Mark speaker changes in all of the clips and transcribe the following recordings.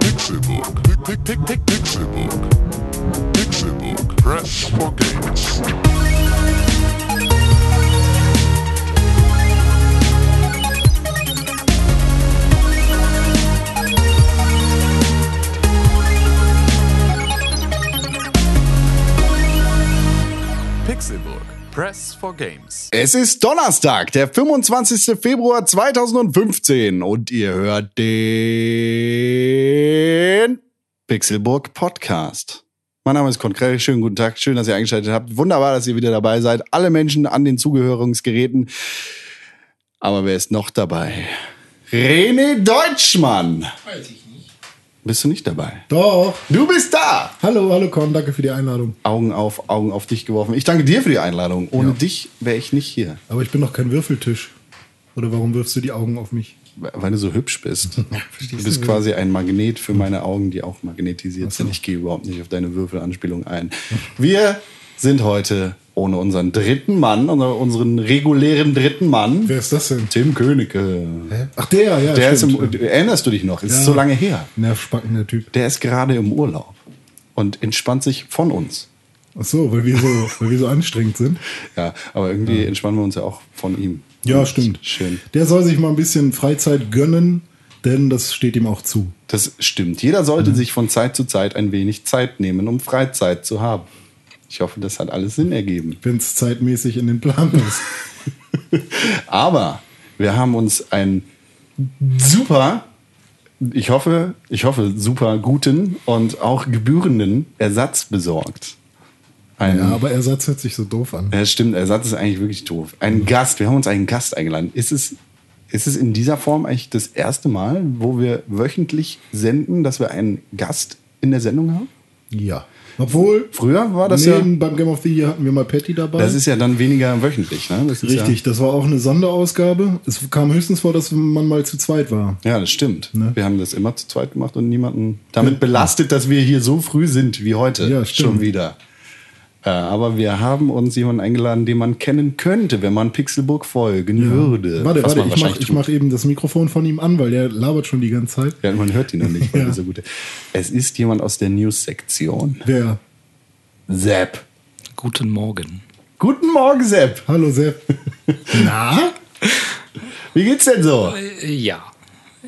Speaker 1: Pixelburg. Pick, pick, pick, Pixelburg. Pixelburg. Press for games. Pixelburg. Press for games.
Speaker 2: Es ist Donnerstag, der 25. Februar 2015 und ihr hört den Pixelburg Podcast. Mein Name ist Konkret, schönen guten Tag, schön, dass ihr eingeschaltet habt. Wunderbar, dass ihr wieder dabei seid. Alle Menschen an den Zugehörungsgeräten. Aber wer ist noch dabei? René Deutschmann.
Speaker 3: Weiß ich nicht.
Speaker 2: Bist du nicht dabei?
Speaker 3: Doch.
Speaker 2: Du bist da!
Speaker 3: Hallo, hallo Con, danke für die Einladung.
Speaker 2: Augen auf, Augen auf dich geworfen. Ich danke dir für die Einladung. Ohne dich wäre ich nicht hier,
Speaker 3: Aber ich bin doch kein Würfeltisch. Oder warum wirfst du die Augen auf mich?
Speaker 2: weil du so hübsch bist. Du bist quasi ein Magnet für meine Augen, die auch magnetisiert sind. Ich gehe überhaupt nicht auf deine Würfelanspielung ein. Wir sind heute ohne unseren dritten Mann, unser- unseren regulären dritten Mann,
Speaker 3: Wer ist das denn?
Speaker 2: Tim Königke.
Speaker 3: Ach, der, ja.
Speaker 2: Der ist im,
Speaker 3: stimmt.
Speaker 2: erinnerst du dich noch? Ist
Speaker 3: Ja.
Speaker 2: so lange her.
Speaker 3: Nervspackender Typ.
Speaker 2: Der ist gerade im Urlaub und entspannt sich von uns.
Speaker 3: Ach so, weil wir so, weil wir so anstrengend sind.
Speaker 2: Ja, aber irgendwie entspannen wir uns ja auch von ihm.
Speaker 3: Ja,
Speaker 2: Und
Speaker 3: stimmt.
Speaker 2: Schön.
Speaker 3: Der soll sich mal ein bisschen Freizeit gönnen, denn das steht ihm auch zu.
Speaker 2: Das stimmt. Jeder sollte sich von Zeit zu Zeit ein wenig Zeit nehmen, um Freizeit zu haben. Ich hoffe, das hat alles Sinn ergeben.
Speaker 3: Wenn es zeitmäßig in den Plan passt.
Speaker 2: Aber wir haben uns einen super, ich hoffe, ich hoffe, super guten und auch gebührenden Ersatz besorgt. Ein,
Speaker 3: Ja,
Speaker 2: ja,
Speaker 3: aber Ersatz hört sich so doof an.
Speaker 2: stimmt, Ersatz ist eigentlich wirklich doof. Ein Gast, wir haben uns einen Gast eingeladen. Ist es, ist es in dieser Form eigentlich das erste Mal, wo wir wöchentlich senden, dass wir einen Gast in der Sendung haben?
Speaker 3: Ja. Obwohl,
Speaker 2: Früher war das ja.
Speaker 3: neben beim Game of the Year hatten wir mal Patty dabei.
Speaker 2: Das ist ja dann weniger wöchentlich, ne? Das ist
Speaker 3: Richtig, das war auch eine Sonderausgabe. Es kam höchstens vor, dass man mal zu zweit war.
Speaker 2: Ja, ja das stimmt.
Speaker 3: Ne?
Speaker 2: Wir haben das immer zu zweit gemacht und niemanden damit belastet, dass wir hier so früh sind wie heute.
Speaker 3: Ja, stimmt.
Speaker 2: Schon wieder. Äh, aber wir haben uns jemanden eingeladen, den man kennen könnte, wenn man Pixelburg folgen würde. Was
Speaker 3: Warte, warte,
Speaker 2: man
Speaker 3: ich mach,
Speaker 2: wahrscheinlich
Speaker 3: ich
Speaker 2: tut.
Speaker 3: mach eben das Mikrofon von ihm an, weil der labert schon die ganze Zeit.
Speaker 2: Ja, man hört ihn noch nicht, weil
Speaker 3: Ja.
Speaker 2: er so gut ist. Es ist jemand aus der News-Sektion.
Speaker 3: Wer?
Speaker 2: Sepp.
Speaker 4: Guten Morgen.
Speaker 2: Guten Morgen, Sepp.
Speaker 3: Hallo Sepp. Na?
Speaker 2: Wie geht's denn so?
Speaker 4: Äh, ja,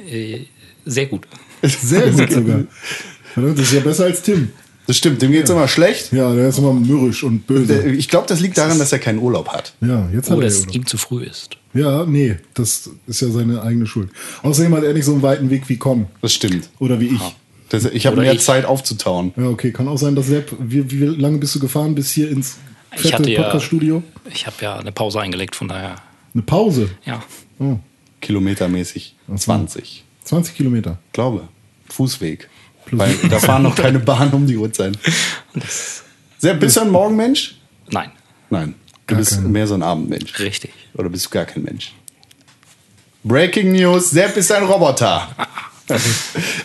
Speaker 4: äh, sehr gut.
Speaker 3: Sehr gut sogar. Verdammt, das ist ja besser als Tim.
Speaker 2: Das stimmt, dem geht's immer schlecht.
Speaker 3: Ja, der ist immer mürrisch und böse.
Speaker 2: Ich glaube, das liegt daran, dass er keinen Urlaub hat.
Speaker 3: Ja, jetzt hat
Speaker 4: Oder
Speaker 3: er
Speaker 4: es
Speaker 3: Urlaub.
Speaker 4: ihm zu früh ist.
Speaker 3: Ja, nee, das ist ja seine eigene Schuld. Außerdem hat er nicht so einen weiten Weg wie Con.
Speaker 2: Das stimmt.
Speaker 3: Oder wie ich.
Speaker 2: Das, ich habe
Speaker 4: Oder
Speaker 2: mehr
Speaker 4: ich.
Speaker 2: Zeit aufzutauen.
Speaker 3: Ja, okay, kann auch sein, dass Sepp, wie, wie lange bist du gefahren bis hier ins
Speaker 4: Ich
Speaker 3: fette
Speaker 4: hatte ja-
Speaker 3: Podcast-Studio?
Speaker 4: Ich habe ja eine Pause eingelegt, von daher.
Speaker 3: Eine Pause.
Speaker 4: Ja,
Speaker 3: Oh,
Speaker 2: kilometermäßig 20.
Speaker 3: 20 Kilometer.
Speaker 2: Glaube. Fußweg. Weil da fahren noch keine Bahnen um die Uhrzeit. Sepp, bist du ein Morgenmensch?
Speaker 4: nein,
Speaker 2: Nein. Du
Speaker 3: Gar
Speaker 2: bist
Speaker 3: keiner.
Speaker 2: mehr so ein Abendmensch.
Speaker 4: richtig.
Speaker 2: Oder bist du gar kein Mensch? Breaking News, Sepp ist ein Roboter.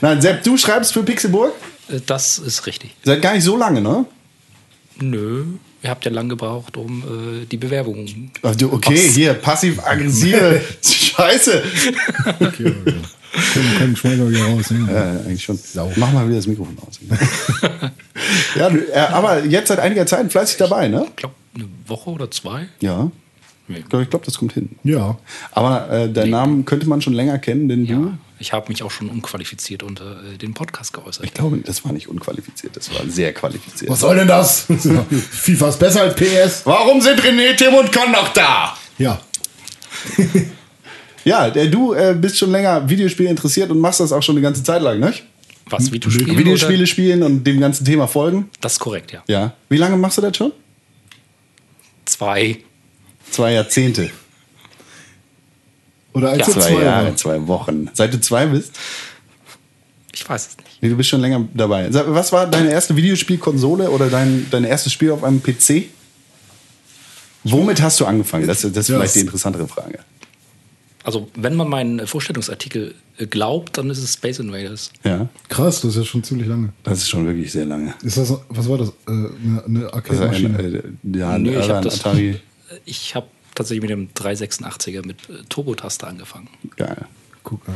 Speaker 2: Nein, Sepp, du schreibst für Pixelburg?
Speaker 4: Äh, Das ist richtig.
Speaker 2: Seit gar nicht so lange, ne?
Speaker 4: Nö, ihr habt ja lang gebraucht, um äh, die Bewerbung.
Speaker 2: Ach Also, du, Okay,
Speaker 4: Was?
Speaker 2: hier, passiv-aggressive Scheiße.
Speaker 3: Okay, okay. Komm, komm, schmeiß mal wieder raus. Ja.
Speaker 2: Ja, Äh, eigentlich schon. Mach mal wieder das Mikrofon aus. ja, du, äh, aber jetzt seit einiger Zeit fleißig dabei, ne?
Speaker 4: Ich glaube, eine Woche oder zwei.
Speaker 2: Ja.
Speaker 4: Nee.
Speaker 2: Ich glaube, glaub, das kommt hin.
Speaker 3: Ja,
Speaker 2: Aber äh, deinen Namen könnte man schon länger kennen, denn du.
Speaker 4: Ja, ich habe mich auch schon unqualifiziert unter äh, den Podcast geäußert.
Speaker 2: Ich glaube, das war nicht unqualifiziert, das war sehr qualifiziert.
Speaker 3: was soll denn das? FIFA ist besser als PS.
Speaker 2: Warum sind René, Tim und Con noch da?
Speaker 3: Ja,
Speaker 2: Ja, der, du äh, bist schon länger Videospiele interessiert und machst das auch schon eine ganze Zeit lang, ne?
Speaker 4: Was, Videospiele? oder-
Speaker 2: Videospiele spielen und dem ganzen Thema folgen.
Speaker 4: Das ist korrekt, ja.
Speaker 2: Ja. Wie lange machst du das schon?
Speaker 4: Zwei.
Speaker 2: Zwei Jahrzehnte.
Speaker 3: oder als
Speaker 4: Ja,
Speaker 3: du zwei war.
Speaker 2: zwei Wochen. Seit du zwei bist?
Speaker 4: Ich weiß es nicht.
Speaker 2: Nee, du bist schon länger dabei. Sag, Was war deine erste Videospielkonsole oder dein, dein erstes Spiel auf einem PC? Womit hast du angefangen? Das, das ist
Speaker 3: Ja,
Speaker 2: vielleicht
Speaker 3: das-
Speaker 2: die interessantere Frage.
Speaker 4: Also, wenn man meinen äh, Vorstellungsartikel äh, glaubt, dann ist es Space Invaders.
Speaker 2: Ja,
Speaker 3: Krass, das ist ja schon ziemlich lange.
Speaker 2: das ist schon wirklich sehr lange.
Speaker 3: Ist das, was war das? Äh, eine
Speaker 2: Das ist
Speaker 3: eine
Speaker 2: ein,
Speaker 3: Arcade-Maschine?
Speaker 2: äh, ja,
Speaker 4: Nee, ich
Speaker 2: ein
Speaker 4: habe das.
Speaker 2: Atari.
Speaker 4: Ich habe tatsächlich mit dem 386er mit äh, Turbo-Taste angefangen.
Speaker 2: Geil.
Speaker 3: Guck an.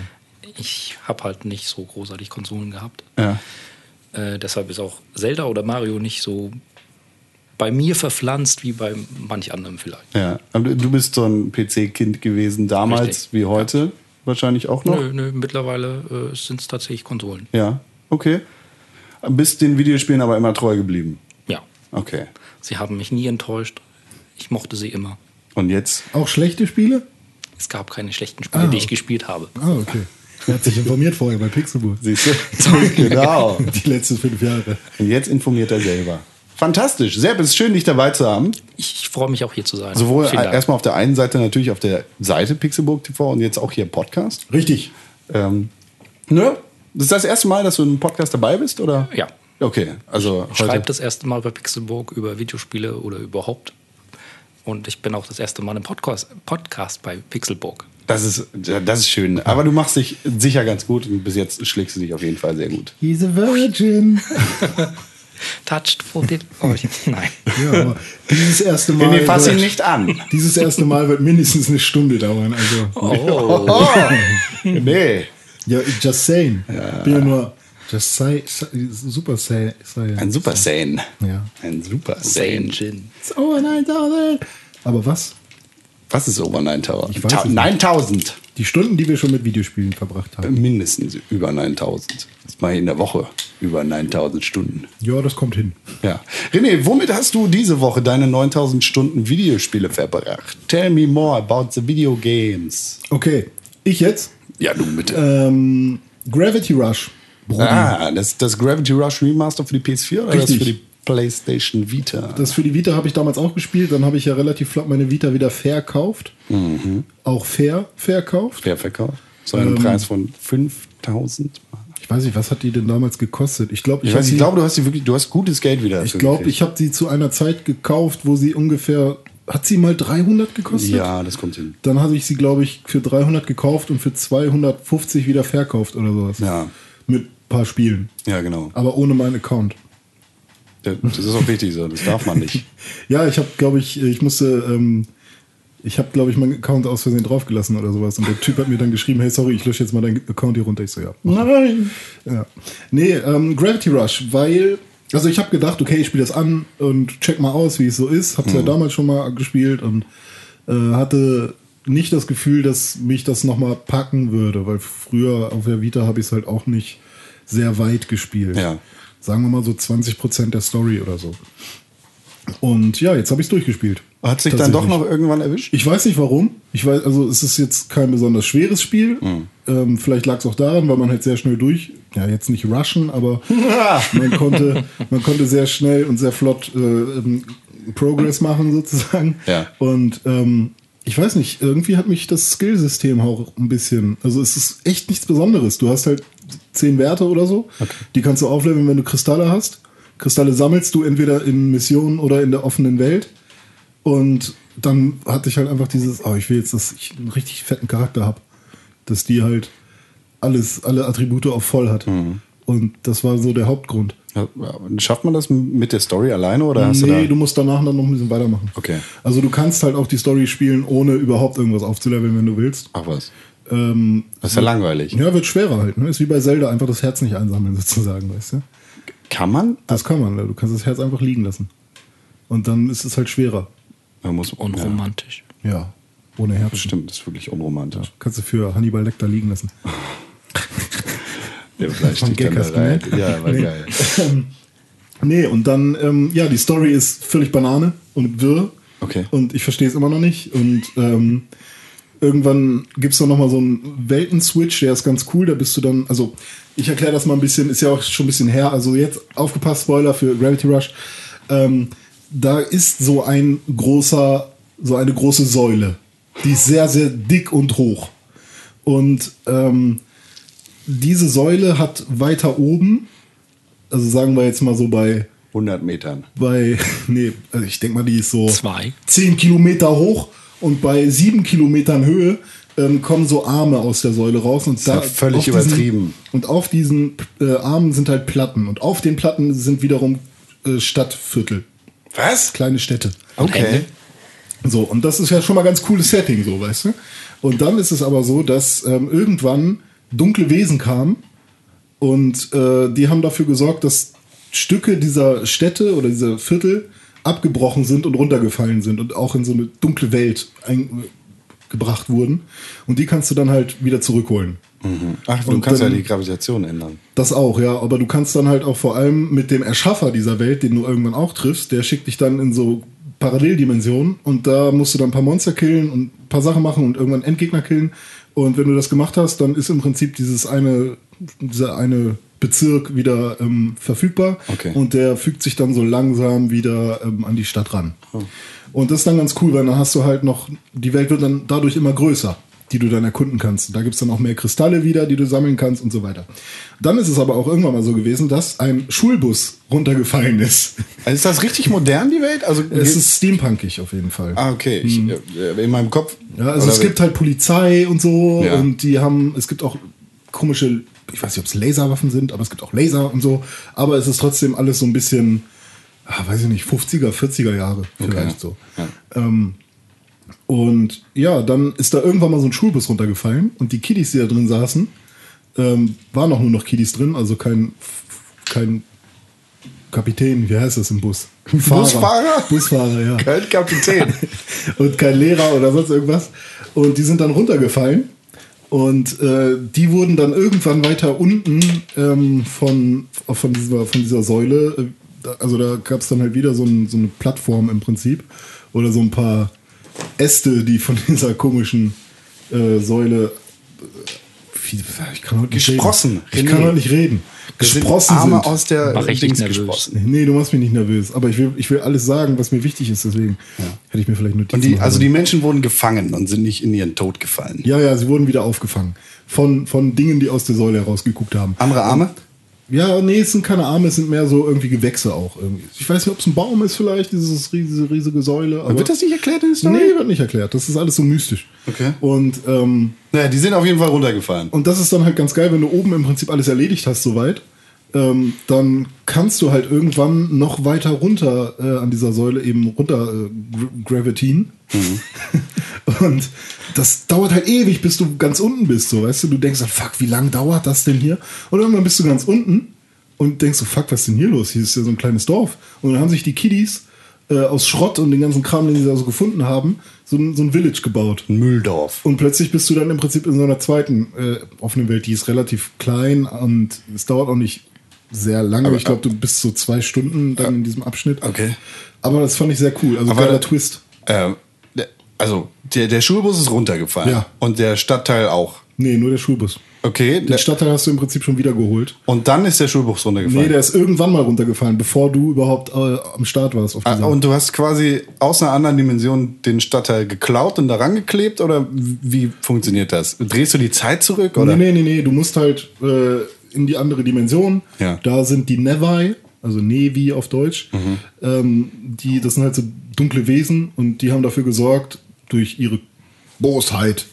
Speaker 4: ich habe halt nicht so großartig Konsolen gehabt.
Speaker 2: Ja.
Speaker 4: Äh, deshalb ist auch Zelda oder Mario nicht so bei mir verpflanzt wie bei manch anderem vielleicht.
Speaker 2: ja. Aber du- du bist so ein PC-Kind gewesen damals
Speaker 4: Richtig.
Speaker 2: wie heute. Wahrscheinlich auch noch.
Speaker 4: Nö, nö, mittlerweile äh, sind es tatsächlich Konsolen.
Speaker 2: Ja, okay. Bist den Videospielen aber immer treu geblieben.
Speaker 4: Ja,
Speaker 2: Okay.
Speaker 4: sie haben mich nie enttäuscht. Ich mochte sie immer.
Speaker 2: Und jetzt?
Speaker 3: Auch schlechte Spiele?
Speaker 4: Es gab keine schlechten Spiele,
Speaker 3: Ah.
Speaker 4: die ich gespielt habe.
Speaker 3: Ah, okay. Er hat sich informiert vorher bei Pixelburg.
Speaker 2: Siehst du? genau.
Speaker 3: Die letzten fünf Jahre.
Speaker 2: Und jetzt informiert er selber. Fantastisch. Sepp, es ist schön, dich dabei zu haben.
Speaker 4: Ich, ich freue mich auch hier zu sein.
Speaker 2: Sowohl
Speaker 4: Vielen Dank.
Speaker 2: erstmal auf der einen Seite natürlich auf der Seite Pixelburg TV und jetzt auch hier im Podcast.
Speaker 3: Richtig.
Speaker 2: Ähm, ne? Ist das erste Mal, dass du im Podcast dabei bist, oder?
Speaker 4: Ja.
Speaker 2: Okay, also heute.
Speaker 4: Schreibt das erste Mal bei Pixelburg über Videospiele oder überhaupt. Und ich bin auch das erste Mal im Podcast, Podcast bei Pixelburg.
Speaker 2: Das ist, ja, das ist schön. Aber du machst dich sicher ganz gut und bis jetzt schlägst du dich auf jeden Fall sehr gut.
Speaker 3: He's a virgin.
Speaker 4: Touched for the. Oh, ich- nein.
Speaker 3: Ja, aber dieses erste Mal.
Speaker 2: Nee, fass ihn
Speaker 3: wird-
Speaker 2: nicht an.
Speaker 3: Dieses erste Mal wird mindestens eine Stunde dauern. Also,
Speaker 4: Oh.
Speaker 2: Nee.
Speaker 3: ja, just saying. Bin ja nur. Just say, say, super say, say.
Speaker 2: Ein Super Saiyan.
Speaker 3: Ja.
Speaker 2: Ein Super Saiyan.
Speaker 4: Saiyajin.
Speaker 3: It's over 9000. Aber was?
Speaker 2: Was ist über 9000?
Speaker 3: Ich weiß es nicht.
Speaker 2: 9000.
Speaker 3: Die Stunden, die wir schon mit Videospielen verbracht
Speaker 2: Ähm.
Speaker 3: haben.
Speaker 2: Mindestens über 9000. Das mache ich in der Woche. Über 9000 Stunden.
Speaker 3: Ja, das kommt hin.
Speaker 2: Ja. René, womit hast du diese Woche deine 9000 Stunden Videospiele verbracht? Tell me more about the video games.
Speaker 3: Okay, ich jetzt.
Speaker 2: Ja, du bitte.
Speaker 3: Ähm, Gravity Rush. Brudi.
Speaker 2: ah, das, das Gravity Rush Remaster für die PS4 oder das
Speaker 3: Richtig.
Speaker 2: für die PlayStation Vita?
Speaker 3: Das für die Vita habe ich damals auch gespielt. Dann habe ich ja relativ flott meine Vita wieder verkauft.
Speaker 2: Mhm.
Speaker 3: Auch fair verkauft.
Speaker 2: Wer verkauft? Zu einem Preis von 5000 Mark.
Speaker 3: Ich weiß nicht, was hat die denn damals gekostet? Ich glaube,
Speaker 2: Ich,
Speaker 3: ich,
Speaker 2: weiß,
Speaker 3: habe
Speaker 2: ich
Speaker 3: die-
Speaker 2: glaube, du hast sie wirklich, du hast gutes Geld wieder.
Speaker 3: ich,
Speaker 2: dafür
Speaker 3: glaub,
Speaker 2: gekriegt.
Speaker 3: ich habe die zu einer Zeit gekauft, wo sie ungefähr. Hat sie mal 300 gekostet?
Speaker 2: Ja, das kommt hin.
Speaker 3: Dann habe ich sie, glaube ich, für 300 gekauft und für 250 wieder verkauft oder sowas.
Speaker 2: Ja.
Speaker 3: Mit ein paar Spielen.
Speaker 2: Ja, genau.
Speaker 3: Aber ohne meinen Account.
Speaker 2: Das ist auch wichtig so. Das darf man nicht.
Speaker 3: Ja, ich habe, glaube ich, ich musste, ähm, ich habe, glaube ich, meinen Account aus Versehen draufgelassen oder sowas. Und der Typ hat mir dann geschrieben, hey, sorry, ich lösche jetzt mal deinen Account hier runter. Ich so, ja.
Speaker 2: Nein.
Speaker 3: ja. Nee, ähm, Gravity Rush, weil, also ich habe gedacht, okay, ich spiele das an und check mal aus, wie es so ist. Hab's ja damals schon mal gespielt und äh, hatte nicht das Gefühl, dass mich das nochmal packen würde, weil früher auf der Vita habe ich es halt auch nicht sehr weit gespielt.
Speaker 2: Ja.
Speaker 3: Sagen wir mal so 20% der Story oder so. Und ja, jetzt habe ich es durchgespielt.
Speaker 2: Hat sich dann doch
Speaker 3: Tatsächlich.
Speaker 2: noch irgendwann erwischt?
Speaker 3: Ich weiß nicht warum. Ich weiß, also es ist jetzt kein besonders schweres Spiel.
Speaker 2: Mhm.
Speaker 3: Ähm, vielleicht lag es auch daran, weil man halt sehr schnell durch, ja jetzt nicht rushen, aber man konnte, man konnte sehr schnell und sehr flott äh, ähm, Progress machen sozusagen.
Speaker 2: Ja.
Speaker 3: Und ähm, ich weiß nicht, irgendwie hat mich das Skillsystem auch ein bisschen, also es ist echt nichts Besonderes. Du hast halt zehn Werte oder so, die kannst du aufleveln, wenn du Kristalle hast. Kristalle sammelst du entweder in Missionen oder in der offenen Welt. Und dann hatte ich halt einfach dieses, oh, ich will jetzt, dass ich einen richtig fetten Charakter habe. Dass die halt alles, alle Attribute auf voll hat. Und das war so der Hauptgrund.
Speaker 2: Ja, Schafft man das mit der Story alleine oder hast
Speaker 3: nee,
Speaker 2: du
Speaker 3: du
Speaker 2: da?
Speaker 3: musst danach dann noch ein bisschen weitermachen.
Speaker 2: Okay.
Speaker 3: Also du kannst halt auch die Story spielen, ohne überhaupt irgendwas aufzuleveln, wenn du willst.
Speaker 2: Ach was.
Speaker 3: Ähm,
Speaker 2: Das ist ja langweilig.
Speaker 3: ja, wird schwerer halt. Ne? Ist wie bei Zelda, einfach das Herz nicht einsammeln sozusagen, weißt du?
Speaker 2: Kann man?
Speaker 3: Das kann man, ne? du kannst das Herz einfach liegen lassen. Und dann ist es halt schwerer.
Speaker 2: Man muss ja,
Speaker 4: Unromantisch.
Speaker 3: Ja, ohne Herz.
Speaker 2: Stimmt, das ist wirklich unromantisch.
Speaker 3: Kannst du für Hannibal Lecter liegen lassen.
Speaker 2: Der Fleisch
Speaker 3: Von
Speaker 2: steht dann
Speaker 3: Gag
Speaker 2: da
Speaker 3: hast du,
Speaker 2: rein.
Speaker 3: ne?
Speaker 2: Ja, war
Speaker 3: Nee. Ähm,
Speaker 2: geil.
Speaker 3: Nee, und dann, ähm, ja, die Story ist völlig Banane und wirr.
Speaker 2: Okay.
Speaker 3: Und ich verstehe es immer noch nicht. Und ähm, irgendwann gibt es dann nochmal so einen Welten-Switch, der ist ganz cool. Da bist du dann, also ich erkläre das mal ein bisschen, ist ja auch schon ein bisschen her. Also jetzt aufgepasst, Spoiler für Gravity Rush. Ähm, da ist so ein großer, so eine große Säule. Die ist sehr, sehr dick und hoch. Und ähm, diese Säule hat weiter oben, also sagen wir jetzt mal so bei,
Speaker 2: 100 Metern.
Speaker 3: bei nee, also ich denke mal, die ist so
Speaker 4: Zwei.
Speaker 3: 10 Kilometer hoch und bei 7 Kilometern Höhe ähm, kommen so Arme aus der Säule raus. Und da,
Speaker 2: ja völlig
Speaker 3: auf diesen-
Speaker 2: übertrieben.
Speaker 3: Und auf diesen äh, Armen sind halt Platten und auf den Platten sind wiederum äh, Stadtviertel,
Speaker 2: Was?
Speaker 3: kleine Städte.
Speaker 2: Okay.
Speaker 3: So, und das ist ja schon mal ganz cooles Setting, so, weißt du? Und dann ist es aber so, dass ähm, irgendwann dunkle Wesen kamen und äh, die haben dafür gesorgt, dass Stücke dieser Städte oder dieser Viertel abgebrochen sind und runtergefallen sind und auch in so eine dunkle Welt eingebracht wurden. Und die kannst du dann halt wieder zurückholen.
Speaker 2: Ach, du
Speaker 3: Und
Speaker 2: kannst
Speaker 3: dann-
Speaker 2: ja die Gravitation ändern.
Speaker 3: Das auch, ja. Aber du kannst dann halt auch vor allem mit dem Erschaffer dieser Welt, den du irgendwann auch triffst, der schickt dich dann in so Paralleldimensionen und da musst du dann ein paar Monster killen und ein paar Sachen machen und irgendwann Endgegner killen. Und wenn du das gemacht hast, dann ist im Prinzip dieses eine, dieser eine Bezirk wieder ähm, verfügbar
Speaker 2: Okay.
Speaker 3: und der fügt sich dann so langsam wieder ähm, an die Stadt ran. Und das ist dann ganz cool, weil dann hast du halt noch, die Welt wird dann dadurch immer größer, die du dann erkunden kannst. Da gibt es dann auch mehr Kristalle wieder, die du sammeln kannst und so weiter. Dann ist es aber auch irgendwann mal so gewesen, dass ein Schulbus runtergefallen ist.
Speaker 2: Also ist das richtig modern, die Welt? Also
Speaker 3: Es ist steampunkig auf jeden Fall.
Speaker 2: Ah, okay. Ich, äh, In meinem Kopf.
Speaker 3: Ja, also
Speaker 2: Oder
Speaker 3: es
Speaker 2: wie-
Speaker 3: gibt halt Polizei und so
Speaker 2: Ja.
Speaker 3: und die haben, es gibt auch komische, ich weiß nicht, ob es Laserwaffen sind, aber es gibt auch Laser und so. Aber es ist trotzdem alles so ein bisschen, ah, weiß ich nicht, 50er, 40er Jahre vielleicht halt so.
Speaker 2: Ja.
Speaker 3: Ähm, und ja, dann ist da irgendwann mal so ein Schulbus runtergefallen und die Kiddies, die da drin saßen, ähm, waren auch nur noch Kiddies drin, also kein, kein Kapitän, wie heißt das im Bus?
Speaker 2: Busfahrer?
Speaker 3: Busfahrer, ja
Speaker 2: Kein Kapitän.
Speaker 3: und kein Lehrer oder sonst irgendwas. Und die sind dann runtergefallen. Und äh, die wurden dann irgendwann weiter unten ähm, von, von, dieser, von dieser Säule, äh, da- also da gab es dann halt wieder so, ein, so eine Plattform im Prinzip oder so ein paar Äste, die von dieser komischen äh, Säule. äh, wie- Ich kann heute nicht
Speaker 2: Gesprossen,
Speaker 3: Reden. Ich kann
Speaker 2: René.
Speaker 3: heute nicht reden.
Speaker 2: Das sind
Speaker 3: Gesprossen
Speaker 2: Arme
Speaker 3: sind.
Speaker 2: aus der
Speaker 4: Mach richtig
Speaker 2: Dings
Speaker 4: nervös.
Speaker 2: gesprossen.
Speaker 3: nee, du machst mich nicht nervös. Aber ich will, ich will alles sagen, was mir wichtig ist. Deswegen hätte ich mir vielleicht Notizen
Speaker 2: Und die,
Speaker 3: machen
Speaker 2: also
Speaker 3: sollen.
Speaker 2: die Menschen wurden gefangen und sind nicht in ihren Tod gefallen.
Speaker 3: Ja, ja, sie wurden wieder aufgefangen. Von, von Dingen, die aus der Säule herausgeguckt haben.
Speaker 2: Andere Arme?
Speaker 3: Ja, nee, es sind keine Arme, es sind mehr so irgendwie Gewächse auch. Irgendwie. Ich weiß nicht, ob es ein Baum ist vielleicht, dieses, ries- diese riesige Säule. Aber
Speaker 2: Wird das nicht erklärt in der Story?
Speaker 3: Nee, wird nicht erklärt. Das ist alles so mystisch.
Speaker 2: Okay.
Speaker 3: Und, ähm,
Speaker 2: Naja, die sind auf jeden Fall runtergefallen.
Speaker 3: und das ist dann halt ganz geil, wenn du oben im Prinzip alles erledigt hast soweit. Ähm, dann kannst du halt irgendwann noch weiter runter äh, an dieser Säule eben runter äh, gra- gravitieren. Und das dauert halt ewig, bis du ganz unten bist. So, weißt du, du denkst, dann, fuck, wie lange dauert das denn hier? Und irgendwann bist du ganz unten und denkst so, fuck, was ist denn hier los? Hier ist ja so ein kleines Dorf. Und dann haben sich die Kiddies äh, aus Schrott und den ganzen Kram, den sie da so gefunden haben, so ein, so ein Village gebaut.
Speaker 2: Ein Mülldorf.
Speaker 3: Und plötzlich bist du dann im Prinzip in so einer zweiten äh, offenen Welt. Die ist relativ klein und es dauert auch nicht sehr lange. ich glaube, du bist so zwei Stunden dann in diesem Abschnitt.
Speaker 2: Okay.
Speaker 3: Aber das fand ich sehr cool. Also
Speaker 2: Aber-
Speaker 3: geiler Twist.
Speaker 2: Ähm, der- also, der, der Schulbus ist runtergefallen.
Speaker 3: Ja.
Speaker 2: Und der Stadtteil auch.
Speaker 3: Nee, nur der Schulbus.
Speaker 2: Okay.
Speaker 3: Den
Speaker 2: Der,
Speaker 3: Stadtteil hast du im Prinzip schon wieder geholt.
Speaker 2: und dann ist der Schulbus runtergefallen.
Speaker 3: Nee, der ist irgendwann mal runtergefallen, bevor du überhaupt äh, am Start warst. Auf
Speaker 2: Ah,
Speaker 3: dieser-
Speaker 2: Und du hast quasi aus einer anderen Dimension den Stadtteil geklaut und da rangeklebt oder wie funktioniert das? Drehst du die Zeit zurück oder?
Speaker 3: Nee, nee, nee, nee. Du musst halt äh, in die andere Dimension.
Speaker 2: Ja. Mhm.
Speaker 3: Da sind die Nevi, also Nevi auf Deutsch. Ähm, die, das sind halt so dunkle Wesen und die haben dafür gesorgt, durch ihre Bosheit,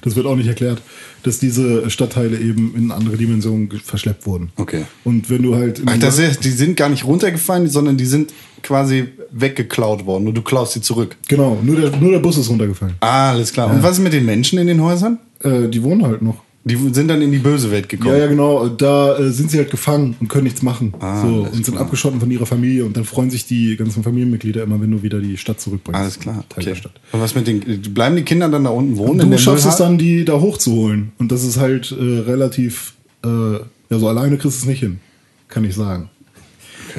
Speaker 3: das wird auch nicht erklärt, dass diese Stadtteile eben in andere Dimensionen ge- verschleppt wurden.
Speaker 2: Okay.
Speaker 3: Und wenn du halt. in
Speaker 2: Ach, das
Speaker 3: dieser-
Speaker 2: ist, die sind gar nicht runtergefallen, sondern die sind quasi weggeklaut worden und du klaust sie zurück.
Speaker 3: genau, nur der, nur der Bus ist runtergefallen.
Speaker 2: Ah, alles klar. Und was ist mit den Menschen in den Häusern?
Speaker 3: Äh, die wohnen halt noch.
Speaker 2: Die sind dann in die böse Welt gekommen.
Speaker 3: Ja, ja, genau. Da äh, sind sie halt gefangen und können nichts machen.
Speaker 2: Ah,
Speaker 3: so, und sind abgeschotten von ihrer Familie. Und dann freuen sich die ganzen Familienmitglieder immer, wenn du wieder die Stadt zurückbringst.
Speaker 2: Alles klar.
Speaker 3: Teil der
Speaker 2: Okay.
Speaker 3: Stadt.
Speaker 2: Und was mit den bleiben die Kinder dann da unten wohnen in
Speaker 3: Du
Speaker 2: der
Speaker 3: schaffst es
Speaker 2: Müllhalde?
Speaker 3: dann, die da hochzuholen. Und das ist halt äh, relativ. Äh, ja, so alleine kriegst du es nicht hin. Kann ich sagen.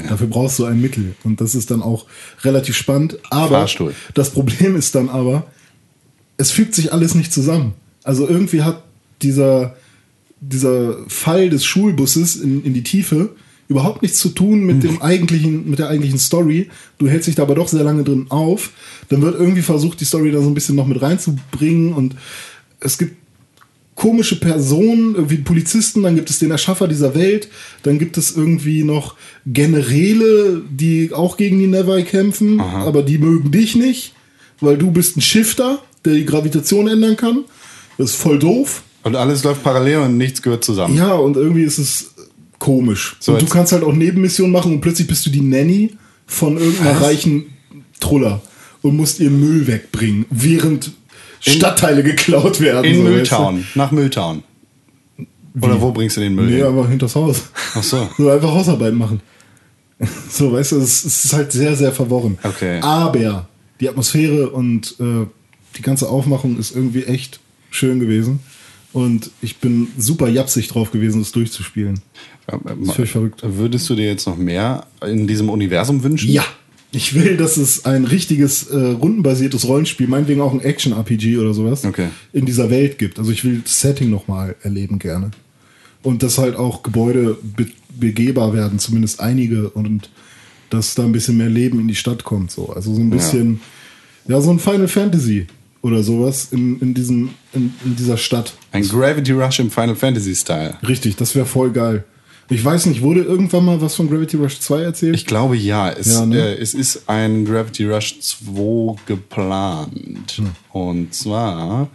Speaker 3: Dafür brauchst du ein Mittel. Und das ist dann auch relativ spannend. Aber
Speaker 2: Fahrstuhl.
Speaker 3: das Problem ist dann aber, es fügt sich alles nicht zusammen. Also irgendwie hat dieser, dieser Fall des Schulbusses in, in die Tiefe überhaupt nichts zu tun mit dem eigentlichen, mit der eigentlichen Story. Du hältst dich da aber doch sehr lange drin auf. Dann wird irgendwie versucht, die Story da so ein bisschen noch mit reinzubringen und es gibt komische Personen, irgendwie Polizisten, dann gibt es den Erschaffer dieser Welt, dann gibt es irgendwie noch Generäle, die auch gegen die Nevi kämpfen, aber die mögen dich nicht, weil du bist ein Shifter, der die Gravitation ändern kann. Das ist voll doof.
Speaker 2: Und alles läuft parallel und nichts gehört zusammen.
Speaker 3: Ja, und irgendwie ist es komisch.
Speaker 2: So,
Speaker 3: und du
Speaker 2: jetzt-
Speaker 3: kannst halt auch Nebenmissionen machen und plötzlich bist du die Nanny von irgendeiner reichen Truller und musst ihr Müll wegbringen, während Stadtteile geklaut werden.
Speaker 2: In
Speaker 3: so, weißt du?
Speaker 2: Mülltown, nach Mülltown. Oder wo bringst du den Müll
Speaker 3: Nee,
Speaker 2: hin?
Speaker 3: einfach hinters Haus.
Speaker 2: Ach so.
Speaker 3: So einfach Hausarbeit machen. So, weißt du, es, es ist halt sehr, sehr verworren.
Speaker 2: Okay.
Speaker 3: Aber die Atmosphäre und äh, die ganze Aufmachung ist irgendwie echt schön gewesen. Und ich bin super japsig drauf gewesen, das durchzuspielen.
Speaker 2: Ist
Speaker 3: völlig verrückt.
Speaker 2: Würdest du dir jetzt noch mehr in diesem Universum wünschen?
Speaker 3: Ja. Ich will, dass es ein richtiges äh, rundenbasiertes Rollenspiel, meinetwegen auch ein Action-RPG oder sowas,
Speaker 2: Okay.
Speaker 3: in dieser Welt gibt. Also ich will das Setting nochmal erleben gerne. Und dass halt auch Gebäude be begehbar werden, zumindest einige, und dass da ein bisschen mehr Leben in die Stadt kommt. So. Also so ein bisschen, ja, so ein Final Fantasy oder sowas in, in, diesem, in, in dieser Stadt.
Speaker 2: Ein Gravity Rush im Final Fantasy Style.
Speaker 3: Richtig, das wäre voll geil. Ich weiß nicht, wurde irgendwann mal was von Gravity Rush 2 erzählt?
Speaker 2: Ich glaube ja. Es,
Speaker 3: Ja, ne?
Speaker 2: äh, es ist ein Gravity Rush 2 geplant.
Speaker 3: Hm.
Speaker 2: Und zwar.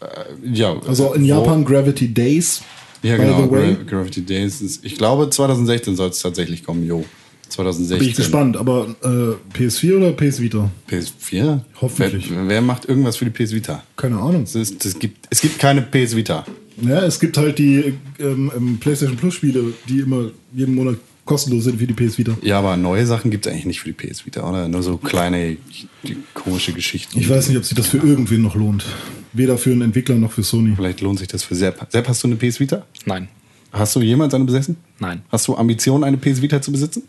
Speaker 2: Äh, ja.
Speaker 3: Also in
Speaker 2: wo-
Speaker 3: Japan Gravity Days.
Speaker 2: Ja,
Speaker 3: by
Speaker 2: genau.
Speaker 3: the way.
Speaker 2: Gra- Gravity Days. Ist, ich glaube, 2016 soll es tatsächlich kommen. Jo. 2016.
Speaker 3: Bin ich gespannt, aber äh, PS4 oder PS Vita?
Speaker 2: PS4?
Speaker 3: Hoffentlich.
Speaker 2: Wer, wer macht irgendwas für die PS Vita?
Speaker 3: Keine Ahnung.
Speaker 2: Es, ist, es, gibt, es gibt keine PS Vita.
Speaker 3: Ja, es gibt halt die ähm, ähm, PlayStation Plus Spiele, die immer jeden Monat kostenlos sind wie die PS Vita.
Speaker 2: Ja, aber neue Sachen gibt es eigentlich nicht für die PS Vita, oder? Nur so kleine, die, komische Geschichten.
Speaker 3: Ich weiß nicht, ob sich das für irgendwen noch lohnt. Weder für einen Entwickler noch für Sony.
Speaker 2: Vielleicht lohnt sich das für Sepp. Sepp, hast du eine PS Vita?
Speaker 4: Nein.
Speaker 2: Hast du jemals eine besessen?
Speaker 4: Nein.
Speaker 2: Hast du Ambitionen, eine PS Vita zu besitzen?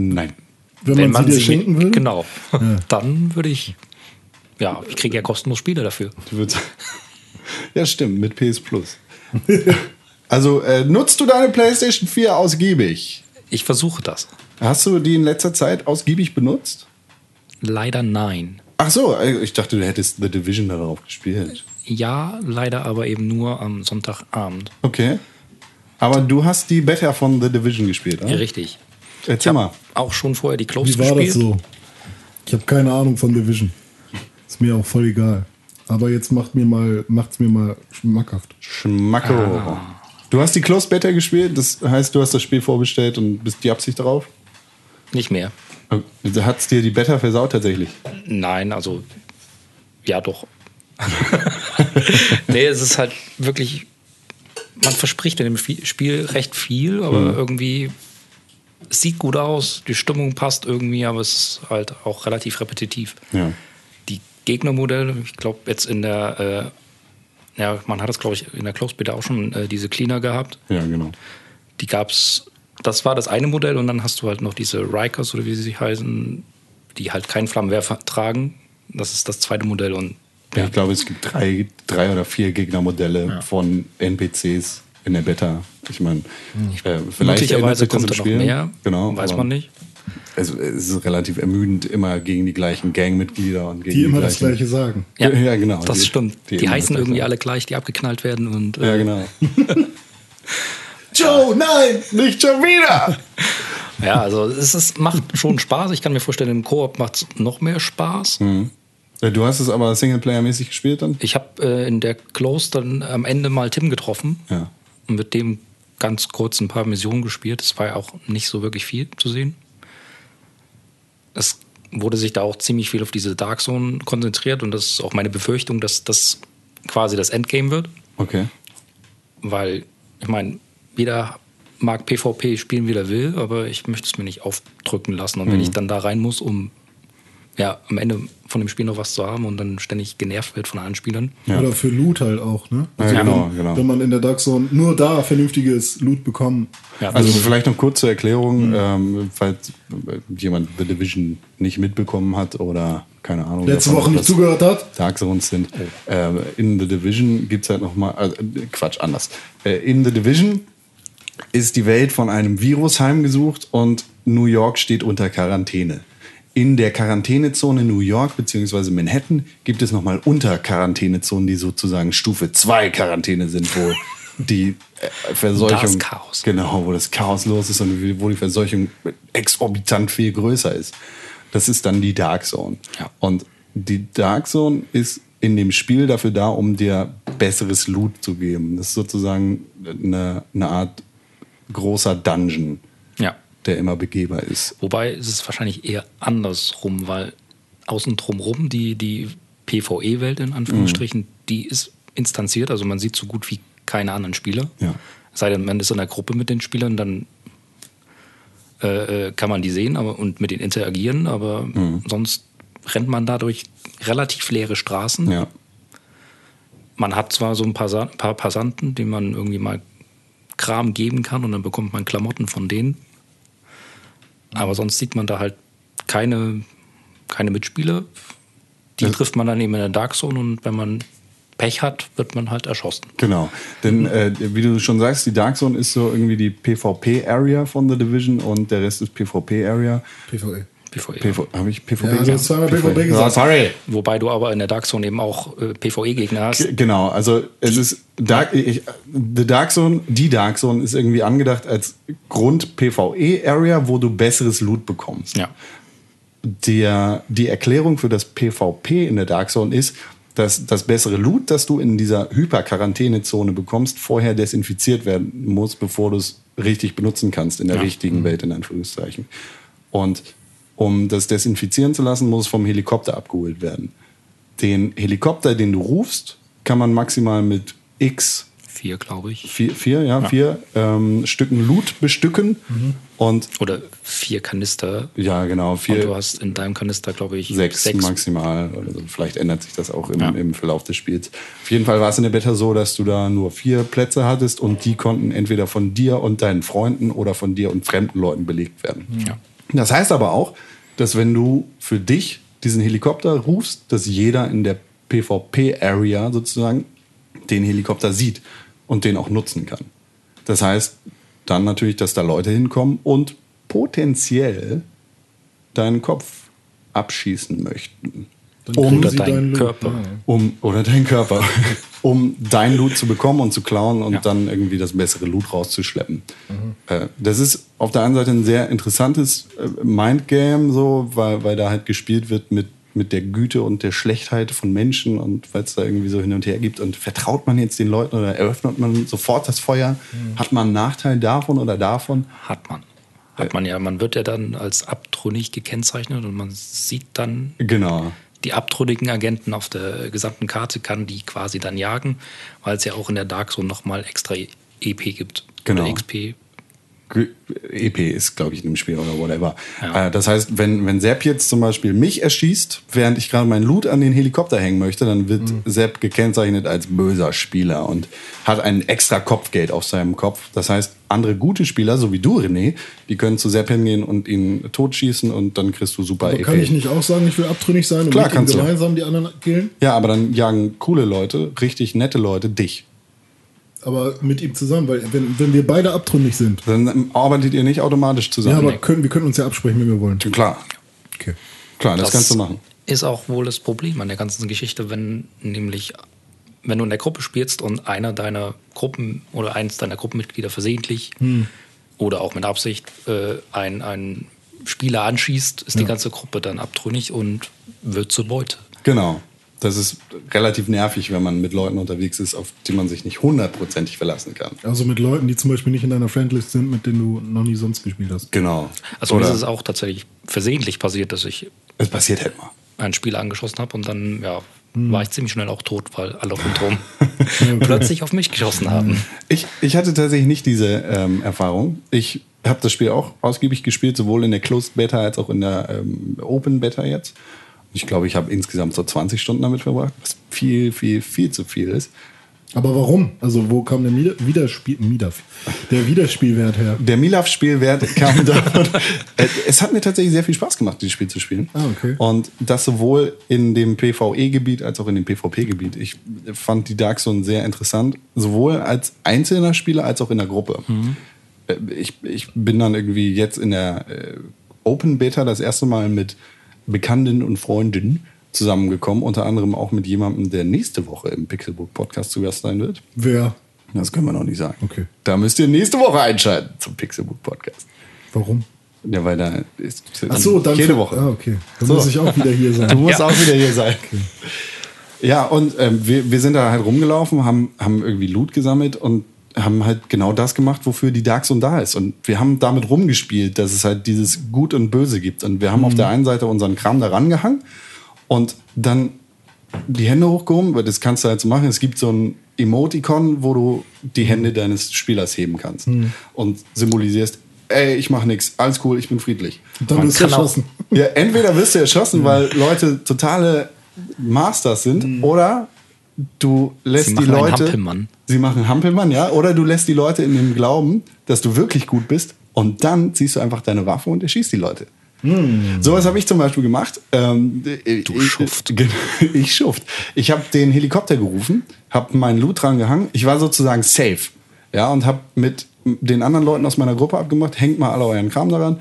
Speaker 2: Nein.
Speaker 3: Wenn, man sie dir schenken
Speaker 4: mir-
Speaker 3: würde?
Speaker 4: Genau. Dann würde ich. Ja, ich kriege ja kostenlos Spiele dafür.
Speaker 2: Du würdest- ja, stimmt, mit PS Plus. also äh, nutzt du deine PlayStation 4 ausgiebig?
Speaker 4: Ich versuche das.
Speaker 2: Hast du die in letzter Zeit ausgiebig benutzt?
Speaker 4: Leider nein.
Speaker 2: Ach so, äh, ich dachte, du hättest The Division darauf gespielt.
Speaker 4: Ja, leider aber eben nur am Sonntagabend.
Speaker 2: Okay. Aber du hast die Beta von The Division gespielt, oder?
Speaker 4: Richtig.
Speaker 2: Erzähl mal.
Speaker 4: Auch schon vorher die Close
Speaker 3: Wie war
Speaker 4: gespielt.
Speaker 3: das so? Ich habe keine Ahnung von Division. Ist mir auch voll egal. Aber jetzt macht mir mal, macht's mir mal schmackhaft.
Speaker 2: Schmacko. Du hast die Close Beta gespielt, das heißt, du hast das Spiel vorbestellt und bist die Absicht darauf?
Speaker 4: Nicht mehr.
Speaker 2: Hat es dir die Beta versaut tatsächlich?
Speaker 4: Nein, also ja doch. nee, es ist halt wirklich, man verspricht in dem Fi- Spiel recht viel, aber irgendwie es sieht gut aus, die Stimmung passt irgendwie, aber es ist halt auch relativ repetitiv.
Speaker 2: Ja.
Speaker 4: Die Gegnermodelle, ich glaube jetzt in der, äh, ja, man hat das glaube ich in der Close Beta auch schon äh, diese Cleaner gehabt.
Speaker 2: Ja, genau.
Speaker 4: Die gab's, das war das eine Modell und dann hast du halt noch diese Rikers oder wie sie sich heißen, die halt keinen Flammenwerfer tragen. Das ist das zweite Modell und
Speaker 2: Ja. Ich glaube, es gibt drei, drei oder vier Gegnermodelle von NPCs in der Beta. Ich meine, äh, vielleicht ändert
Speaker 4: möglicherweise
Speaker 2: sich das
Speaker 4: kommt
Speaker 2: im
Speaker 4: da noch
Speaker 2: Spiel.
Speaker 4: mehr.
Speaker 2: Genau,
Speaker 4: weiß
Speaker 2: aber
Speaker 4: man nicht.
Speaker 2: Es, es ist relativ ermüdend, immer gegen die gleichen Gangmitglieder und gegen
Speaker 3: Die
Speaker 2: die
Speaker 3: immer
Speaker 2: gleichen.
Speaker 3: das Gleiche sagen.
Speaker 2: Ja, ja, genau.
Speaker 4: Das
Speaker 2: Die-
Speaker 4: stimmt.
Speaker 2: die
Speaker 4: Die,
Speaker 2: immer
Speaker 4: heißen
Speaker 2: das
Speaker 4: irgendwie
Speaker 2: Gleiche.
Speaker 4: alle gleich, die abgeknallt werden und äh,
Speaker 2: Ja, genau.
Speaker 3: Joe, nein!
Speaker 2: Nicht schon wieder!
Speaker 4: ja, also es ist, macht schon Spaß. Ich kann mir vorstellen, im Koop macht es noch mehr Spaß.
Speaker 2: Äh, Du hast es aber Singleplayer-mäßig gespielt dann?
Speaker 4: Ich habe äh, in der Close dann am Ende mal Tim getroffen
Speaker 2: Ja.
Speaker 4: und mit dem ganz kurz ein paar Missionen gespielt. Es war ja auch nicht so wirklich viel zu sehen. Es wurde sich da auch ziemlich viel auf diese Dark Zone konzentriert und das ist auch meine Befürchtung, dass das quasi das Endgame wird,
Speaker 2: Okay.
Speaker 4: weil ich meine, jeder mag PvP spielen, wie er will, aber ich möchte es mir nicht aufdrücken lassen.
Speaker 2: Mhm.
Speaker 4: Und wenn ich dann da rein muss, um ja, am Ende von dem Spiel noch was zu haben und dann ständig genervt wird von allen Spielern,
Speaker 2: Ja.
Speaker 3: Oder für Loot halt auch, ne? Also
Speaker 2: Ja, genau,
Speaker 3: wenn,
Speaker 2: genau.
Speaker 3: wenn man in der Dark Zone nur da vernünftiges Loot bekommen.
Speaker 4: Ja.
Speaker 2: Also vielleicht noch kurz zur
Speaker 3: Mhm.
Speaker 2: Erklärung, ähm, falls jemand The Division nicht mitbekommen hat oder keine Ahnung.
Speaker 3: Letzte
Speaker 2: davon
Speaker 3: Woche nicht
Speaker 2: etwas-
Speaker 3: zugehört hat.
Speaker 2: Dark Zones sind. Ähm, in The Division gibt es halt nochmal, äh, Quatsch, anders. Äh, in The Division ist die Welt von einem Virus heimgesucht und New York steht unter Quarantäne. In der Quarantänezone New York bzw. Manhattan gibt es nochmal Unterquarantänezonen, die sozusagen Stufe 2 Quarantäne sind, wo die äh, Verseuchung.
Speaker 4: Das Chaos.
Speaker 2: Genau, wo das Chaos los ist und wo die Verseuchung exorbitant viel größer ist. Das ist dann die Dark Zone.
Speaker 4: Ja.
Speaker 2: Und die Dark Zone ist in dem Spiel dafür da, um dir besseres Loot zu geben. Das ist sozusagen eine, eine Art großer Dungeon,
Speaker 4: ja.
Speaker 2: der immer begehbar ist.
Speaker 4: Wobei es ist wahrscheinlich eher andersrum, weil außen drumrum
Speaker 2: Mhm.
Speaker 4: die, die PvE-Welt in Anführungsstrichen, die ist instanziert, also man sieht so gut wie keine anderen Spieler.
Speaker 2: Ja.
Speaker 4: Sei denn, man ist in einer Gruppe mit den Spielern, dann äh, äh, kann man die sehen aber, und mit denen interagieren, aber
Speaker 2: Mhm.
Speaker 4: sonst rennt man dadurch relativ leere Straßen.
Speaker 2: Ja.
Speaker 4: Man hat zwar so ein paar, Sa- paar Passanten, denen man irgendwie mal Kram geben kann und dann bekommt man Klamotten von denen. Aber sonst sieht man da halt keine, keine Mitspieler. Die trifft man dann eben in der Dark Zone und wenn man Pech hat, wird man halt erschossen.
Speaker 2: Genau, denn äh, wie du schon sagst, die Dark Zone ist so irgendwie die PvP-Area von The Division und der Rest ist PvP-Area.
Speaker 3: PvE.
Speaker 4: PvE.
Speaker 2: PV, habe ich PvP
Speaker 3: Ja, du hast zweimal PvP gesagt.
Speaker 2: Sorry.
Speaker 4: E. Wobei du aber in der Dark Zone eben auch äh, PvE-Gegner hast.
Speaker 2: G- Genau, also es ist Dark, ich, The Dark Zone, die Dark Zone ist irgendwie angedacht als Grund-PvE-Area, E wo du besseres Loot bekommst.
Speaker 4: Ja.
Speaker 2: der, die Erklärung für das PvP in der Dark Zone ist, dass das bessere Loot, das du in dieser Hyper-Quarantäne-Zone bekommst, vorher desinfiziert werden muss, bevor du es richtig benutzen kannst in der
Speaker 4: Ja. Mhm.
Speaker 2: richtigen Welt, in Anführungszeichen. Und um das desinfizieren zu lassen, muss es vom Helikopter abgeholt werden. Den Helikopter, den du rufst, kann man maximal mit X
Speaker 4: Vier, glaube ich.
Speaker 2: vier, vier, ja, vier ähm, Stücken Loot bestücken.
Speaker 4: Mhm.
Speaker 2: Und
Speaker 4: Oder vier Kanister.
Speaker 2: ja, genau,
Speaker 4: Und
Speaker 2: vier,
Speaker 4: du hast in deinem Kanister, glaube ich,
Speaker 2: sechs, maximal oder so. Vielleicht ändert sich das auch im, im Verlauf des Spiels. Auf jeden Fall war es in der Beta so, dass du da nur vier Plätze hattest und die konnten entweder von dir und deinen Freunden oder von dir und fremden Leuten belegt werden.
Speaker 4: Ja.
Speaker 2: Das heißt aber auch, dass wenn du für dich diesen Helikopter rufst, dass jeder in der PvP-Area sozusagen den Helikopter sieht und den auch nutzen kann. Das heißt dann natürlich, dass da Leute hinkommen und potenziell deinen Kopf abschießen möchten. Um,
Speaker 4: Oder dein
Speaker 3: ne?
Speaker 4: Körper.
Speaker 2: um, oder deinen Körper, um dein Loot zu bekommen und zu klauen und dann irgendwie das bessere Loot rauszuschleppen. Äh, Das ist auf der einen Seite ein sehr interessantes äh, Mindgame, so, weil, weil da halt gespielt wird mit, mit der Güte und der Schlechtheit von Menschen und weil es da irgendwie so hin und her gibt. Und vertraut man jetzt den Leuten oder eröffnet man sofort das Feuer? Hat man einen Nachteil davon oder davon?
Speaker 4: Hat man. Hat man ja. Man wird ja dann als abtrünnig gekennzeichnet und man sieht dann
Speaker 2: Genau.
Speaker 4: die abtrünnigen Agenten auf der gesamten Karte, kann die quasi dann jagen, weil es ja auch in der Dark Zone nochmal extra EP gibt.
Speaker 2: Genau.
Speaker 4: Oder XP.
Speaker 2: G- EP E ist, glaube ich, in dem Spiel oder whatever.
Speaker 4: Ja.
Speaker 2: Äh, das heißt, wenn, wenn Sepp jetzt zum Beispiel mich erschießt, während ich gerade meinen Loot an den Helikopter hängen möchte, dann wird
Speaker 3: Mhm.
Speaker 2: Sepp gekennzeichnet als böser Spieler und hat ein extra Kopfgeld auf seinem Kopf. Das heißt, andere gute Spieler, so wie du, René, die können zu Sepp hingehen und ihn totschießen und dann kriegst du super E
Speaker 3: Aber kann ich nicht auch sagen, ich will abtrünnig sein und
Speaker 2: Klar
Speaker 3: mit ihm
Speaker 2: kannst du.
Speaker 3: gemeinsam die anderen killen?
Speaker 2: Ja, aber dann jagen coole Leute, richtig nette Leute dich.
Speaker 3: Aber mit ihm zusammen, weil wenn, wenn wir beide abtrünnig sind,
Speaker 2: Dann arbeitet ihr nicht automatisch
Speaker 3: ja,
Speaker 2: zusammen.
Speaker 3: aber können, wir können uns ja absprechen, wenn wir wollen.
Speaker 2: klar,
Speaker 3: Okay.
Speaker 2: klar, das kannst du machen.
Speaker 4: Ist auch wohl das Problem an der ganzen Geschichte, wenn nämlich, wenn du in der Gruppe spielst und einer deiner Gruppen oder eins deiner Gruppenmitglieder versehentlich
Speaker 2: Hm.
Speaker 4: oder auch mit Absicht äh, ein, ein Spieler anschießt, ist die ganze Gruppe dann abtrünnig und wird zur Beute.
Speaker 2: Genau. Das ist relativ nervig, wenn man mit Leuten unterwegs ist, auf die man sich nicht hundertprozentig verlassen kann.
Speaker 3: Also mit Leuten, die zum Beispiel nicht in deiner Friendlist sind, mit denen du noch nie sonst gespielt hast.
Speaker 2: Genau.
Speaker 4: Also mir
Speaker 2: Oder
Speaker 4: ist es auch tatsächlich versehentlich passiert, dass ich
Speaker 2: es passiert halt mal.
Speaker 4: einen Spieler angeschossen habe und dann ja,
Speaker 2: Hm.
Speaker 4: war ich ziemlich schnell auch tot, weil alle rundherum plötzlich auf mich geschossen haben.
Speaker 2: Ich, ich hatte tatsächlich nicht diese ähm, Erfahrung. Ich habe das Spiel auch ausgiebig gespielt, sowohl in der Closed Beta als auch in der ähm, Open Beta jetzt. Ich glaube, ich habe insgesamt so 20 Stunden damit verbracht, was viel, viel, viel zu viel ist.
Speaker 3: Aber warum? Also wo kam der Mieder Wiederspiel Miederf der Wiederspielwert her?
Speaker 2: Der Milaf-Spielwert kam davon. Äh, es hat mir tatsächlich sehr viel Spaß gemacht, dieses Spiel zu spielen.
Speaker 3: Ah, okay.
Speaker 2: Und das sowohl in dem PvE-Gebiet als auch in dem PvP-Gebiet. Ich fand die Dark Zone sehr interessant, sowohl als einzelner Spieler als auch in der Gruppe.
Speaker 3: Mhm.
Speaker 2: Äh, Ich, ich bin dann irgendwie jetzt in der äh, Open Beta das erste Mal mit Bekannten und Freundinnen zusammengekommen, unter anderem auch mit jemandem, der nächste Woche im Pixelbook Podcast zu Gast sein wird.
Speaker 3: Wer?
Speaker 2: Das können wir noch nicht sagen.
Speaker 3: Okay.
Speaker 2: Da müsst ihr nächste Woche einschalten zum Pixelbook Podcast.
Speaker 3: Warum?
Speaker 2: Ja, weil da ist also
Speaker 3: Ach so, dann
Speaker 2: jede Woche.
Speaker 3: Ah, okay. Dann
Speaker 2: So.
Speaker 3: muss ich auch wieder hier
Speaker 2: Du
Speaker 3: sein.
Speaker 2: musst
Speaker 4: Ja.
Speaker 2: auch wieder hier sein. Ja, und ähm, wir, wir sind da halt rumgelaufen, haben, haben irgendwie Loot gesammelt und haben halt genau das gemacht, wofür die Dark Zone da ist. Und wir haben damit rumgespielt, dass es halt dieses Mhm. Gut und Böse gibt. Und wir haben auf der einen Seite unseren Kram da rangehangen und dann die Hände hochgehoben, weil das kannst du halt so machen. Es gibt so ein Emoticon, wo du die Hände deines Spielers heben kannst
Speaker 3: Hm.
Speaker 2: und symbolisierst, ey, ich mach nix, alles cool, ich bin friedlich.
Speaker 3: Dann wirst du
Speaker 4: kann auch-
Speaker 3: erschossen. Hm.
Speaker 2: Ja, entweder wirst du erschossen, weil Leute totale Masters sind, oder du lässt
Speaker 4: Sie
Speaker 2: die
Speaker 4: machen einen
Speaker 2: Leute.
Speaker 4: Hampelmann.
Speaker 2: Sie machen Hampelmann, ja. Oder du lässt die Leute in dem Glauben, dass du wirklich gut bist, und dann ziehst du einfach deine Waffe und erschießt die Leute. Mhm. Sowas habe ich zum Beispiel gemacht. Ähm, du
Speaker 4: Schuft.
Speaker 2: Ich, ich schuft. Ich habe den Helikopter gerufen, habe meinen Loot dran gehangen. Ich war sozusagen safe. Ja, und habe mit den anderen Leuten aus meiner Gruppe abgemacht, hängt mal alle euren Kram daran.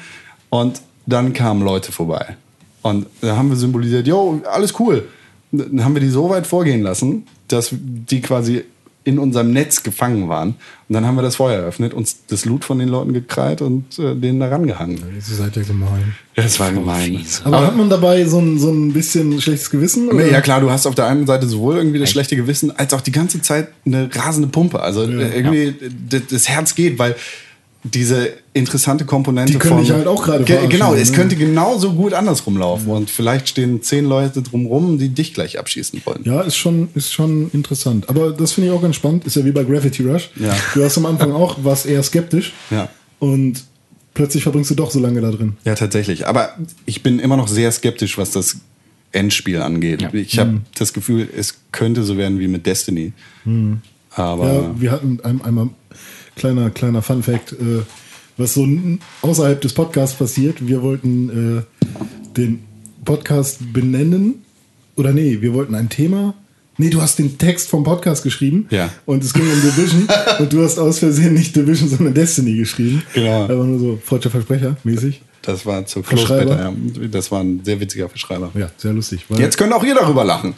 Speaker 2: Und dann kamen Leute vorbei. Und da haben wir symbolisiert, yo, alles cool. Dann haben wir die so weit vorgehen lassen, dass die quasi in unserem Netz gefangen waren. Und dann haben wir das Feuer eröffnet, uns das Loot von den Leuten gekrallt und äh, denen da rangehangen.
Speaker 3: Ihr seid ja gemein.
Speaker 2: Das war gemein.
Speaker 3: Aber, hat man dabei so ein, so ein bisschen schlechtes Gewissen?
Speaker 2: Nee,
Speaker 3: oder?
Speaker 2: ja klar, du hast auf der einen Seite sowohl irgendwie das schlechte Gewissen, als auch die ganze Zeit eine rasende Pumpe. Also äh, irgendwie d- das Herz geht, weil diese interessante Komponente
Speaker 3: Die können
Speaker 2: von...
Speaker 3: dich halt auch gerade
Speaker 2: Ge
Speaker 3: verarschen,
Speaker 2: Genau, es
Speaker 3: ne?
Speaker 2: könnte genauso gut andersrum laufen. Und vielleicht stehen zehn Leute drumrum, die dich gleich abschießen wollen.
Speaker 3: Ja, ist schon, ist schon interessant. Aber das finde ich auch ganz spannend. Ist ja wie bei Gravity Rush.
Speaker 2: Ja.
Speaker 3: Du hast am Anfang auch, warst eher skeptisch.
Speaker 2: Ja.
Speaker 3: Und plötzlich verbringst du doch so lange da drin.
Speaker 2: Ja, tatsächlich. Aber ich bin immer noch sehr skeptisch, was das Endspiel angeht.
Speaker 4: Ja.
Speaker 2: Ich
Speaker 3: Hm.
Speaker 2: habe das Gefühl, es könnte so werden wie mit Destiny. Aber...
Speaker 3: Hm. Ja, wir hatten ein, einmal kleiner kleiner Fun Fact, äh, was so n- außerhalb des Podcasts passiert. Wir wollten äh, den Podcast benennen oder nee, wir wollten ein Thema. Nee, du hast den Text vom Podcast geschrieben
Speaker 2: Ja.
Speaker 3: und es ging um Division und du hast aus Versehen nicht Division, sondern Destiny geschrieben.
Speaker 2: Genau.
Speaker 3: Aber nur so freudscher Versprecher mäßig.
Speaker 2: Das war zur
Speaker 3: Verschreiber.
Speaker 2: Kloßbetter. Ja. Das war ein sehr witziger Verschreiber.
Speaker 3: Ja, sehr lustig. Weil
Speaker 2: Jetzt könnt auch ihr darüber lachen.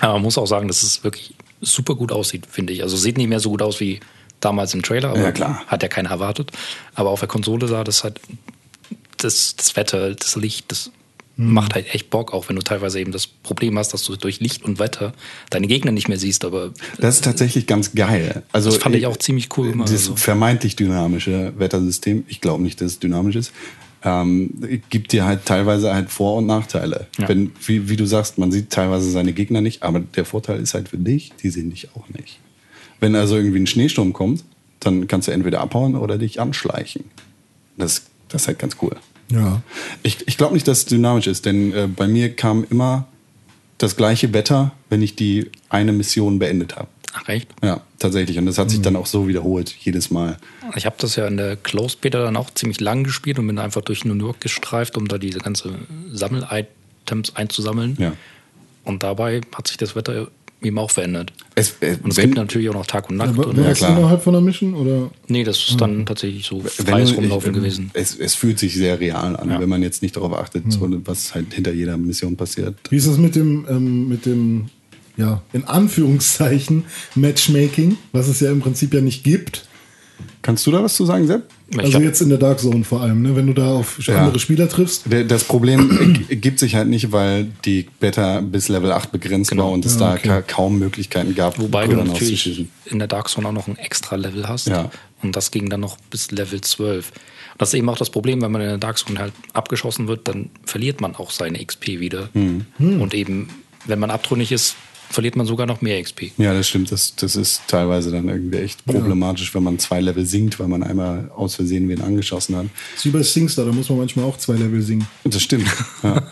Speaker 4: Aber man muss auch sagen, dass es wirklich super gut aussieht, finde ich. Also sieht nicht mehr so gut aus wie damals im Trailer, aber
Speaker 2: Ja, klar.
Speaker 4: hat ja keiner erwartet. Aber auf der Konsole sah das halt das, das Wetter, das Licht, das
Speaker 2: Hm.
Speaker 4: macht halt echt Bock, auch wenn du teilweise eben das Problem hast, dass du durch Licht und Wetter deine Gegner nicht mehr siehst, aber
Speaker 2: Das ist tatsächlich ganz geil. Also
Speaker 4: Das fand ich auch ziemlich cool gemacht,
Speaker 2: Das
Speaker 4: also.
Speaker 2: vermeintlich dynamische Wettersystem, ich glaube nicht, dass es dynamisch ist, ähm, gibt dir halt teilweise halt Vor- und Nachteile.
Speaker 4: Ja.
Speaker 2: Wenn, wie, wie du sagst, man sieht teilweise seine Gegner nicht, aber der Vorteil ist halt für dich, die sehen dich auch nicht. Wenn also irgendwie ein Schneesturm kommt, dann kannst du entweder abhauen oder dich anschleichen. Das, das ist halt ganz cool.
Speaker 3: ja.
Speaker 2: Ich, ich glaube nicht, dass es dynamisch ist, denn äh, bei mir kam immer das gleiche Wetter, wenn ich die eine Mission beendet habe.
Speaker 4: ach echt.
Speaker 2: Ja, tatsächlich. Und das
Speaker 4: Hm.
Speaker 2: hat sich dann auch so wiederholt, jedes Mal.
Speaker 4: Ich habe das ja in der Close Beta dann auch ziemlich lang gespielt und bin einfach durch New York gestreift, um da diese ganze Sammel-Items einzusammeln.
Speaker 2: Ja.
Speaker 4: Und dabei hat sich das Wetter eben auch verändert.
Speaker 2: Es, äh,
Speaker 4: Und es
Speaker 2: wenn,
Speaker 4: gibt natürlich auch noch Tag und Nacht.
Speaker 3: Aber
Speaker 4: und
Speaker 3: warst
Speaker 2: klar.
Speaker 3: du innerhalb von der Mission oder
Speaker 4: nee, das ist dann tatsächlich so
Speaker 2: wenn-
Speaker 4: freies Rumlaufen
Speaker 2: ich-
Speaker 4: gewesen.
Speaker 2: Es, es fühlt sich sehr real an,
Speaker 4: Ja. Hm.
Speaker 2: wenn man jetzt nicht darauf achtet, so, was halt hinter jeder Mission passiert.
Speaker 3: Wie ist es mit dem, ähm, mit dem, ja, in Anführungszeichen Matchmaking, was es ja im Prinzip ja nicht gibt?
Speaker 2: Kannst du da was zu sagen, Sepp?
Speaker 4: Ich
Speaker 3: Also
Speaker 4: hab-
Speaker 3: jetzt in der Dark Zone vor allem, ne? wenn du da auf
Speaker 2: Ja.
Speaker 3: andere Spieler triffst.
Speaker 2: Der- Das Problem äh, gibt sich halt nicht, weil die Beta bis Level 8 begrenzt war und es da ka kaum Möglichkeiten gab,
Speaker 4: Genau. wobei du
Speaker 2: Kugeln
Speaker 4: natürlich in der Dark Zone auch noch ein extra Level hast.
Speaker 2: Ja.
Speaker 4: Und das ging dann noch bis Level 12. Das ist eben auch das Problem, wenn man in der Dark Zone halt abgeschossen wird, dann verliert man auch seine XP wieder.
Speaker 2: Hm.
Speaker 4: Und eben, wenn man abtrünnig ist, verliert man sogar noch mehr XP.
Speaker 2: Ja, das stimmt. Das, das ist teilweise dann irgendwie echt problematisch, wenn man zwei Level sinkt, weil man einmal aus Versehen wen angeschossen hat.
Speaker 3: Das ist wie bei Singstar, da muss man manchmal auch zwei Level singen.
Speaker 2: Das stimmt. ja.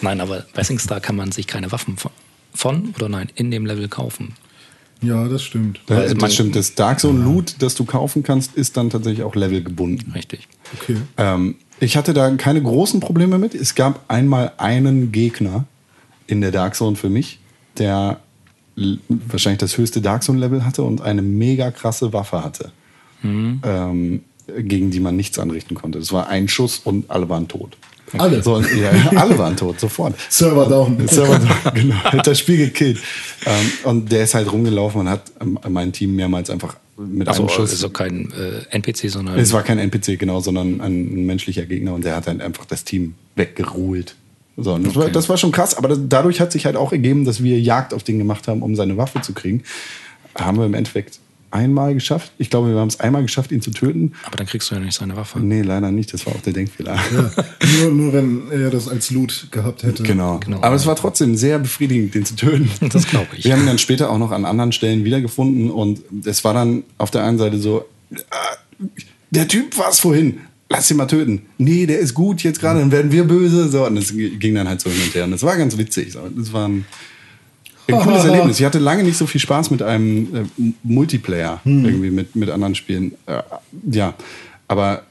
Speaker 4: Nein, aber bei SingStar kann man sich keine Waffen von, von oder nein, in dem Level kaufen.
Speaker 3: Ja, das stimmt.
Speaker 2: Das,
Speaker 4: Also man-
Speaker 2: das stimmt. Das Dark Zone Loot, das du kaufen kannst, ist dann tatsächlich auch Level gebunden.
Speaker 4: Richtig.
Speaker 3: Okay.
Speaker 2: Ähm, ich hatte da keine großen Probleme mit. Es gab einmal einen Gegner in der Dark Zone für mich, der l- wahrscheinlich das höchste Dark Zone Level hatte und eine mega krasse Waffe hatte,
Speaker 3: Mhm.
Speaker 2: ähm, gegen die man nichts anrichten konnte. Es war ein Schuss und alle waren tot.
Speaker 3: Alle.
Speaker 2: So, ja, alle waren tot, sofort.
Speaker 3: Server down.
Speaker 2: Ist aber so, genau, hat das Spiel gekillt. Ähm, und der ist halt rumgelaufen und hat ähm, mein Team mehrmals einfach mit
Speaker 4: Also
Speaker 2: einem Schuss.
Speaker 4: ist auch kein äh, NPC, sondern
Speaker 2: es war kein NPC, genau, sondern ein menschlicher Gegner und der hat dann einfach das Team weggeruhlt. So, ne? und das, war, das war schon krass, aber das, dadurch hat sich halt auch ergeben, dass wir Jagd auf den gemacht haben, um seine Waffe zu kriegen. Haben wir im Endeffekt, einmal geschafft. Ich glaube, wir haben es einmal geschafft, ihn zu töten.
Speaker 4: Aber dann kriegst du ja nicht seine Waffe.
Speaker 2: Nee, leider nicht. Das war auch der Denkfehler.
Speaker 3: nur, nur wenn er das als Loot gehabt hätte.
Speaker 2: Genau.
Speaker 4: Genau.
Speaker 2: Aber es war trotzdem sehr befriedigend, den zu töten.
Speaker 4: Das glaube ich.
Speaker 2: Wir haben ihn dann später auch noch an anderen Stellen wiedergefunden und es war dann auf der einen Seite so, ah, der Typ war es vorhin, lass ihn mal töten. Nee, der ist gut jetzt gerade, dann werden wir böse. So, und es ging dann halt so hin und her. Und das war ganz witzig. So, Das war ein, ein cooles Erlebnis. Ich hatte lange nicht so viel Spaß mit einem äh, M- Multiplayer,
Speaker 4: Hm.
Speaker 2: irgendwie mit, mit anderen Spielen. Äh, ja, aber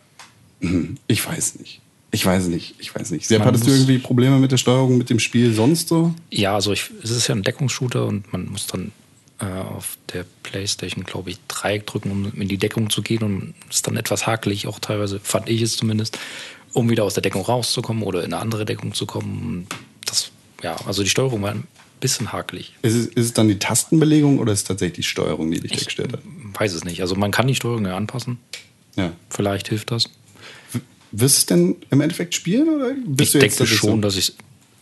Speaker 2: hm, ich weiß nicht. Ich weiß nicht, ich weiß nicht. Sepp,
Speaker 4: Man
Speaker 2: hattest du
Speaker 4: muss-
Speaker 2: irgendwie Probleme mit der Steuerung, mit dem Spiel sonst so?
Speaker 4: Ja, also ich, es ist ja ein Deckungsshooter und man muss dann äh, auf der Playstation, glaube ich, Dreieck drücken, um in die Deckung zu gehen und es ist dann etwas hakelig, auch teilweise fand ich es zumindest, um wieder aus der Deckung rauszukommen oder in eine andere Deckung zu kommen. Das, ja, also die Steuerung war ein bisschen hakelig.
Speaker 2: Ist es, ist es dann die Tastenbelegung oder ist es tatsächlich die Steuerung, die dich wegstört hat?
Speaker 4: Weiß es nicht. Also man kann die Steuerung ja anpassen.
Speaker 2: Ja.
Speaker 4: Vielleicht hilft das.
Speaker 2: Wirst du es denn im Endeffekt spielen oder
Speaker 4: Ich
Speaker 2: bist du jetzt
Speaker 4: denke
Speaker 2: tatsächlich
Speaker 4: schon, dass ich es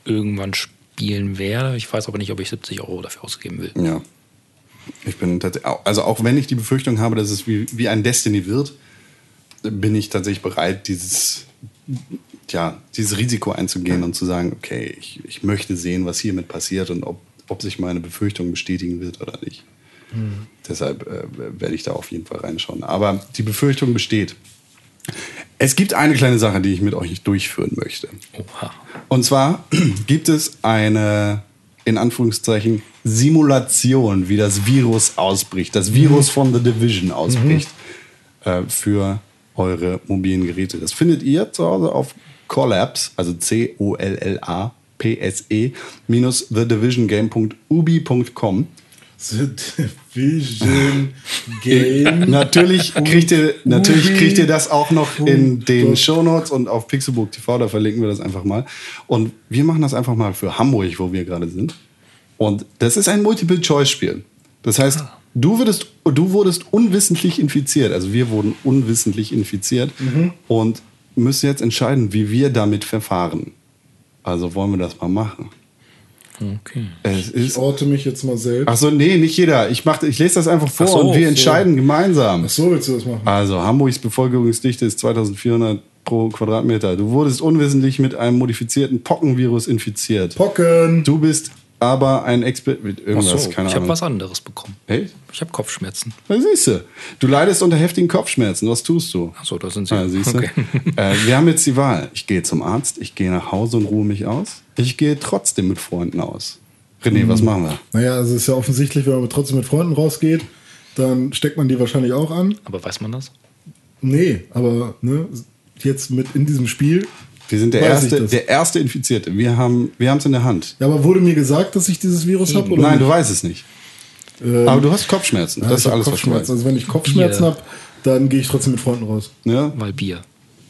Speaker 4: irgendwann spielen werde. Ich weiß aber nicht, ob ich 70 Euro dafür ausgeben will.
Speaker 2: So? Ja. Ich bin tatsächlich, also auch wenn ich die Befürchtung habe, dass es wie, wie ein Destiny wird, bin ich tatsächlich bereit, dieses, ja, dieses Risiko einzugehen und zu sagen, okay, ich, ich möchte sehen, was hiermit passiert und ob, ob sich meine Befürchtung bestätigen wird oder nicht. Deshalb äh, werde ich da auf jeden Fall reinschauen. Aber die Befürchtung besteht. Es gibt eine kleine Sache, die ich mit euch durchführen möchte.
Speaker 4: Oha.
Speaker 2: Und zwar gibt es eine, in Anführungszeichen, Simulation, wie das Virus ausbricht, das Virus von The Division ausbricht äh, für eure mobilen Geräte. Das findet ihr zu Hause auf Collapse, also C-O-L-L-A-P-S-E, E minus thedivisiongame.ubi.com.
Speaker 3: The Division Game.
Speaker 2: Natürlich kriegt ihr, natürlich
Speaker 3: Ubi.
Speaker 2: kriegt ihr das auch noch in den
Speaker 3: Punkt.
Speaker 2: Shownotes und auf Pixelburg TV, da verlinken wir das einfach mal. Und wir machen das einfach mal für Hamburg, wo wir gerade sind. Und das ist ein Multiple-Choice-Spiel. Das heißt,
Speaker 4: Ah.
Speaker 2: du, würdest, du wurdest unwissentlich infiziert. Also wir wurden unwissentlich infiziert
Speaker 4: Mhm.
Speaker 2: und müssen jetzt entscheiden, wie wir damit verfahren. Also wollen wir das mal machen.
Speaker 4: Okay.
Speaker 2: Es ist.
Speaker 3: Ich orte mich jetzt mal selbst.
Speaker 2: Ach so, nee, nicht jeder. Ich, mach, ich lese das einfach vor
Speaker 4: Ach so,
Speaker 2: und wir
Speaker 4: so.
Speaker 2: entscheiden gemeinsam.
Speaker 3: Ach so, willst du das machen?
Speaker 2: Also Hamburgs Bevölkerungsdichte ist 2400 pro Quadratmeter. Du wurdest unwissentlich mit einem modifizierten Pockenvirus infiziert.
Speaker 3: Pocken.
Speaker 2: Du bist aber ein Experte mit
Speaker 4: Ach
Speaker 2: irgendwas,
Speaker 4: so,
Speaker 2: keine
Speaker 4: ich habe
Speaker 2: Ahnung.
Speaker 4: was anderes bekommen.
Speaker 2: Hey,
Speaker 4: Ich habe Kopfschmerzen.
Speaker 2: da siehst du. Du leidest unter heftigen Kopfschmerzen. Was tust du?
Speaker 4: Achso, da sind sie.
Speaker 2: Ah, siehst du?
Speaker 4: Okay.
Speaker 2: Äh, wir haben jetzt die Wahl. Ich gehe zum Arzt, ich gehe nach Hause und ruhe mich aus. Ich gehe trotzdem mit Freunden aus. René,
Speaker 4: Hm.
Speaker 2: was machen wir?
Speaker 3: Naja, also ist ja offensichtlich, wenn man trotzdem mit Freunden rausgeht, dann steckt man die wahrscheinlich auch an.
Speaker 4: Aber weiß man das?
Speaker 3: Nee, aber ne, jetzt mit in diesem Spiel.
Speaker 2: Wir sind der
Speaker 3: Weiß ich
Speaker 2: erste,
Speaker 3: das.
Speaker 2: der erste Infizierte. Wir haben wir es in der Hand.
Speaker 3: Ja, aber wurde mir gesagt, dass ich dieses Virus habe?
Speaker 2: Nein, du weißt es nicht.
Speaker 3: Ähm,
Speaker 2: Aber du hast Kopfschmerzen. das
Speaker 3: ich
Speaker 2: ist
Speaker 3: hab
Speaker 2: alles, was du
Speaker 3: Kopfschmerzen.
Speaker 2: weißt.
Speaker 3: Also wenn ich Kopfschmerzen
Speaker 4: Bier.
Speaker 3: habe, dann gehe ich trotzdem mit Freunden raus.
Speaker 2: Ja?
Speaker 4: Weil Bier.
Speaker 2: ne?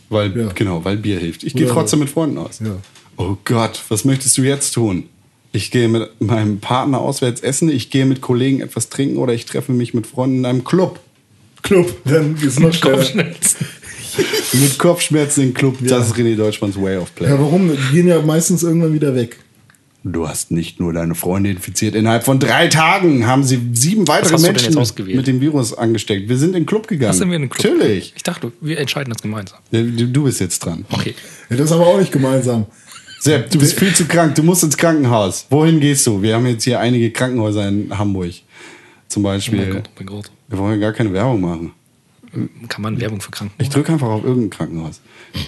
Speaker 2: Weil,
Speaker 3: Ja.
Speaker 2: Genau, weil Bier hilft. Ich gehe
Speaker 3: Ja.
Speaker 2: trotzdem mit Freunden aus.
Speaker 3: Ja.
Speaker 2: Oh Gott, was möchtest du jetzt tun? Ich gehe mit meinem Partner auswärts essen, ich gehe mit Kollegen etwas trinken oder ich treffe mich mit Freunden in einem Club.
Speaker 3: Club, dann ist noch schneller.
Speaker 4: Kopfschmerzen.
Speaker 2: Mit Kopfschmerzen im Club, das ist René Deutschmanns Way of Play.
Speaker 3: Ja, warum? Die gehen ja meistens irgendwann wieder weg.
Speaker 2: Du hast nicht nur deine Freunde infiziert, innerhalb von drei Tagen haben sie sieben weitere
Speaker 4: hast du denn
Speaker 2: Menschen
Speaker 4: jetzt ausgewählt?
Speaker 2: mit dem Virus angesteckt. Wir sind in den Club gegangen.
Speaker 4: Das sind wir in den Club.
Speaker 2: Natürlich.
Speaker 4: Ich dachte, wir entscheiden das gemeinsam.
Speaker 2: Ja, Du du bist jetzt dran.
Speaker 4: Okay.
Speaker 3: Ja, das ist aber auch nicht gemeinsam.
Speaker 2: Sepp, du bist viel zu krank, du musst ins Krankenhaus. Wohin gehst du? Wir haben jetzt hier einige Krankenhäuser in Hamburg. Zum
Speaker 4: Oh mein
Speaker 2: Beispiel.
Speaker 4: Gott, oh mein Gott.
Speaker 2: wir wollen ja gar keine Werbung machen.
Speaker 4: Kann man Werbung für Kranken
Speaker 2: Ich drücke einfach auf irgendein Krankenhaus.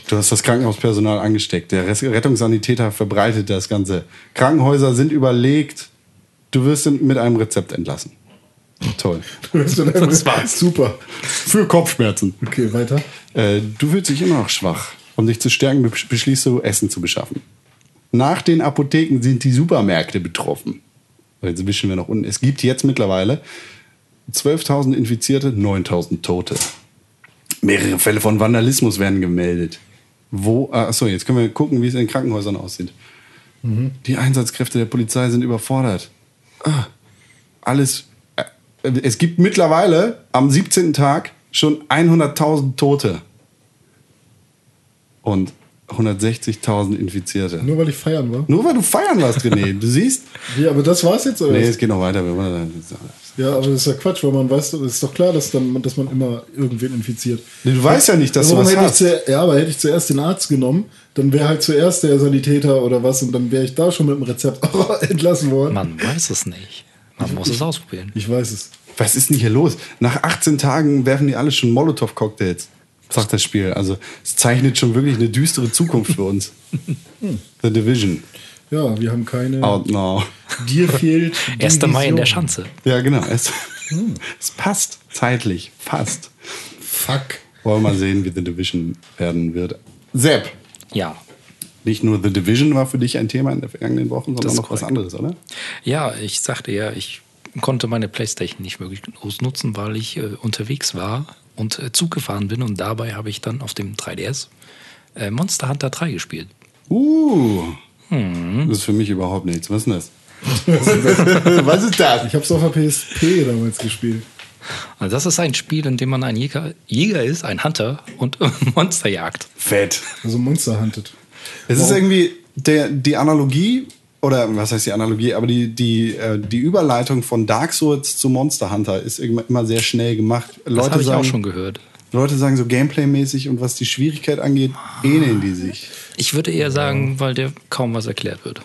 Speaker 2: Du hast das Krankenhauspersonal angesteckt. Der Res- Rettungssanitäter verbreitet das Ganze. Krankenhäuser sind überlegt. Du wirst in- mit einem Rezept entlassen. Toll.
Speaker 3: Das war's. Super.
Speaker 2: Für Kopfschmerzen.
Speaker 3: Okay, weiter.
Speaker 2: Äh, du fühlst dich immer noch schwach. Um dich zu stärken, besch- beschließt du, Essen zu beschaffen. Nach den Apotheken sind die Supermärkte betroffen. Jetzt wischen wir noch unten. Es gibt jetzt mittlerweile 12.000 Infizierte, 9.000 Tote. Mehrere Fälle von Vandalismus werden gemeldet. Wo, ah, achso, jetzt können wir gucken, wie es in Krankenhäusern aussieht. Die Einsatzkräfte der Polizei sind überfordert. Ah, alles. äh, Es gibt mittlerweile am 17. Tag schon 100.000 Tote. Und 160.000 Infizierte.
Speaker 3: Nur weil ich feiern war.
Speaker 2: Nur weil du feiern warst, René. Du siehst?
Speaker 3: Ja, aber das war's jetzt, oder?
Speaker 2: Nee,
Speaker 3: was?
Speaker 2: es geht noch weiter. Wir wollen das jetzt alles.
Speaker 3: Ja, aber das ist ja Quatsch, weil man weiß, es ist doch klar, dass, dann, dass man immer irgendwen infiziert.
Speaker 2: Nee, du weißt ja nicht, dass du
Speaker 3: Warum
Speaker 2: was
Speaker 3: hätte
Speaker 2: hast.
Speaker 3: Ich zuer- ja, aber hätte ich zuerst den Arzt genommen, dann wäre halt zuerst der Sanitäter oder was und dann wäre ich da schon mit dem Rezept entlassen worden.
Speaker 4: Man weiß es nicht. Man muss es ausprobieren.
Speaker 3: Ich weiß es.
Speaker 2: Was ist denn hier los? Nach 18 Tagen werfen die alle schon Molotow-Cocktails, sagt das Spiel. Also es zeichnet schon wirklich eine düstere Zukunft für uns. The Division.
Speaker 3: Ja, wir haben keine.
Speaker 2: Out now.
Speaker 3: Dir fehlt.
Speaker 4: 1. Mai in
Speaker 3: Division.
Speaker 4: der Schanze.
Speaker 2: Ja, genau. Es, es passt zeitlich. Fast.
Speaker 3: Fuck.
Speaker 2: Wollen wir mal sehen, wie The Division werden wird. Sepp,
Speaker 4: Ja.
Speaker 2: nicht nur The Division war für dich ein Thema in der vergangenen Woche, sondern
Speaker 4: Das ist
Speaker 2: noch was anderes, oder?
Speaker 4: Ja, ich sagte ja, ich konnte meine Playstation nicht wirklich groß nutzen, weil ich äh, unterwegs war und äh, Zug gefahren bin und dabei habe ich dann auf dem 3DS äh, Monster Hunter 3 gespielt.
Speaker 2: Uh. Das ist für mich überhaupt nichts. Was ist denn das? was ist das?
Speaker 3: Ich hab's auf der PSP damals gespielt.
Speaker 4: Also das ist ein Spiel, in dem man ein Jäger, Jäger ist, ein Hunter und Monster jagt.
Speaker 2: Fett.
Speaker 3: Also Monster Hunted.
Speaker 2: Es ist irgendwie der, die Analogie, oder was heißt die Analogie, aber die, die, äh, die Überleitung von Dark Souls zu Monster Hunter ist immer, immer sehr schnell gemacht.
Speaker 4: Das habe ich
Speaker 2: sagen,
Speaker 4: auch schon gehört.
Speaker 2: Leute sagen so Gameplay-mäßig und was die Schwierigkeit angeht, ähneln die sich.
Speaker 4: Ich würde eher sagen, weil dir kaum was erklärt wird.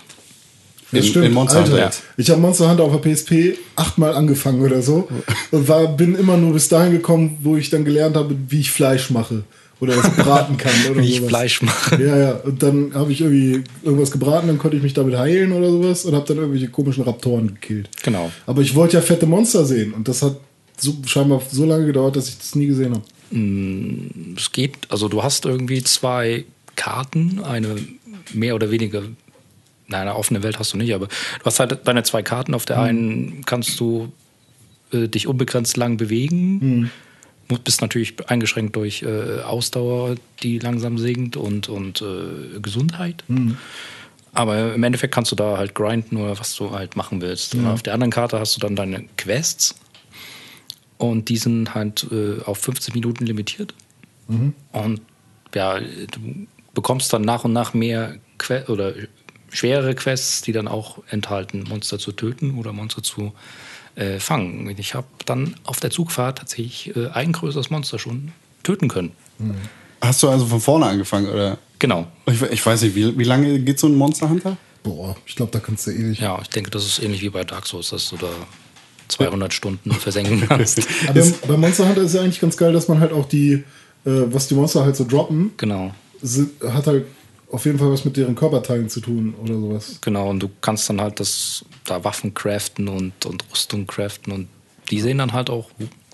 Speaker 2: In- in Monster Hunter, ja.
Speaker 3: Ich habe Monster Hunter auf der PSP achtmal angefangen oder so und war, bin immer nur bis dahin gekommen, wo ich dann gelernt habe, wie ich Fleisch mache oder was braten kann oder
Speaker 4: Wie ich
Speaker 3: sowas.
Speaker 4: Fleisch mache.
Speaker 3: Ja, ja. Und dann habe ich irgendwie irgendwas gebraten, dann konnte ich mich damit heilen oder sowas und habe dann irgendwelche komischen Raptoren gekillt.
Speaker 4: Genau.
Speaker 3: Aber ich wollte ja fette Monster sehen und das hat so, scheinbar so lange gedauert, dass ich das nie gesehen habe.
Speaker 4: Es geht, also du hast irgendwie zwei Karten, eine mehr oder weniger, nein, eine offene Welt hast du nicht, aber du hast halt deine zwei Karten. Auf der einen kannst du äh, dich unbegrenzt lang bewegen. Du bist natürlich eingeschränkt durch äh, Ausdauer, die langsam sinkt und, und äh, Gesundheit. Aber im Endeffekt kannst du da halt grinden oder was du halt machen willst. Und auf der anderen Karte hast du dann deine Quests und die sind halt äh, auf 15 Minuten limitiert. Und ja, du bekommst dann nach und nach mehr Que oder schwerere Quests, die dann auch enthalten, Monster zu töten oder Monster zu äh, fangen. Und Ich habe dann auf der Zugfahrt tatsächlich äh, ein größeres Monster schon töten können.
Speaker 2: Hast du also von vorne angefangen, oder?
Speaker 4: Genau.
Speaker 2: Ich, ich weiß nicht, wie, wie lange geht so ein Monster Hunter?
Speaker 3: Boah, ich glaube, da kannst du ewig.
Speaker 4: Ja, ich denke, das ist ähnlich wie bei Dark Souls, dass du da 200 Stunden versenken kannst.
Speaker 3: Aber bei Monster Hunter ist ja eigentlich ganz geil, dass man halt auch die, äh, was die Monster halt so droppen,
Speaker 4: genau.
Speaker 3: sind, hat halt auf jeden Fall was mit deren Körperteilen zu tun oder sowas.
Speaker 4: Genau, und du kannst dann halt das da Waffen craften und, und Rüstung craften und die sehen dann halt auch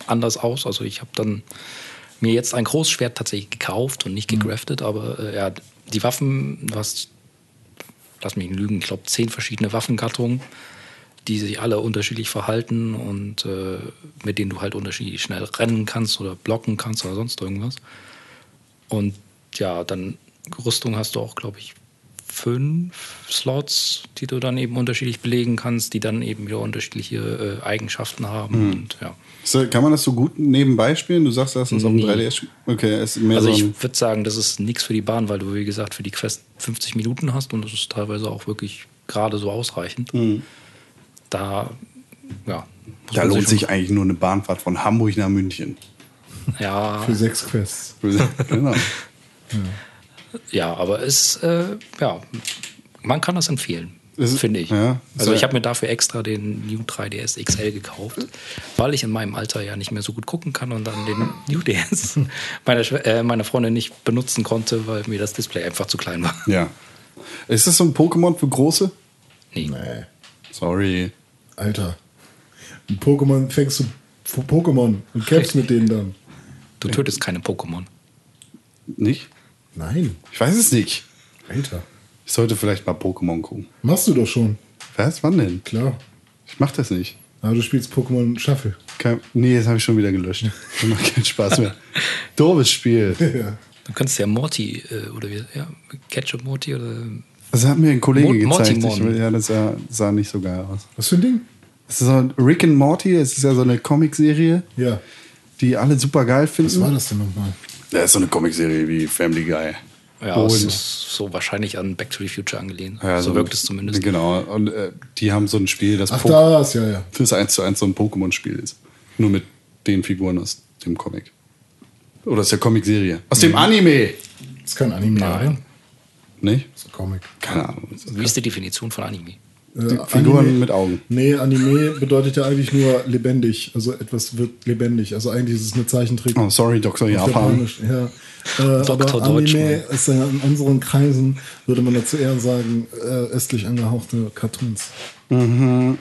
Speaker 4: anders aus. Also ich habe dann mir jetzt ein Großschwert tatsächlich gekauft und nicht gecraftet, aber äh, ja, die Waffen, du hast, lass mich nicht lügen, ich glaube zehn verschiedene Waffengattungen, die sich alle unterschiedlich verhalten und äh, mit denen du halt unterschiedlich schnell rennen kannst oder blocken kannst oder sonst irgendwas. Und ja, dann Rüstung hast du auch, glaube ich, fünf Slots, die du dann eben unterschiedlich belegen kannst, die dann eben wieder unterschiedliche äh, Eigenschaften haben.
Speaker 2: Mhm.
Speaker 4: Und, ja.
Speaker 2: So, Kann man das so gut nebenbei spielen? Du sagst, du hast das auf dem
Speaker 4: Nee.
Speaker 2: 3DS gespielt. Okay, es ist mehr
Speaker 4: Also
Speaker 2: so ein
Speaker 4: ich würde sagen, das ist nichts für die Bahn, weil du, wie gesagt, für die Quest 50 Minuten hast und das ist teilweise auch wirklich gerade so ausreichend. Da, ja. muss
Speaker 2: Mhm. Da
Speaker 4: man
Speaker 2: lohnt sich
Speaker 4: schon-
Speaker 2: eigentlich nur eine Bahnfahrt von Hamburg nach München.
Speaker 4: Ja,
Speaker 3: Für sechs Quests.
Speaker 2: genau.
Speaker 4: ja, aber es, äh, ja, man kann das empfehlen.
Speaker 2: Es ist-
Speaker 4: Finde ich.
Speaker 2: ja.
Speaker 4: also
Speaker 2: So-
Speaker 4: ich habe mir dafür extra den New 3DS XL gekauft, weil ich in meinem Alter ja nicht mehr so gut gucken kann und dann den New DS meiner, Schw- äh, meiner Freundin nicht benutzen konnte, weil mir das Display einfach zu klein war.
Speaker 2: Ja. Ist das so ein Pokémon für Große?
Speaker 4: Nee.
Speaker 3: Nee,
Speaker 2: Sorry.
Speaker 3: Äh, Alter. Ein Pokémon fängst du P- Pokémon und kämpfst mit denen dann.
Speaker 4: Du tötest keine Pokémon.
Speaker 2: Nicht?
Speaker 3: Nein,
Speaker 2: Ich weiß es nicht.
Speaker 3: Alter.
Speaker 2: Ich sollte vielleicht mal Pokémon gucken.
Speaker 3: Machst du doch schon,
Speaker 2: Was? Wann denn?
Speaker 3: klar.
Speaker 2: Ich mach das nicht.
Speaker 3: Aber du spielst Pokémon Shuffle.
Speaker 2: Kein, nee, das habe ich schon wieder gelöscht. Das macht keinen Spaß mehr. Doofes Spiel.
Speaker 3: ja.
Speaker 4: Du könntest ja Morty äh, oder wie, ja, Ketchup Morty oder.
Speaker 2: Das hat mir ein Kollege
Speaker 4: Mot-
Speaker 2: gezeigt. Ich,
Speaker 4: Mortimon.
Speaker 2: ja, das sah, sah nicht so geil aus.
Speaker 3: Was für ein Ding?
Speaker 2: Das ist so ein Rick and Morty, es ist ja so eine Comicserie,
Speaker 3: Ja.
Speaker 2: die alle super geil finden.
Speaker 3: Was war das denn nochmal?
Speaker 2: Ja, ist so eine Comicserie wie Family Guy.
Speaker 4: Ja,
Speaker 2: Und-
Speaker 4: es ist so wahrscheinlich an Back to the Future angelehnt.
Speaker 2: Ja,
Speaker 4: so wirkt es zumindest.
Speaker 2: Genau. Und äh, die haben so ein Spiel, das
Speaker 3: Ach,
Speaker 2: Pok-
Speaker 3: da ist ja, ja.
Speaker 2: das 1 zu 1 so ein Pokémon-Spiel ist. Nur mit den Figuren aus dem Comic. Oder aus der Comic-Serie. Aus dem Anime!
Speaker 3: Ist kein Anime. oder?
Speaker 4: Nein.
Speaker 2: Nicht?
Speaker 3: Ist ein Comic.
Speaker 2: Keine Ahnung.
Speaker 4: Wie ist die Definition von Anime?
Speaker 3: Äh,
Speaker 2: Die Figuren mit Augen.
Speaker 3: Nee, Anime bedeutet ja eigentlich nur lebendig. Also etwas wird lebendig. Also eigentlich ist es eine Zeichentrick.
Speaker 2: Oh, sorry, Dr.
Speaker 3: auf
Speaker 2: Japan.
Speaker 3: Japanisch, Ja. Äh,
Speaker 4: Dr.
Speaker 3: aber Anime
Speaker 4: Deutschmann.
Speaker 3: ist ja in unseren Kreisen, würde man dazu eher sagen, äh, östlich angehauchte Cartoons.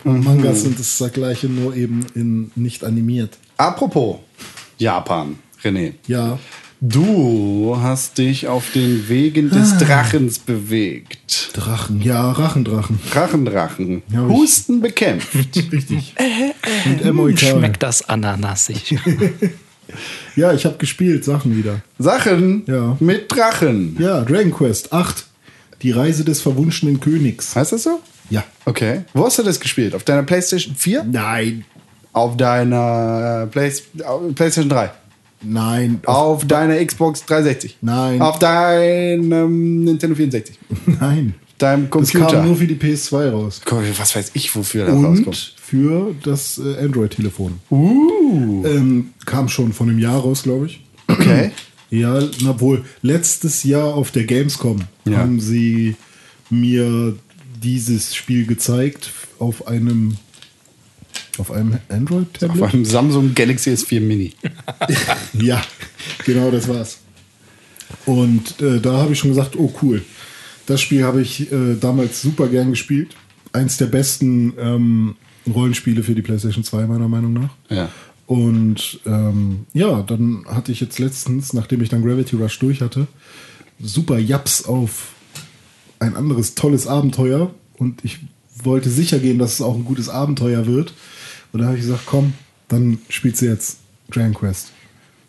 Speaker 3: Mangas sind das gleiche, nur eben in nicht animiert.
Speaker 2: Apropos Japan, René.
Speaker 3: Ja,
Speaker 2: Du hast dich auf den Wegen des Drachens bewegt.
Speaker 3: Drachen. Ja, Rachendrachen.
Speaker 2: Drachendrachen.
Speaker 3: Ja, ich-
Speaker 2: Husten bekämpft.
Speaker 3: Richtig. Und Emoikami.
Speaker 4: Schmeckt das ananasig?
Speaker 3: Ja, ich habe gespielt, Sachen wieder.
Speaker 2: Sachen
Speaker 3: Ja.
Speaker 2: mit Drachen.
Speaker 3: Ja, Dragon Quest 8. Die Reise des verwunschenen Königs.
Speaker 2: Heißt das so?
Speaker 3: Ja.
Speaker 2: Okay. Wo hast du das gespielt? Auf deiner PlayStation 4?
Speaker 3: Nein.
Speaker 2: Auf deiner äh, Play auf PlayStation 3?
Speaker 3: Nein.
Speaker 2: Auf deiner Xbox 360?
Speaker 3: Nein.
Speaker 2: Auf deinem Nintendo 64?
Speaker 3: Nein.
Speaker 2: Auf deinem
Speaker 3: Das
Speaker 2: Computer?
Speaker 3: kam nur für die PS2 raus.
Speaker 2: Guck, Was weiß ich, wofür das
Speaker 3: Und
Speaker 2: rauskommt?
Speaker 3: für das äh, Android-Telefon.
Speaker 2: Uh.
Speaker 3: Ähm, kam schon von einem Jahr raus, glaube ich.
Speaker 2: Okay.
Speaker 3: Ja, na wohl. Letztes Jahr auf der Gamescom
Speaker 2: Ja.
Speaker 3: haben sie mir dieses Spiel gezeigt auf einem auf einem
Speaker 2: Auf
Speaker 3: Android-Tablet.
Speaker 2: meinem Samsung Galaxy S4 Mini.
Speaker 3: Ja, genau das war's. Und äh, da habe ich schon gesagt, oh cool. Das Spiel habe ich äh, damals super gern gespielt. Eins der besten ähm, Rollenspiele für die PlayStation 2 meiner Meinung nach.
Speaker 2: Ja.
Speaker 3: Und ähm, ja, dann hatte ich jetzt letztens, nachdem ich dann Gravity Rush durch hatte, super Japs auf ein anderes tolles Abenteuer. Und ich wollte sicher gehen, dass es auch ein gutes Abenteuer wird. Und da habe ich gesagt, komm, dann spielst du jetzt Dragon Quest.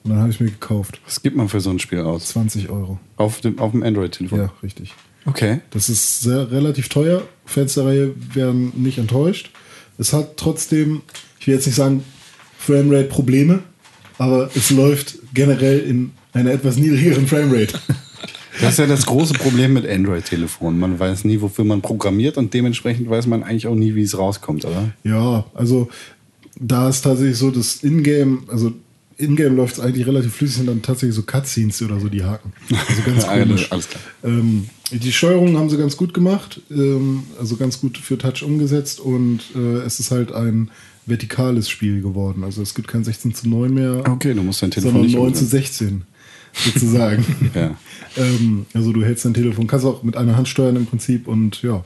Speaker 3: Und dann habe ich mir gekauft.
Speaker 2: Was gibt man für so ein Spiel aus?
Speaker 3: 20 Euro.
Speaker 2: Auf dem, auf dem Android-Telefon.
Speaker 3: Ja, richtig.
Speaker 2: Okay.
Speaker 3: Das ist sehr, relativ teuer. Fans der Reihe werden nicht enttäuscht. Es hat trotzdem, ich will jetzt nicht sagen, Framerate-Probleme, aber es läuft generell in einer etwas niedrigeren Framerate.
Speaker 2: Das ist ja das große Problem mit Android-Telefonen. Man weiß nie, wofür man programmiert und dementsprechend weiß man eigentlich auch nie, wie es rauskommt, oder?
Speaker 3: ja, also da ist tatsächlich so das Ingame, also Ingame läuft es eigentlich relativ flüssig und dann tatsächlich so Cutscenes oder so, die haken. Also ganz
Speaker 2: Alles-
Speaker 3: komisch.
Speaker 2: alles klar.
Speaker 3: Ähm, die Steuerung haben sie ganz gut gemacht, ähm, also ganz gut für Touch umgesetzt und äh, es ist halt ein vertikales Spiel geworden. Also es gibt kein 16 zu 9 mehr,
Speaker 2: Okay, du musst dein Telefon
Speaker 3: sondern
Speaker 2: nicht
Speaker 3: 9 zu
Speaker 2: umsetzen.
Speaker 3: 16 sozusagen.
Speaker 2: Ja.
Speaker 3: ähm, also du hältst dein Telefon, kannst auch mit einer Hand steuern im Prinzip und ja.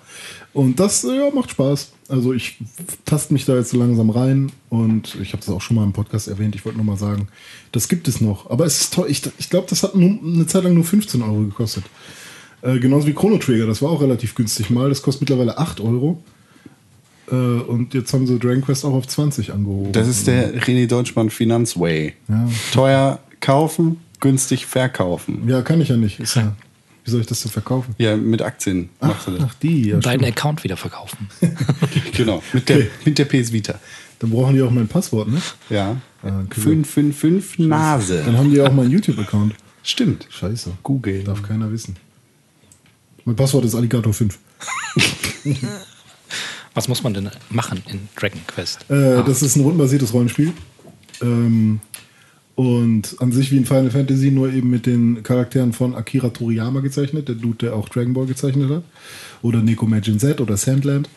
Speaker 3: Und das äh, ja, macht Spaß. Also ich tast mich da jetzt so langsam rein und ich habe es auch schon mal im Podcast erwähnt, ich wollte nur mal sagen, das gibt es noch. Aber es ist toll, ich, ich glaube, das hat nur, eine Zeit lang nur 15 Euro gekostet. Äh, genauso wie Chrono Trigger, das war auch relativ günstig mal. Das kostet mittlerweile 8 Euro. Äh, und jetzt haben sie Dragon Quest auch auf 20 angehoben.
Speaker 2: Das ist der René Deutschmann Finanzway.
Speaker 3: Ja.
Speaker 2: Teuer kaufen, günstig verkaufen.
Speaker 3: Ja, kann ich ja nicht. Ist ja, wie soll ich das denn verkaufen?
Speaker 2: Ja, mit Aktien machst du das.
Speaker 3: Ach, die, ja.
Speaker 4: Deinen
Speaker 3: stimmt.
Speaker 4: Account wieder verkaufen.
Speaker 2: Genau, mit der,
Speaker 3: Okay.
Speaker 2: mit der PS Vita.
Speaker 3: Dann brauchen die auch mein Passwort, ne?
Speaker 2: Ja.
Speaker 3: Ah, okay.
Speaker 2: 555
Speaker 3: Dann
Speaker 2: Nase.
Speaker 3: haben die auch meinen YouTube-Account.
Speaker 2: Stimmt.
Speaker 3: Scheiße.
Speaker 2: Google.
Speaker 3: Darf keiner wissen. Mein Passwort ist Alligator 5.
Speaker 4: Was muss man denn machen in Dragon Quest? Ah,
Speaker 3: Äh, das ist ein rundenbasiertes Rollenspiel. Ähm, und an sich wie in Final Fantasy, nur eben mit den Charakteren von Akira Toriyama gezeichnet, der Dude, der auch Dragon Ball gezeichnet hat. Oder Neko Magin Z oder Sandland.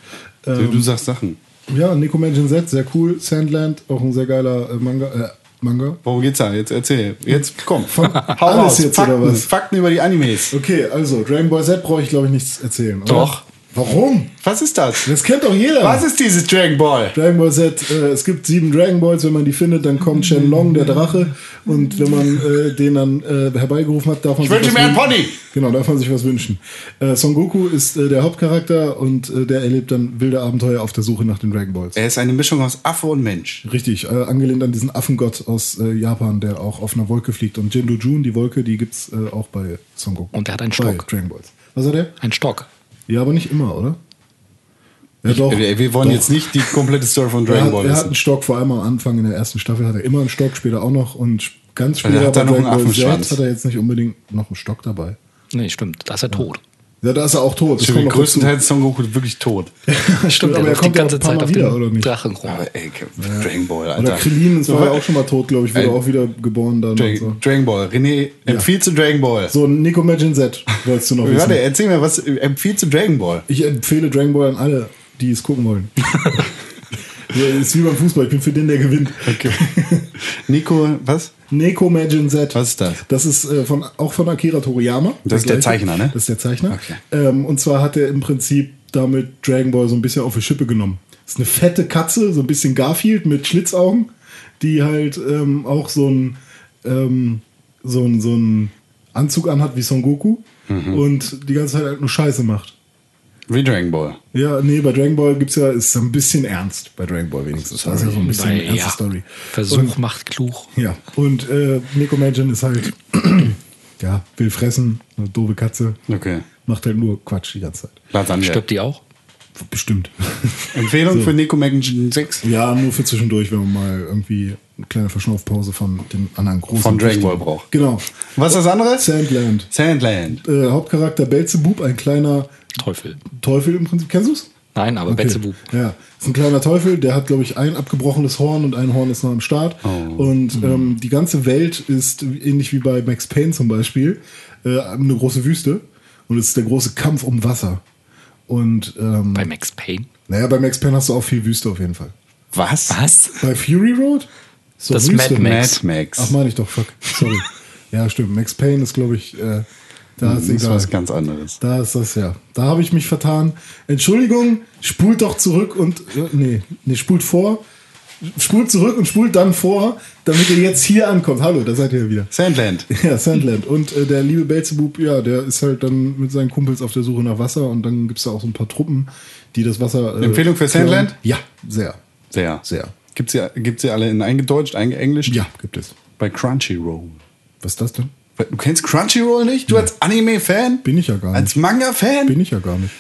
Speaker 2: Du,
Speaker 3: Ähm.
Speaker 2: du sagst Sachen.
Speaker 3: Ja, Neko Magin Z, sehr cool. Sandland, auch ein sehr geiler äh, Manga. Äh, Manga.
Speaker 2: Worum geht's da? Jetzt erzähl. Jetzt komm.
Speaker 3: Fang-
Speaker 2: Hau
Speaker 3: alles
Speaker 2: raus.
Speaker 3: jetzt, oder
Speaker 2: Fakten,
Speaker 3: was?
Speaker 2: Fakten über die Animes.
Speaker 3: Okay, also Dragon Ball Z brauche ich glaube ich nichts erzählen. Oder?
Speaker 4: Doch.
Speaker 3: Warum?
Speaker 2: Was ist das?
Speaker 3: Das kennt doch jeder.
Speaker 2: Was ist dieses Dragon Ball?
Speaker 3: Dragon Ball Z, äh, es gibt sieben Dragon Balls, wenn man die findet, dann kommt Shenlong, der Drache. Und wenn man äh, den dann äh, herbeigerufen hat, darf man
Speaker 2: Ich wünsche
Speaker 3: was
Speaker 2: mir einen
Speaker 3: wün-
Speaker 2: Pony.
Speaker 3: Genau, darf man sich was wünschen. Äh, Son Goku ist äh, der Hauptcharakter und äh, der erlebt dann wilde Abenteuer auf der Suche nach den Dragon Balls.
Speaker 2: Er ist eine Mischung aus Affe und Mensch.
Speaker 3: Richtig, äh, angelehnt an diesen Affengott aus äh, Japan, der auch auf einer Wolke fliegt. Und Jindu Jun, die Wolke, die gibt's äh, auch bei Son Goku.
Speaker 4: Und der hat einen
Speaker 3: Bei
Speaker 4: Stock.
Speaker 3: Dragon Balls. Was hat er?
Speaker 4: Ein Stock.
Speaker 3: Ja, aber nicht immer, oder? Ja,
Speaker 2: Wir wir wollen
Speaker 3: doch.
Speaker 2: jetzt nicht die komplette Story von
Speaker 3: Er
Speaker 2: Dragon
Speaker 3: hat,
Speaker 2: Ball
Speaker 3: er hat
Speaker 2: wissen.
Speaker 3: einen Stock, vor allem am Anfang in der ersten Staffel hat er immer einen Stock, später auch noch und ganz
Speaker 2: Also er
Speaker 3: später
Speaker 2: hat da noch einen
Speaker 3: Ball
Speaker 2: Affenschwanz.
Speaker 3: selbst hat er jetzt nicht unbedingt noch einen Stock dabei.
Speaker 4: Nee, stimmt. Da ist er tot.
Speaker 3: Ja, da ist er auch tot. Das kommt noch
Speaker 2: Größtenteils ist Son Goku wirklich tot.
Speaker 3: dazu.
Speaker 4: Stimmt,
Speaker 3: aber
Speaker 4: er
Speaker 3: er
Speaker 4: läuft die
Speaker 3: kommt ja auch
Speaker 4: ganze
Speaker 3: ein paar
Speaker 4: Zeit
Speaker 3: Mal
Speaker 4: auf
Speaker 3: wieder,
Speaker 4: dem
Speaker 3: oder nicht?
Speaker 4: Drachen rum.
Speaker 2: Aber ey, Ke- Dragon Ball,
Speaker 3: Oder
Speaker 2: Alter.
Speaker 3: Krillin, das war
Speaker 2: So,
Speaker 3: ja auch schon mal tot, glaube ich, wurde
Speaker 2: Ey.
Speaker 3: auch wieder geboren dann. Und so.
Speaker 2: Dragon, Dragon Ball. René, empfiehlst du Dragon Ball?
Speaker 3: so, Nico Magin Z, wolltest du noch
Speaker 2: Hörde,
Speaker 3: wissen.
Speaker 2: erzähl mir, was äh, empfiehlst du Dragon Ball?
Speaker 3: Ich empfehle Dragon Ball an alle, die es gucken wollen. ja, ist wie beim Fußball, ich bin für den, der gewinnt.
Speaker 2: Okay. Nico, was?
Speaker 3: Neko Magin Z.
Speaker 2: Was ist das?
Speaker 3: Das ist äh, von, auch von Akira Toriyama.
Speaker 2: Das ist der
Speaker 3: gleiche.
Speaker 2: Zeichner, ne?
Speaker 3: Das ist der Zeichner.
Speaker 2: Okay.
Speaker 3: Ähm, und zwar hat er im Prinzip damit Dragon Ball so ein bisschen auf die Schippe genommen. Ist eine fette Katze, so ein bisschen Garfield mit Schlitzaugen, die halt ähm, auch so ein ähm, so ein so ein Anzug anhat wie Son Goku
Speaker 2: Mhm.
Speaker 3: und die ganze Zeit halt nur Scheiße macht.
Speaker 2: Wie Dragon Ball.
Speaker 3: Ja, nee, bei Dragon Ball gibt's ja, ist ein bisschen ernst, bei Dragon Ball wenigstens. Das ist ja so ein bisschen eine ernste Story.
Speaker 4: Versuch
Speaker 3: Und-
Speaker 4: macht klug.
Speaker 3: ja, und äh, Nico Manchin ist halt, ja, will fressen, eine doofe Katze,
Speaker 2: Okay.
Speaker 3: macht halt nur Quatsch die ganze Zeit.
Speaker 2: Lasagne.
Speaker 4: Stirbt die auch?
Speaker 3: Bestimmt.
Speaker 2: Empfehlung für Nico Magazine 6
Speaker 3: ja, nur für zwischendurch, wenn man mal irgendwie eine kleine Verschnaufpause von den anderen großen.
Speaker 2: von Dragon
Speaker 3: Wichten-
Speaker 2: Ball braucht.
Speaker 3: Genau.
Speaker 2: Was ist das andere?
Speaker 3: Sandland.
Speaker 2: Sandland.
Speaker 3: Äh, Hauptcharakter Belzebub, ein kleiner
Speaker 4: Teufel.
Speaker 3: Teufel im Prinzip. Kennst du's?
Speaker 4: Nein, aber
Speaker 3: Okay.
Speaker 4: Betzebub.
Speaker 3: Ja, ist ein kleiner Teufel, der hat, glaube ich, ein abgebrochenes Horn und ein Horn ist noch am Start.
Speaker 2: Oh.
Speaker 3: Und ähm, die ganze Welt ist ähnlich wie bei Max Payne zum Beispiel äh, eine große Wüste. Und es ist der große Kampf um Wasser. Und ähm,
Speaker 4: Bei Max Payne.
Speaker 3: naja, bei Max Payne hast du auch viel Wüste auf jeden Fall.
Speaker 2: Was?
Speaker 4: Was?
Speaker 3: Bei Fury Road? Ist doch
Speaker 4: Das
Speaker 3: Wüste.
Speaker 4: Mad Max.
Speaker 2: Mad Max.
Speaker 3: Ach, meine ich doch, fuck. Sorry. ja, stimmt. Max Payne ist, glaube ich, äh, da ist
Speaker 2: das Hm, ist
Speaker 3: egal.
Speaker 2: was ganz anderes.
Speaker 3: Da ist das ja. Da habe ich mich vertan. Entschuldigung, spult doch zurück und. äh, Nee, nee, spult vor. Spult zurück und spult dann vor, damit ihr jetzt hier ankommt. Hallo, da seid ihr ja wieder.
Speaker 2: Sandland.
Speaker 3: Ja, Sandland. Und äh, der liebe Belzebub, ja, der ist halt dann mit seinen Kumpels auf der Suche nach Wasser und dann gibt es da auch so ein paar Truppen, die das Wasser. äh,
Speaker 2: Empfehlung für
Speaker 3: klären.
Speaker 2: Sandland?
Speaker 3: Ja, sehr.
Speaker 2: Sehr.
Speaker 3: Sehr.
Speaker 2: Gibt's sie, gibt's sie alle in eingedeutscht, eingeenglischt?
Speaker 3: Ja, gibt es.
Speaker 2: Bei Crunchyroll.
Speaker 3: Was ist das denn?
Speaker 2: Du kennst Crunchyroll nicht? Du als Anime-Fan?
Speaker 3: Bin ich ja gar
Speaker 2: Als
Speaker 3: nicht.
Speaker 2: Manga-Fan?
Speaker 3: Bin ich ja gar nicht.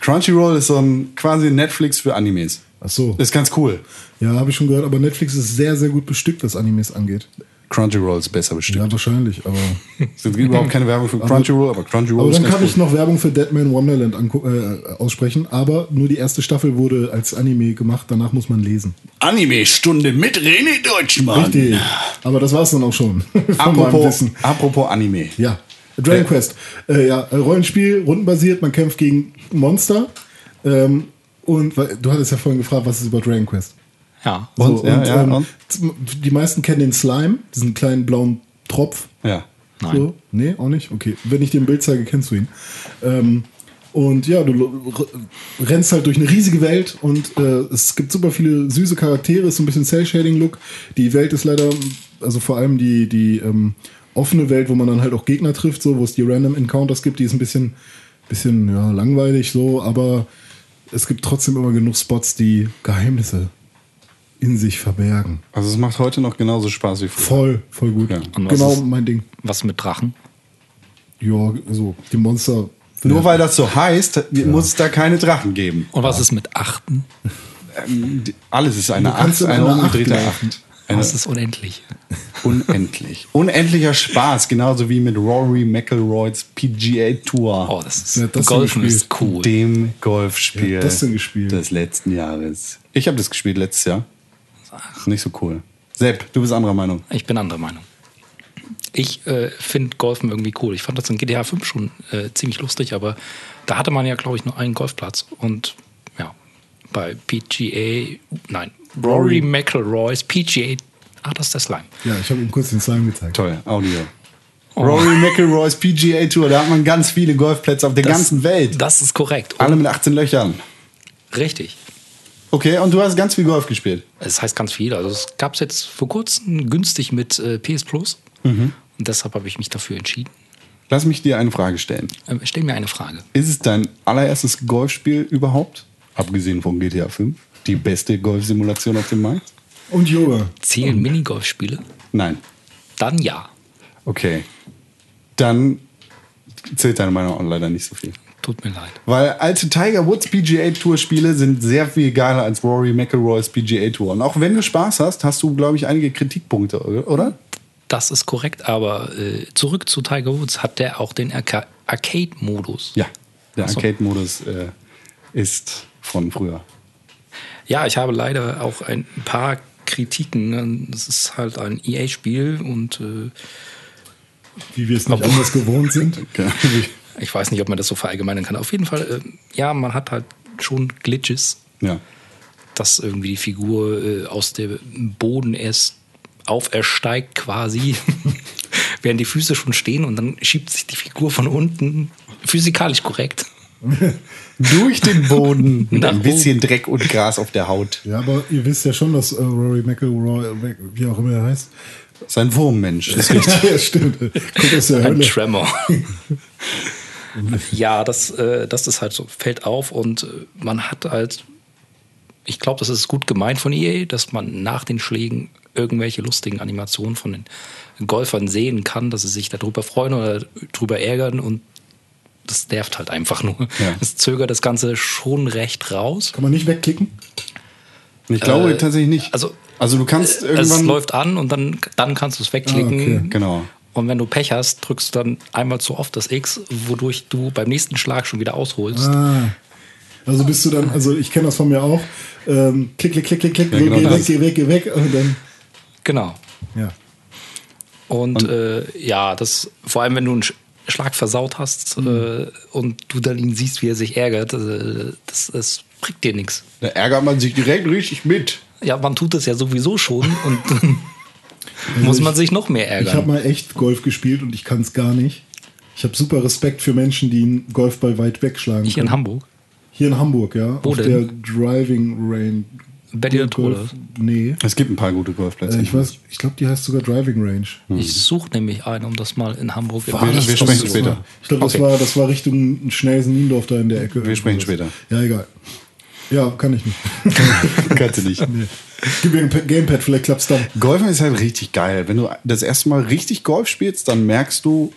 Speaker 2: Crunchyroll ist so ein quasi Netflix für Animes.
Speaker 3: Ach so.
Speaker 2: Ist ganz cool.
Speaker 3: Ja, habe ich schon gehört, aber Netflix ist sehr, sehr gut bestückt, was Animes angeht.
Speaker 2: Crunchyroll ist besser bestimmt.
Speaker 3: Ja, wahrscheinlich, aber.
Speaker 2: Es gibt überhaupt keine Werbung für Crunchyroll, aber Crunchyroll
Speaker 3: Aber
Speaker 2: ist
Speaker 3: dann
Speaker 2: ganz
Speaker 3: kann
Speaker 2: cool.
Speaker 3: ich noch Werbung für Deadman Wonderland angu- äh, aussprechen, aber nur die erste Staffel wurde als Anime gemacht, danach muss man lesen.
Speaker 2: Anime-Stunde mit René Deutschmann.
Speaker 3: Richtig. Aber das war's dann auch schon. Von meinem
Speaker 2: Apropos,
Speaker 3: Wissen.
Speaker 2: apropos Anime.
Speaker 3: Ja. Dragon
Speaker 2: Äh.
Speaker 3: Quest. Äh, ja, Rollenspiel, rundenbasiert, man kämpft gegen Monster. Ähm, und weil- du hattest ja vorhin gefragt, was ist über Dragon Quest?
Speaker 4: Ja.
Speaker 2: Und? Ja, ja,
Speaker 3: ähm,
Speaker 2: und?
Speaker 3: Die meisten kennen den Slime, diesen kleinen blauen Tropf.
Speaker 2: Ja.
Speaker 4: Nein.
Speaker 3: So? Nee, auch nicht? Okay. Wenn ich dir ein Bild zeige, kennst du ihn. Ähm, und ja, du lo- r- rennst halt durch eine riesige Welt und äh, es gibt super viele süße Charaktere, ist so ein bisschen Cell-Shading-Look. Die Welt ist leider, also vor allem die, die ähm, offene Welt, wo man dann halt auch Gegner trifft, so, wo es die Random Encounters gibt, die ist ein bisschen, bisschen ja, langweilig so, aber es gibt trotzdem immer genug Spots, die Geheimnisse in sich verbergen.
Speaker 2: Also es macht heute noch genauso Spaß wie früher.
Speaker 3: Voll, voll gut.
Speaker 2: Ja.
Speaker 4: Und was
Speaker 3: Genau
Speaker 4: ist-
Speaker 3: mein Ding.
Speaker 4: Was mit Drachen?
Speaker 3: Ja, also die Monster.
Speaker 2: Nur weil das so heißt, muss es da keine Drachen geben.
Speaker 4: Und was ist mit Achten?
Speaker 2: Ähm, die- Alles ist eine
Speaker 3: Du kannst
Speaker 2: Acht,
Speaker 3: in
Speaker 2: eine
Speaker 3: einer Acht
Speaker 2: umgedrehte
Speaker 3: laufen.
Speaker 2: Acht. Eine
Speaker 4: Das ist unendlich.
Speaker 2: unendlich. Unendlicher Spaß, genauso wie mit Rory McElroy's PGA Tour.
Speaker 4: Oh, das ist
Speaker 3: Wer hat das denn
Speaker 4: Golfen
Speaker 3: gespielt?
Speaker 4: ist cool.
Speaker 2: Dem Golfspiel
Speaker 3: Wer hat das denn gespielt?
Speaker 2: des letzten Jahres. Ich habe das gespielt letztes Jahr. Nicht so cool. Sepp, du bist anderer Meinung.
Speaker 4: Ich bin anderer Meinung. Ich äh, finde Golfen irgendwie cool. Ich fand das in GTA 5 schon äh, ziemlich lustig, aber da hatte man ja, glaube ich, nur einen Golfplatz. Und ja, bei PGA, nein, Rory McIlroy's PGA, ah, das ist der Slime.
Speaker 3: Ja, ich habe ihm kurz den Slime gezeigt.
Speaker 2: Toll, Audio.
Speaker 4: Oh.
Speaker 2: Rory McIlroy's PGA Tour, da hat man ganz viele Golfplätze auf der
Speaker 4: Das-
Speaker 2: ganzen Welt.
Speaker 4: Das ist korrekt. Und
Speaker 2: Alle mit 18 Löchern.
Speaker 4: richtig.
Speaker 2: Okay, und du hast ganz viel Golf gespielt.
Speaker 4: Es heißt ganz viel. Also es gab es jetzt vor kurzem günstig mit äh, PS Plus.
Speaker 2: Mhm.
Speaker 4: Und deshalb habe ich mich dafür entschieden.
Speaker 2: Lass mich dir eine Frage stellen.
Speaker 4: Ähm, stell mir eine Frage.
Speaker 2: Ist es dein allererstes Golfspiel überhaupt? Abgesehen von GTA 5? Die beste Golfsimulation auf dem Markt?
Speaker 3: Und Yoga.
Speaker 4: Zählen Minigolfspiele?
Speaker 2: Nein.
Speaker 4: Dann ja.
Speaker 2: Okay. Dann zählt deine Meinung auch leider nicht so viel.
Speaker 4: Tut mir leid.
Speaker 2: Weil alte Tiger Woods PGA Tour Spiele sind sehr viel geiler als Rory McIlroy's PGA Tour. Und auch wenn du Spaß hast, hast du, glaube ich, einige Kritikpunkte, oder?
Speaker 4: das ist korrekt, aber äh, zurück zu Tiger Woods hat der auch den Arca Arcade-Modus.
Speaker 2: Ja, der
Speaker 4: Ach so.
Speaker 2: Arcade-Modus äh, ist von früher.
Speaker 4: Ja, ich habe leider auch ein paar Kritiken. Es ist halt ein EA-Spiel und äh,
Speaker 3: Wie wir es nicht anders gewohnt sind.
Speaker 4: ich weiß nicht, ob man das so verallgemeinern kann. Auf jeden Fall, äh, ja, man hat halt schon Glitches,
Speaker 2: Ja.
Speaker 4: dass irgendwie die Figur äh, aus dem Boden erst aufersteigt quasi, während die Füße schon stehen und dann schiebt sich die Figur von unten physikalisch korrekt.
Speaker 2: Durch den Boden mit
Speaker 4: Nach
Speaker 2: ein bisschen Dreck und Gras auf der Haut.
Speaker 3: Ja, aber ihr wisst ja schon, dass äh, Rory McIlroy, äh, wie auch immer er heißt,
Speaker 2: Sein Wurmmensch. Das
Speaker 3: ja, stimmt. Guck aus der
Speaker 4: Ein
Speaker 3: Hölle.
Speaker 4: Tremor. ja, das, äh, das ist halt so, fällt auf und äh, man hat halt, ich glaube, das ist gut gemeint von EA, dass man nach den Schlägen irgendwelche lustigen Animationen von den Golfern sehen kann, dass sie sich darüber freuen oder darüber ärgern und das nervt halt einfach nur.
Speaker 2: Ja.
Speaker 4: Es zögert das Ganze schon recht raus.
Speaker 3: Kann man nicht wegklicken?
Speaker 2: Ich glaube
Speaker 4: Äh,
Speaker 2: tatsächlich nicht.
Speaker 4: also-
Speaker 2: also du kannst
Speaker 4: es
Speaker 2: irgendwann.
Speaker 4: läuft an und dann, dann kannst du es wegklicken.
Speaker 3: Ah, okay,
Speaker 2: genau.
Speaker 4: Und wenn du Pech hast, drückst du dann einmal zu oft das X, wodurch du beim nächsten Schlag schon wieder ausholst.
Speaker 3: Ah. Also bist du dann, also ich kenne das von mir auch. Ähm, klick, klick, klick, klick, klick,
Speaker 2: Ja,
Speaker 3: geh
Speaker 2: genau
Speaker 3: weg,
Speaker 2: das.
Speaker 3: geh weg, geh weg. Und dann,
Speaker 4: Genau.
Speaker 3: ja.
Speaker 4: Und, äh, ja, das vor allem, wenn du einen Sch Schlag versaut hast äh, und du dann ihn siehst, wie er sich ärgert, äh, das, das bringt dir nichts.
Speaker 2: Da ärgert man sich direkt richtig mit.
Speaker 4: Ja, man tut es ja sowieso schon und dann muss man sich noch mehr
Speaker 3: Ich habe
Speaker 4: ärgern.
Speaker 3: mal echt Golf gespielt und ich kann es gar nicht. Ich habe super Respekt für Menschen, die einen Golfball weit wegschlagen
Speaker 4: Hier in
Speaker 3: können.
Speaker 4: Hamburg.
Speaker 3: Hier in Hamburg, ja.
Speaker 4: Wo
Speaker 3: auf
Speaker 4: denn?
Speaker 3: der Driving Range.
Speaker 4: Berliner Tor,
Speaker 3: Golf- Nee.
Speaker 2: Es gibt ein paar gute Golfplätze.
Speaker 3: Äh, ich weiß, ich glaube, die heißt sogar Driving Range.
Speaker 4: Ich suche nämlich einen, um das mal in Hamburg
Speaker 2: Wir- wir
Speaker 3: das-
Speaker 2: sprechen
Speaker 3: das
Speaker 2: später.
Speaker 3: War, ich glaube, das,
Speaker 4: Okay.
Speaker 3: war, das war Richtung Schnelsen-Niendorf da in der Ecke.
Speaker 2: Wir sprechen später.
Speaker 3: Irgendwas. Ja, egal. Ja, kann ich nicht.
Speaker 2: Kannst du nicht.
Speaker 3: Nee. Gib mir ein Pa- Gamepad, vielleicht klappt's dann.
Speaker 2: Golfen ist halt richtig geil. Wenn du das erste Mal richtig Golf spielst, dann merkst du,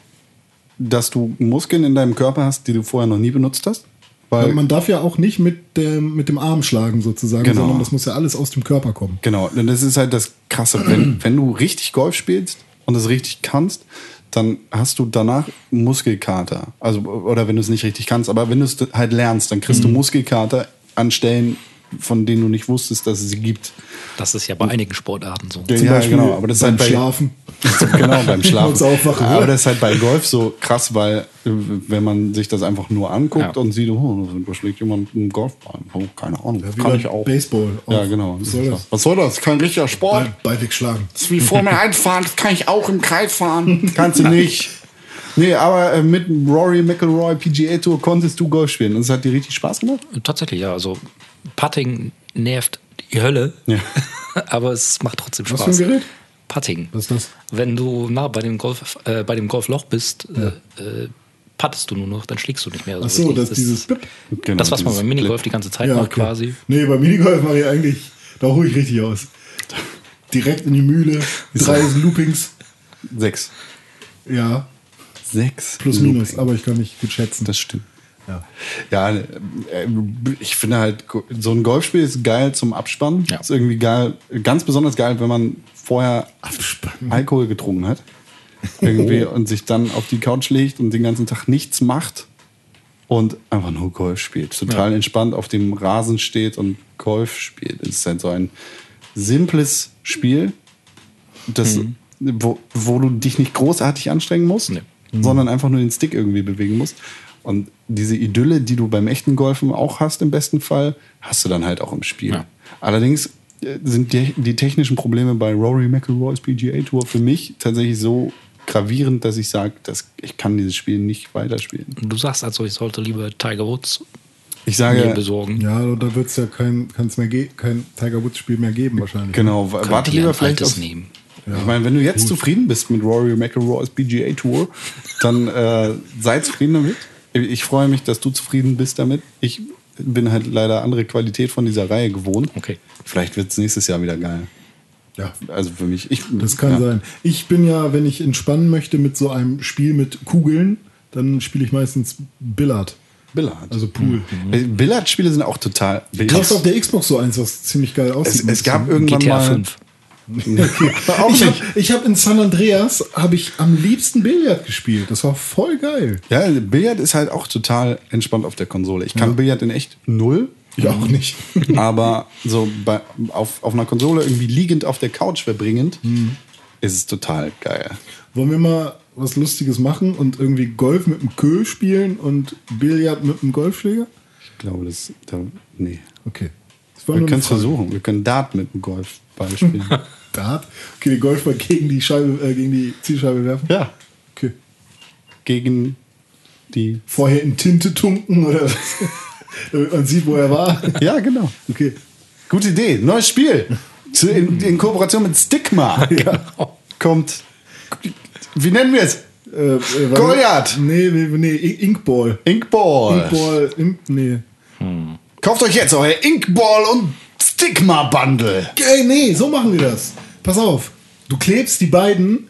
Speaker 2: dass du Muskeln in deinem Körper hast, die du vorher noch nie benutzt hast. Weil,
Speaker 3: Man darf ja auch nicht mit dem, mit dem Arm schlagen sozusagen,
Speaker 2: Genau.
Speaker 3: sondern das muss ja alles aus dem Körper kommen.
Speaker 2: genau, und das ist halt das Krasse. Wenn, wenn du richtig Golf spielst und das richtig kannst, dann hast du danach Muskelkater. Also, oder wenn du es nicht richtig kannst, aber wenn du es halt lernst, dann
Speaker 3: Mhm.
Speaker 2: kriegst du Muskelkater an Stellen, von denen du nicht wusstest, dass es sie gibt.
Speaker 4: Das ist ja bei einigen Sportarten so.
Speaker 3: Zum Beispiel
Speaker 2: aber das ist
Speaker 3: beim
Speaker 2: halt bei,
Speaker 3: Schlafen.
Speaker 2: genau, beim
Speaker 3: Kurz
Speaker 2: Schlafen.
Speaker 3: aufwachen.
Speaker 2: Aber das ist halt bei Golf so krass, weil äh, wenn man sich das einfach nur anguckt
Speaker 4: Ja.
Speaker 2: und sieht, oh, da schlägt jemand einen Golfball. Oh, keine Ahnung,
Speaker 3: Ja, wie
Speaker 2: kann
Speaker 3: beim
Speaker 2: ich auch.
Speaker 3: Baseball auch.
Speaker 2: Ja, genau.
Speaker 3: Was soll das?
Speaker 2: Was soll das? Kein richtiger Sport.
Speaker 3: Ball, Ball wegschlagen.
Speaker 2: Das ist wie Formel 1 fahren, das kann ich auch im Kreis fahren. Kannst du nicht. Nee, aber äh, mit Rory McIlroy PGA Tour konntest du Golf spielen und es hat dir richtig Spaß gemacht.
Speaker 4: Tatsächlich, ja. Also Putting nervt die Hölle,
Speaker 2: Ja.
Speaker 4: aber es macht trotzdem
Speaker 3: Was
Speaker 4: Spaß.
Speaker 3: für ein Gerät?
Speaker 4: Putting.
Speaker 3: Was ist das?
Speaker 4: Wenn du nah bei dem, Golf, äh, bei dem Golfloch bist, äh, äh, puttest du nur noch, dann schlägst du nicht mehr. so
Speaker 3: Ach so,
Speaker 4: richtig.
Speaker 3: das ist dieses Blip.
Speaker 2: Genau,
Speaker 4: das, was man
Speaker 2: dieses
Speaker 4: beim Minigolf die ganze Zeit macht,
Speaker 3: okay.
Speaker 4: Halt quasi.
Speaker 3: Nee, bei Minigolf mache ich eigentlich, da hole ich richtig aus. Direkt in die Mühle, drei Loopings.
Speaker 2: Sechs.
Speaker 3: Ja,
Speaker 2: Sechs.
Speaker 3: plus minus, aber ich kann nicht gut schätzen.
Speaker 2: Das stimmt.
Speaker 3: ja.
Speaker 2: Ja, äh, ich finde halt, so ein Golfspiel ist geil zum Abspannen.
Speaker 4: Ja.
Speaker 2: Ist irgendwie geil, ganz besonders geil, wenn man vorher
Speaker 3: Abspannen.
Speaker 2: Alkohol getrunken hat. Irgendwie und sich dann auf die Couch legt und den ganzen Tag nichts macht und einfach nur Golf spielt. Total entspannt auf dem Rasen steht und Golf spielt. Es ist halt so ein simples Spiel, das, wo, wo du dich nicht großartig anstrengen musst,
Speaker 4: Mhm. Nee. Mhm.
Speaker 2: sondern einfach nur den Stick irgendwie bewegen musst. Und diese Idylle, die du beim echten Golfen auch hast, im besten Fall, hast du dann halt auch im Spiel.
Speaker 4: Ja.
Speaker 2: Allerdings äh, sind die, die technischen Probleme bei Rory McIlroy's PGA Tour für mich tatsächlich so gravierend, dass ich sage, dass ich kann dieses Spiel nicht weiterspielen.
Speaker 4: Du sagst also, ich sollte lieber Tiger Woods
Speaker 2: Ich
Speaker 4: mir
Speaker 2: sage,
Speaker 4: besorgen.
Speaker 3: Ja, und da wird es ja kein, kann's mehr ge kein Tiger Woods Spiel mehr geben wahrscheinlich.
Speaker 2: genau, wa- warte
Speaker 4: Könnt ihr
Speaker 2: lieber
Speaker 4: ein
Speaker 2: vielleicht
Speaker 4: altes
Speaker 2: auf,
Speaker 4: nehmen.
Speaker 2: Ich meine, wenn du jetzt zufrieden bist mit Rory McIlroy's PGA Tour, dann äh, sei zufrieden damit. Ich freue mich, dass du zufrieden bist damit. Ich bin halt leider andere Qualität von dieser Reihe gewohnt.
Speaker 4: Okay.
Speaker 2: Vielleicht wird es nächstes Jahr wieder geil.
Speaker 3: Ja,
Speaker 2: Also für mich. Ich,
Speaker 3: das kann
Speaker 2: ja.
Speaker 3: sein. Ich bin ja, wenn ich entspannen möchte mit so einem Spiel mit Kugeln, dann spiele ich meistens Billard,
Speaker 2: Billard.
Speaker 3: also Pool.
Speaker 2: Äh, Billard-Spiele sind auch total.
Speaker 3: Du hast auf der Xbox so eins, was ziemlich geil aussieht.
Speaker 2: Es, es gab
Speaker 3: irgendwie
Speaker 2: irgendwann
Speaker 4: GTA
Speaker 2: mal.
Speaker 4: 5.
Speaker 2: Auch
Speaker 3: ich habe
Speaker 2: nicht.
Speaker 3: ich hab in San Andreas hab ich am liebsten Billard gespielt. Das war voll geil.
Speaker 2: Ja, Billard ist halt auch total entspannt auf der Konsole. Ich kann Billard in echt null.
Speaker 3: Ich auch
Speaker 2: Mhm.
Speaker 3: nicht.
Speaker 2: aber so bei, auf, auf einer Konsole irgendwie liegend auf der Couch verbringend, ist es total geil.
Speaker 3: Wollen wir mal was Lustiges machen und irgendwie Golf mit dem Kö spielen und Billard mit dem Golfschläger?
Speaker 2: Ich glaube, das. Da, nee.
Speaker 3: Okay. Das war
Speaker 2: Wir
Speaker 3: nur eine
Speaker 2: können es
Speaker 3: Frage.
Speaker 2: versuchen. Wir können Dart mit dem Golfball spielen.
Speaker 3: Dart? Okay, den Golfball gegen die Scheibe, äh, gegen die Zielscheibe werfen?
Speaker 2: ja.
Speaker 3: Okay.
Speaker 2: Gegen die.
Speaker 3: Vorher in Tinte tunken oder was? Damit man sieht, wo er war.
Speaker 2: Ja, genau.
Speaker 3: Okay.
Speaker 2: Gute Idee. Neues Spiel. Zu- In, in Kooperation mit Stigma. Kommt. Wie nennen wir es?
Speaker 3: Äh, äh, warte.
Speaker 2: Goliath!
Speaker 3: Nee, nee, nee, In- Inkball.
Speaker 2: Inkball.
Speaker 3: Inkball, Ink, nee.
Speaker 2: Kauft euch jetzt euer Inkball und Stigma-Bundle.
Speaker 3: Ey, nee, so machen wir das. Pass auf. Du klebst die beiden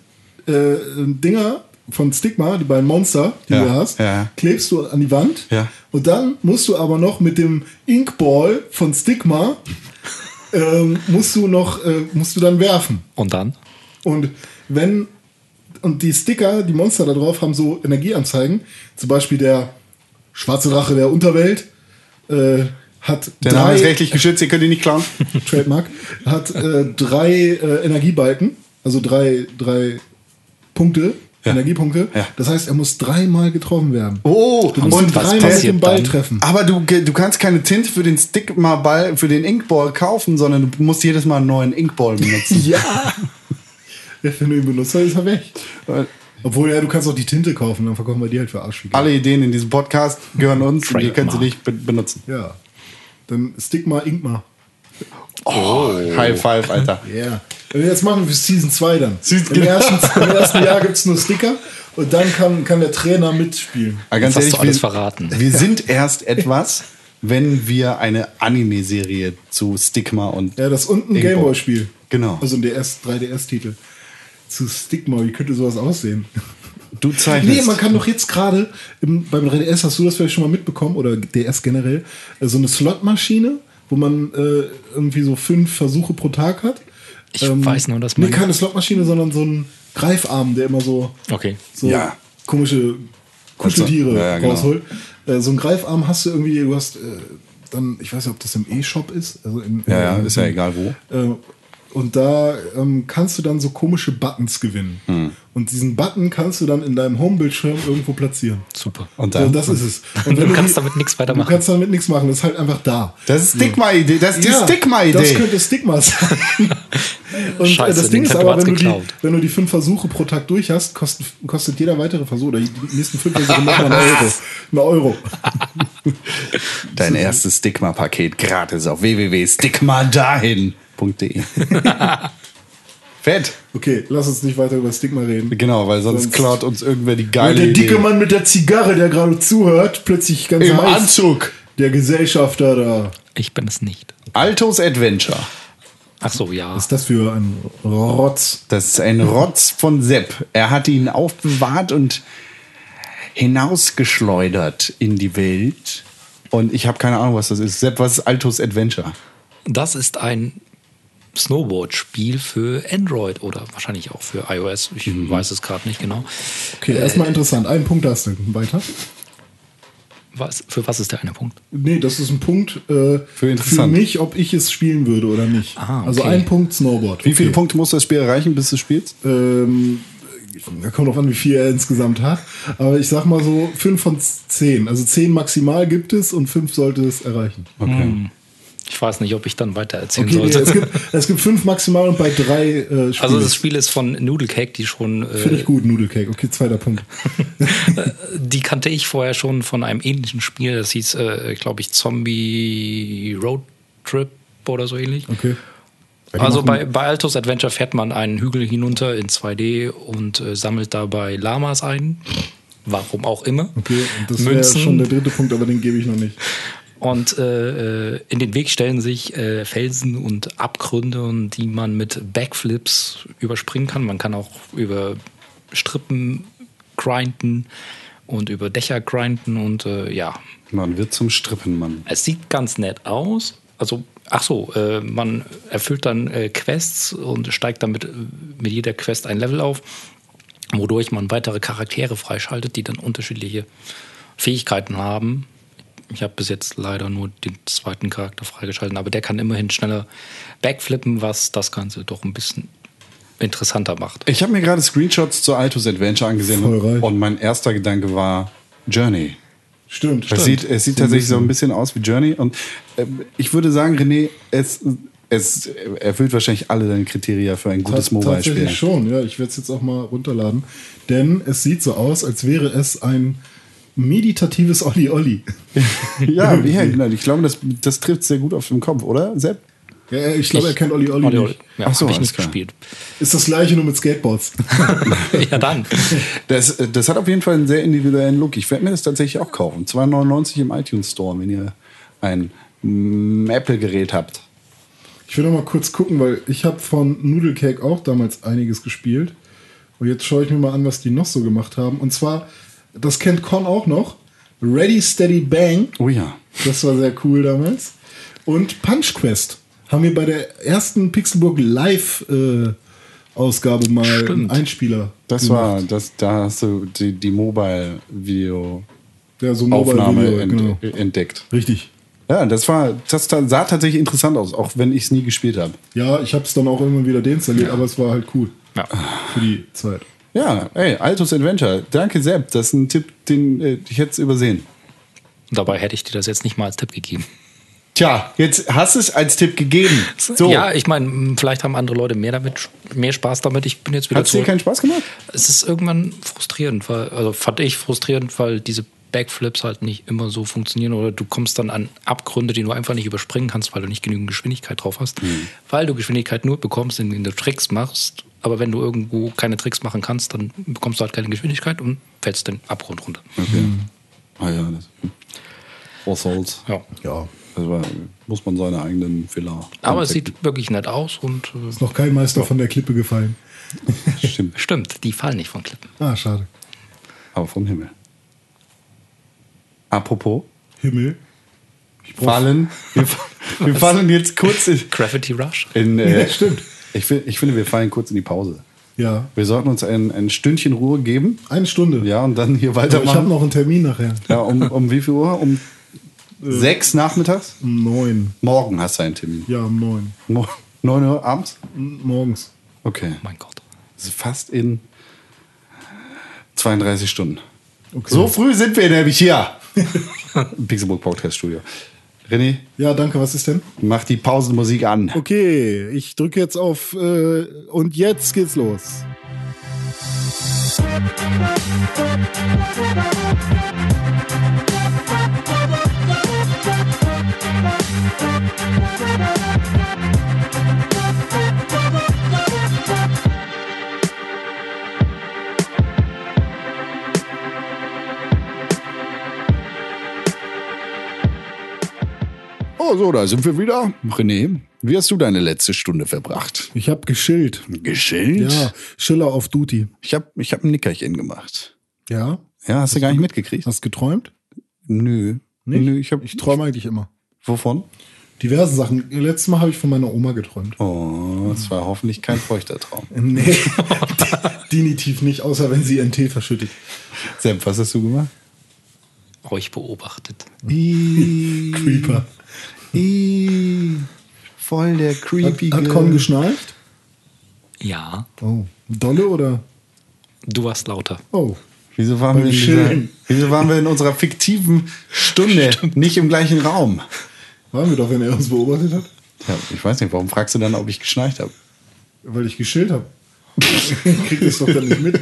Speaker 3: äh, Dinger von Stigma, die beiden Monster, die
Speaker 2: Ja,
Speaker 3: du hast,
Speaker 2: ja.
Speaker 3: klebst du an die Wand.
Speaker 2: Ja.
Speaker 3: Und dann musst du aber noch mit dem Inkball von Stigma ähm, musst du noch äh, musst du dann werfen.
Speaker 4: Und dann?
Speaker 3: Und wenn und die Sticker, die Monster da drauf haben so Energieanzeigen. Zum Beispiel der schwarze Drache der Unterwelt äh, hat
Speaker 2: Der Name ist rechtlich geschützt, ihr könnt ihn nicht klauen.
Speaker 3: Trademark, hat äh, drei äh, Energiebalken, also drei, drei Punkte,
Speaker 2: Ja.
Speaker 3: Energiepunkte.
Speaker 2: Ja.
Speaker 3: Das heißt, er muss dreimal getroffen werden.
Speaker 2: Oh,
Speaker 3: Du musst
Speaker 2: und
Speaker 4: was
Speaker 3: dreimal
Speaker 4: passiert
Speaker 3: den Ball
Speaker 4: dann?
Speaker 3: treffen.
Speaker 2: aber du, ge- du kannst keine Tinte für den Stigma-Ball, für den Inkball kaufen, sondern du musst jedes Mal einen neuen Inkball benutzen.
Speaker 3: Ja! Wenn du ihn benutzt, dann ist er weg.
Speaker 2: Weil Ah.
Speaker 3: Obwohl, ja, du kannst auch die Tinte kaufen, dann verkaufen wir die halt für Arsch. wie Geld.
Speaker 2: Alle Ideen in diesem Podcast gehören uns und ihr könnt sie
Speaker 4: Trademark.
Speaker 2: nicht be benutzen.
Speaker 3: Ja. Dann Stigma, Inkma.
Speaker 2: Oh, High Five, Alter.
Speaker 3: Ja. Wenn wir das machen für Season 2 dann.
Speaker 2: Season-
Speaker 3: Im, ersten, Im ersten Jahr gibt es nur Sticker und dann kann, kann der Trainer mitspielen.
Speaker 2: Aber
Speaker 4: Jetzt hast du alles verraten.
Speaker 2: wir sind erst etwas, wenn wir eine Anime-Serie zu Stigma und
Speaker 3: Ja, das und ein
Speaker 2: Irgendwo.
Speaker 3: Gameboy-Spiel.
Speaker 2: Genau.
Speaker 3: Also ein DS, 3DS-Titel. Zu Stigma, wie könnte sowas aussehen?
Speaker 2: du zeichnest.
Speaker 3: Nee, man kann doch jetzt gerade, im- beim 3DS hast du das vielleicht schon mal mitbekommen, oder DS generell, äh, so eine Slot-Maschine, wo man äh, irgendwie so fünf Versuche pro Tag hat.
Speaker 4: Ich
Speaker 3: Ähm,
Speaker 4: weiß nur, dass
Speaker 3: man...
Speaker 4: man-
Speaker 3: Nee, keine Slot-Maschine, sondern so ein Greifarm, der immer so
Speaker 4: Okay.
Speaker 3: so
Speaker 2: Ja.
Speaker 3: komische Kuscheltiere
Speaker 2: Ja, ja, genau.
Speaker 3: rausholt. Äh, so einen Greifarm hast du irgendwie, du hast äh, dann, ich weiß nicht, ob das im E-Shop ist. Also im,
Speaker 2: Ja, ja,
Speaker 3: im-
Speaker 2: ist ja egal wo.
Speaker 3: Äh, und da ähm, kannst du dann so komische Buttons gewinnen.
Speaker 2: Hm.
Speaker 3: Und diesen Button kannst du dann in deinem Homebildschirm irgendwo platzieren.
Speaker 4: Super.
Speaker 2: und
Speaker 3: So,
Speaker 2: dann,
Speaker 3: das ist es.
Speaker 4: Du
Speaker 3: wenn
Speaker 4: kannst
Speaker 3: die-
Speaker 4: damit nichts weitermachen.
Speaker 3: Du kannst damit nichts machen, das ist halt einfach da.
Speaker 2: das ist Stigma-Idee. Das ist die
Speaker 3: Das
Speaker 2: Stigma-Idee.
Speaker 3: könnte Stigma sein. Und
Speaker 4: Scheiße,
Speaker 3: Scheiße, das Ding ist
Speaker 4: Nintendo
Speaker 3: aber,
Speaker 4: hat's
Speaker 3: wenn du, die,
Speaker 4: geklaut.
Speaker 3: wenn du die fünf Versuche pro Tag durch hast, kostet, kostet jeder weitere Versuch oder die nächsten fünf Versuche nochmal einen Euro. Eine Euro.
Speaker 2: Dein erstes Stigma-Paket gratis auf www.stigmadahin.de. Fett.
Speaker 3: Okay, lass uns nicht weiter über Stigma reden.
Speaker 2: Genau, weil sonst,
Speaker 3: Sonst-
Speaker 2: klaut uns irgendwer die
Speaker 3: Weil
Speaker 2: geile
Speaker 3: der dicke
Speaker 2: Idee.
Speaker 3: Mann mit der Zigarre, der gerade zuhört, plötzlich ganz
Speaker 2: Im
Speaker 3: heiß.
Speaker 2: Anzug.
Speaker 3: Der Gesellschafter da.
Speaker 4: Ich bin es nicht.
Speaker 2: Altos Adventure.
Speaker 4: Ach so, ja.
Speaker 3: Was ist das für ein Rotz?
Speaker 2: Das ist ein Rotz von Sepp. Er hat ihn aufbewahrt und hinausgeschleudert in die Welt. Und ich habe keine Ahnung, was das ist. Sepp, was ist Altos Adventure?
Speaker 4: Das ist ein Snowboard-Spiel für Android oder wahrscheinlich auch für iOS. Ich
Speaker 3: Mhm.
Speaker 4: weiß es gerade nicht genau.
Speaker 3: Okay, erstmal interessant. Einen Punkt hast du. Weiter.
Speaker 4: Was, für was ist der eine Punkt?
Speaker 3: Nee, das ist ein Punkt äh,
Speaker 2: Für interessant.
Speaker 3: für mich, ob ich es spielen würde oder nicht.
Speaker 4: Ah, okay.
Speaker 3: Also ein Punkt Snowboard.
Speaker 2: Wie viele
Speaker 3: Okay.
Speaker 2: Punkte muss das Spiel erreichen, bis du spielst?
Speaker 3: Ähm, da kommt drauf an, wie viel er insgesamt hat. Aber ich sag mal so 5 von 10. Also 10 maximal gibt es und 5 sollte es erreichen.
Speaker 2: Okay.
Speaker 4: Ich weiß nicht, ob ich dann weiter erzählen
Speaker 3: Okay, nee,
Speaker 4: sollte.
Speaker 3: es, gibt, es gibt 5 maximal und bei 3 äh, Spielen.
Speaker 4: also das Spiel ist von Noodlecake, die schon,
Speaker 3: Finde
Speaker 4: äh,
Speaker 3: ich gut, Nudelcake. Okay, zweiter Punkt.
Speaker 4: die kannte ich vorher schon von einem ähnlichen Spiel, das hieß, äh, glaube ich, Zombie Road Trip oder so ähnlich.
Speaker 3: Okay.
Speaker 4: Also bei, bei Altos Adventure fährt man einen Hügel hinunter in 2D und äh, sammelt dabei Lamas ein. Warum auch immer.
Speaker 3: Okay, und das wäre
Speaker 4: Münzen.
Speaker 3: schon der dritte Punkt, aber den gebe ich noch nicht.
Speaker 4: Und äh, äh, in den Weg stellen sich äh, Felsen und Abgründe, und die man mit Backflips überspringen kann. Man kann auch über Strippen grinden und über Dächer grinden. Und äh, ja,
Speaker 2: Man wird zum Strippen, Mann.
Speaker 4: es sieht ganz nett aus. also, ach so, äh, man erfüllt dann äh, Quests und steigt damit äh, mit jeder Quest ein Level auf, wodurch man weitere Charaktere freischaltet, die dann unterschiedliche Fähigkeiten haben. Ich habe bis jetzt leider nur den zweiten Charakter freigeschaltet, aber der kann immerhin schneller backflippen, was das Ganze doch ein bisschen interessanter macht.
Speaker 2: Ich habe mir gerade Screenshots zu Altos Adventure angesehen
Speaker 3: Voll reich.
Speaker 2: und mein erster Gedanke war Journey.
Speaker 3: Stimmt.
Speaker 2: Es sieht, es sieht tatsächlich so ein bisschen aus wie Journey. Und ähm, ich würde sagen, René, es, es erfüllt wahrscheinlich alle deine Kriterien für ein gutes
Speaker 3: Ta-
Speaker 2: Mobile-Spiel.
Speaker 3: Tatsächlich schon, ja. Ich werde es jetzt auch mal runterladen. Denn es sieht so aus, als wäre es ein meditatives Olli-Olli.
Speaker 2: Ja, ja, genau. Ich glaube, das, das trifft sehr gut auf den Kopf, oder, Sepp?
Speaker 3: Ja, ich glaube, er kennt Olli-Olli
Speaker 4: Olli,
Speaker 3: nicht.
Speaker 4: Olli. Ja,
Speaker 2: Ach so,
Speaker 4: habe ich
Speaker 2: alles
Speaker 4: nicht
Speaker 2: klar.
Speaker 4: gespielt.
Speaker 3: Ist das gleiche nur mit Skateboards.
Speaker 4: ja, dann.
Speaker 2: Das, äh, das hat auf jeden Fall einen sehr individuellen Look. Ich werde mir das tatsächlich auch kaufen. 2,99 im iTunes Store, wenn ihr ein mm, Apple-Gerät habt.
Speaker 3: Ich will noch mal kurz gucken, weil ich habe von Nudelcake auch damals einiges gespielt. Und jetzt schaue ich mir mal an, was die noch so gemacht haben. Und zwar, das kennt Con auch noch. Ready, Steady, Bang.
Speaker 2: Oh ja.
Speaker 3: Das war sehr cool damals. Und Punch Quest haben wir bei der ersten Pixelburg Live-Ausgabe mal einen Einspieler.
Speaker 2: Das
Speaker 3: gemacht.
Speaker 2: war, das, da hast du die, die Mobile-Video-Aufnahme
Speaker 3: ja, so ein Mobile-Video,
Speaker 2: ent
Speaker 3: genau.
Speaker 2: entdeckt.
Speaker 3: Richtig.
Speaker 2: Ja, das war, das ta- sah tatsächlich interessant aus, auch wenn ich es nie gespielt habe.
Speaker 3: Ja, ich habe es dann auch immer wieder deinstalliert, aber es war halt cool
Speaker 4: Ja.
Speaker 3: für die Zeit.
Speaker 2: Ja, ey, Altos Adventure. Danke, Sepp. Das ist ein Tipp, den äh, ich hätte übersehen.
Speaker 4: Dabei hätte ich dir das jetzt nicht mal als Tipp gegeben.
Speaker 2: Tja, jetzt hast du es als Tipp gegeben. So,
Speaker 4: Ja, ich meine, vielleicht haben andere Leute mehr damit, mehr Spaß damit. Ich bin jetzt wieder
Speaker 2: hat es dir
Speaker 4: zurück.
Speaker 2: keinen Spaß gemacht?
Speaker 4: Es ist irgendwann frustrierend, weil, also fand ich frustrierend, weil diese Backflips halt nicht immer so funktionieren oder du kommst dann an Abgründe, die du einfach nicht überspringen kannst, weil du nicht genügend Geschwindigkeit drauf hast,
Speaker 2: Mhm.
Speaker 4: weil du Geschwindigkeit nur bekommst, indem du Tricks machst. Aber wenn du irgendwo keine Tricks machen kannst, dann bekommst du halt keine Geschwindigkeit und fällst den Abgrund runter.
Speaker 2: Okay. Ah ja, das. Was soll's.
Speaker 4: Ja.
Speaker 3: Ja.
Speaker 2: Also war- muss man seine eigenen Fehler.
Speaker 4: Aber es
Speaker 2: entdecken.
Speaker 4: sieht wirklich nett aus und äh,
Speaker 3: Ist noch kein Meister von der Klippe gefallen.
Speaker 2: Stimmt,
Speaker 4: stimmt, die fallen nicht von Klippen.
Speaker 3: Ah, schade.
Speaker 2: aber vom Himmel. Apropos,
Speaker 3: Himmel. Ich brauch-
Speaker 2: fallen. Wir, fa- wir fallen jetzt kurz in.
Speaker 4: Gravity Rush?
Speaker 2: in äh,
Speaker 3: Ja, stimmt.
Speaker 2: Ich, fi- ich finde, wir fallen kurz in die Pause.
Speaker 3: Ja.
Speaker 2: Wir sollten uns ein, ein Stündchen Ruhe geben.
Speaker 3: Eine Stunde.
Speaker 2: Ja, und dann hier
Speaker 3: Aber ich habe
Speaker 2: weitermachen.
Speaker 3: noch einen Termin nachher.
Speaker 2: Ja, um, um wie viel Uhr? Um
Speaker 3: Äh.
Speaker 2: sechs nachmittags?
Speaker 3: Um neun.
Speaker 2: Morgen hast du einen Termin.
Speaker 3: Ja, um neun.
Speaker 2: Mo- Neun Uhr abends?
Speaker 3: M- Morgens.
Speaker 2: Okay.
Speaker 4: Mein Gott.
Speaker 2: Das ist fast in 32 Stunden.
Speaker 3: Okay.
Speaker 2: So früh sind wir nämlich hier. Im Pixelburg Podcast Studio. René,
Speaker 3: Ja, danke. Was ist denn?
Speaker 2: mach die Pausenmusik an.
Speaker 3: Okay, ich drücke jetzt auf äh, und jetzt geht's los.
Speaker 2: Oh, so, da sind wir wieder. René, wie hast du deine letzte Stunde verbracht?
Speaker 3: Ich habe geschillt.
Speaker 2: Geschillt?
Speaker 3: Ja, Schiller auf Duty.
Speaker 2: Ich habe ich hab ein Nickerchen gemacht.
Speaker 3: Ja,
Speaker 2: Ja, hast du gar nicht mitgekriegt?
Speaker 3: hast geträumt?
Speaker 2: Nö.
Speaker 3: Nicht?
Speaker 2: Nö, ich habe.
Speaker 3: Ich träume eigentlich immer.
Speaker 2: Wovon?
Speaker 3: Diverse Sachen. Letztes Mal habe ich von meiner Oma geträumt.
Speaker 2: Oh, es war hoffentlich kein feuchter Traum.
Speaker 3: Nee, definitiv nicht, außer wenn sie ihren Tee verschüttet.
Speaker 2: Sepp, was hast du gemacht?
Speaker 4: Euch beobachtet.
Speaker 3: Creeper.
Speaker 2: Ih, voll der
Speaker 3: Hat,
Speaker 2: creepy.
Speaker 3: hat Con geschnarcht?
Speaker 4: Ja.
Speaker 3: Oh. Dolle oder?
Speaker 4: Du warst lauter.
Speaker 3: Oh.
Speaker 2: Wieso waren, wir in dieser,
Speaker 3: Schön.
Speaker 2: wieso waren wir in unserer fiktiven Stunde nicht im gleichen Raum?
Speaker 3: Waren wir doch, wenn er uns beobachtet hat?
Speaker 2: Ja, ich weiß nicht, warum fragst du dann, ob ich geschnarcht habe?
Speaker 3: Weil ich geschillt habe. Kriegt das doch dann nicht mit.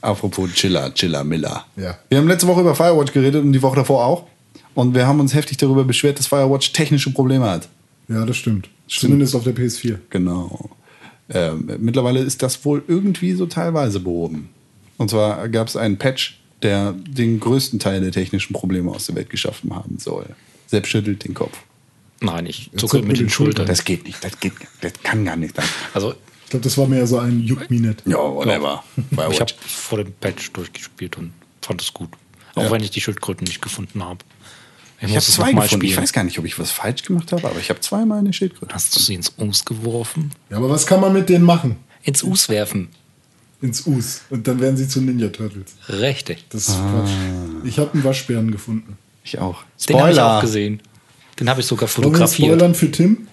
Speaker 2: Apropos Chiller, Chiller, Miller.
Speaker 3: Ja.
Speaker 2: Wir haben letzte Woche über Firewatch geredet und die Woche davor auch. Und wir haben uns heftig darüber beschwert, dass Firewatch technische Probleme hat.
Speaker 3: Ja, das stimmt. Zumindest auf der PS4.
Speaker 2: Genau. Ähm, mittlerweile ist das wohl irgendwie so teilweise behoben. Und zwar gab es einen Patch, der den größten Teil der technischen Probleme aus der Welt geschaffen haben soll. Sepp schüttelt den Kopf.
Speaker 4: Nein, ich
Speaker 3: zuckt
Speaker 4: zucke
Speaker 3: mit
Speaker 4: mit
Speaker 3: den
Speaker 4: den Schultern.
Speaker 2: Das geht nicht, das geht, das kann gar nicht sein.
Speaker 4: Also,
Speaker 3: Ich glaube, das war mehr so ein Juck Me Net.
Speaker 2: Ja, whatever.
Speaker 4: ich habe
Speaker 2: Firewatch.
Speaker 4: vor dem Patch durchgespielt und fand es gut. Auch wenn ich die Schildkröten nicht gefunden habe.
Speaker 2: Ich habe zwei gefunden. Ich weiß gar nicht, ob ich was falsch gemacht habe, aber ich habe zweimal eine Schildkröte.
Speaker 4: Hast du sie ins Us geworfen?
Speaker 3: Ja, aber was kann man mit denen machen?
Speaker 4: Ins Us werfen.
Speaker 3: Ins Us. Und dann werden sie zu Ninja Turtles.
Speaker 4: Richtig.
Speaker 3: Das
Speaker 2: Ah.
Speaker 3: ist Quatsch. Ich habe einen Waschbären gefunden.
Speaker 2: Ich auch.
Speaker 4: Den habe ich auch
Speaker 2: Spoiler!
Speaker 4: gesehen. Den habe ich sogar
Speaker 3: Wollen wir
Speaker 4: fotografiert.
Speaker 3: spoilern für Tim?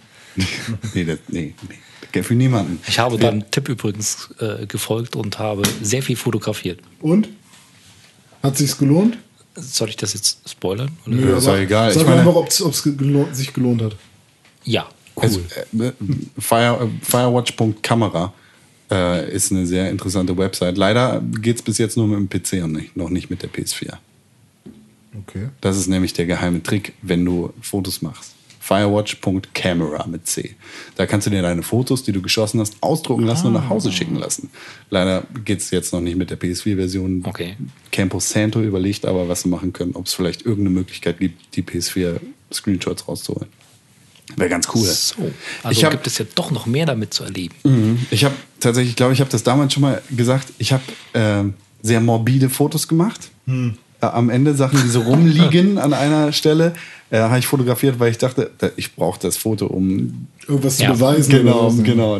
Speaker 2: nee, das, nee, nee. Das gilt für niemanden.
Speaker 4: Ich habe dann Tipp übrigens äh, gefolgt und habe sehr viel fotografiert.
Speaker 3: Und? Hat sich's gelohnt?
Speaker 4: Soll ich das jetzt spoilern? Oder?
Speaker 2: Nö, ist
Speaker 3: aber
Speaker 2: doch egal.
Speaker 3: Sag
Speaker 2: Ich
Speaker 3: mir
Speaker 2: meine-
Speaker 3: einfach, ob es gelohnt, sich gelohnt hat.
Speaker 4: Ja.
Speaker 2: Es, äh, äh, Fire, äh, Firewatch.kamera äh, ist eine sehr interessante Website. Leider geht es bis jetzt nur mit dem PC und nicht, noch nicht mit der PS4.
Speaker 3: Okay.
Speaker 2: Das ist nämlich der geheime Trick, wenn du Fotos machst. Firewatch.camera mit C. Da kannst du dir deine Fotos, die du geschossen hast, ausdrucken lassen und nach
Speaker 4: Ah.
Speaker 2: Hause schicken lassen. Leider geht es jetzt noch nicht mit der PS4-Version.
Speaker 4: Okay.
Speaker 2: Campos Santo überlegt aber, was sie machen können, ob es vielleicht irgendeine Möglichkeit gibt, die PS4-Screenshots rauszuholen. Wäre ganz cool.
Speaker 4: So.
Speaker 2: Ich
Speaker 4: Also
Speaker 2: hab-
Speaker 4: gibt es ja doch noch mehr damit zu erleben.
Speaker 2: Mhm. Ich habe tatsächlich, glaube ich, habe das damals schon mal gesagt. Ich habe ähm, sehr morbide Fotos gemacht.
Speaker 3: Hm.
Speaker 2: Äh, am Ende Sachen, die so rumliegen an einer Stelle, äh, habe ich fotografiert, weil ich dachte, da- ich brauche das Foto, um
Speaker 3: Irgendwas
Speaker 4: Ja,
Speaker 3: zu beweisen.
Speaker 2: genau,
Speaker 3: oder so.
Speaker 2: genau.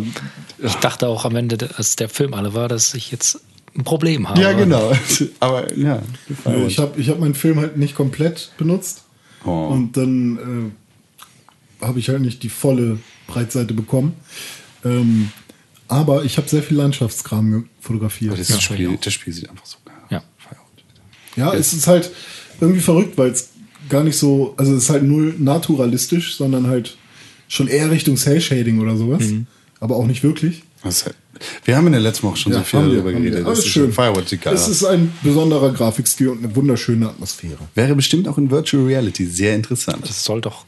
Speaker 4: Ich dachte auch am Ende, als der Film alle war, dass ich jetzt ein Problem habe.
Speaker 2: Ja, genau. Aber ja.
Speaker 3: Nö, Ich habe ich hab meinen Film halt nicht komplett benutzt.
Speaker 2: Oh.
Speaker 3: Und dann äh, habe ich halt nicht die volle Breitseite bekommen. Ähm, aber ich habe sehr viel Landschaftskram ge- fotografiert.
Speaker 2: das,
Speaker 3: ja, Genau.
Speaker 2: Spiel, das Spiel sieht einfach so geil aus.
Speaker 4: Ja.
Speaker 2: Feierabend.
Speaker 3: ja es ist halt irgendwie verrückt, weil es gar nicht so, also es ist halt null naturalistisch, sondern halt schon eher Richtung Cell-Shading oder sowas. Aber auch nicht wirklich.
Speaker 2: Das ist halt- Wir haben in der letzten Woche schon so viel
Speaker 3: haben wir,
Speaker 2: darüber
Speaker 3: haben wir.
Speaker 2: geredet.
Speaker 3: Aber ist
Speaker 2: ist
Speaker 3: schön.
Speaker 2: Firewatch sieht geil
Speaker 3: Es
Speaker 2: aus.
Speaker 3: ist ein besonderer Grafikstil und eine wunderschöne Atmosphäre.
Speaker 2: Wäre bestimmt auch in Virtual Reality sehr interessant.
Speaker 4: Das soll doch.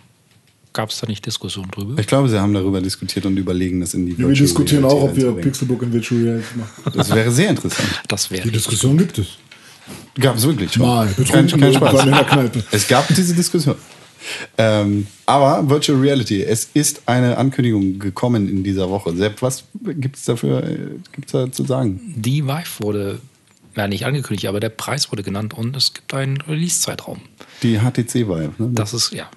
Speaker 4: Gab es da nicht Diskussion drüber?
Speaker 2: Ich glaube, sie haben darüber diskutiert und überlegen, das in die
Speaker 3: Ja, wir
Speaker 2: Virtual
Speaker 3: diskutieren
Speaker 2: Reality
Speaker 3: auch, ob wir
Speaker 2: reinzubringen.
Speaker 3: Pixelbook in Virtual Reality machen.
Speaker 2: Das wäre sehr interessant.
Speaker 4: Das wäre.
Speaker 3: Die Diskussion gibt es.
Speaker 2: Gab es wirklich schon.
Speaker 3: Mal,
Speaker 2: kein,
Speaker 3: betrunken
Speaker 2: kein Spaß.
Speaker 3: irgendwann in der Kneipe.
Speaker 2: Es gab diese Diskussion. Ähm, aber Virtual Reality, es ist eine Ankündigung gekommen in dieser Woche. Sepp, was gibt es dafür äh, gibt's da zu sagen?
Speaker 4: Die Vive wurde, ja nicht angekündigt, aber der Preis wurde genannt und es gibt einen Release-Zeitraum.
Speaker 2: Die HTC Vive, ne? das,
Speaker 4: Das ist, ja.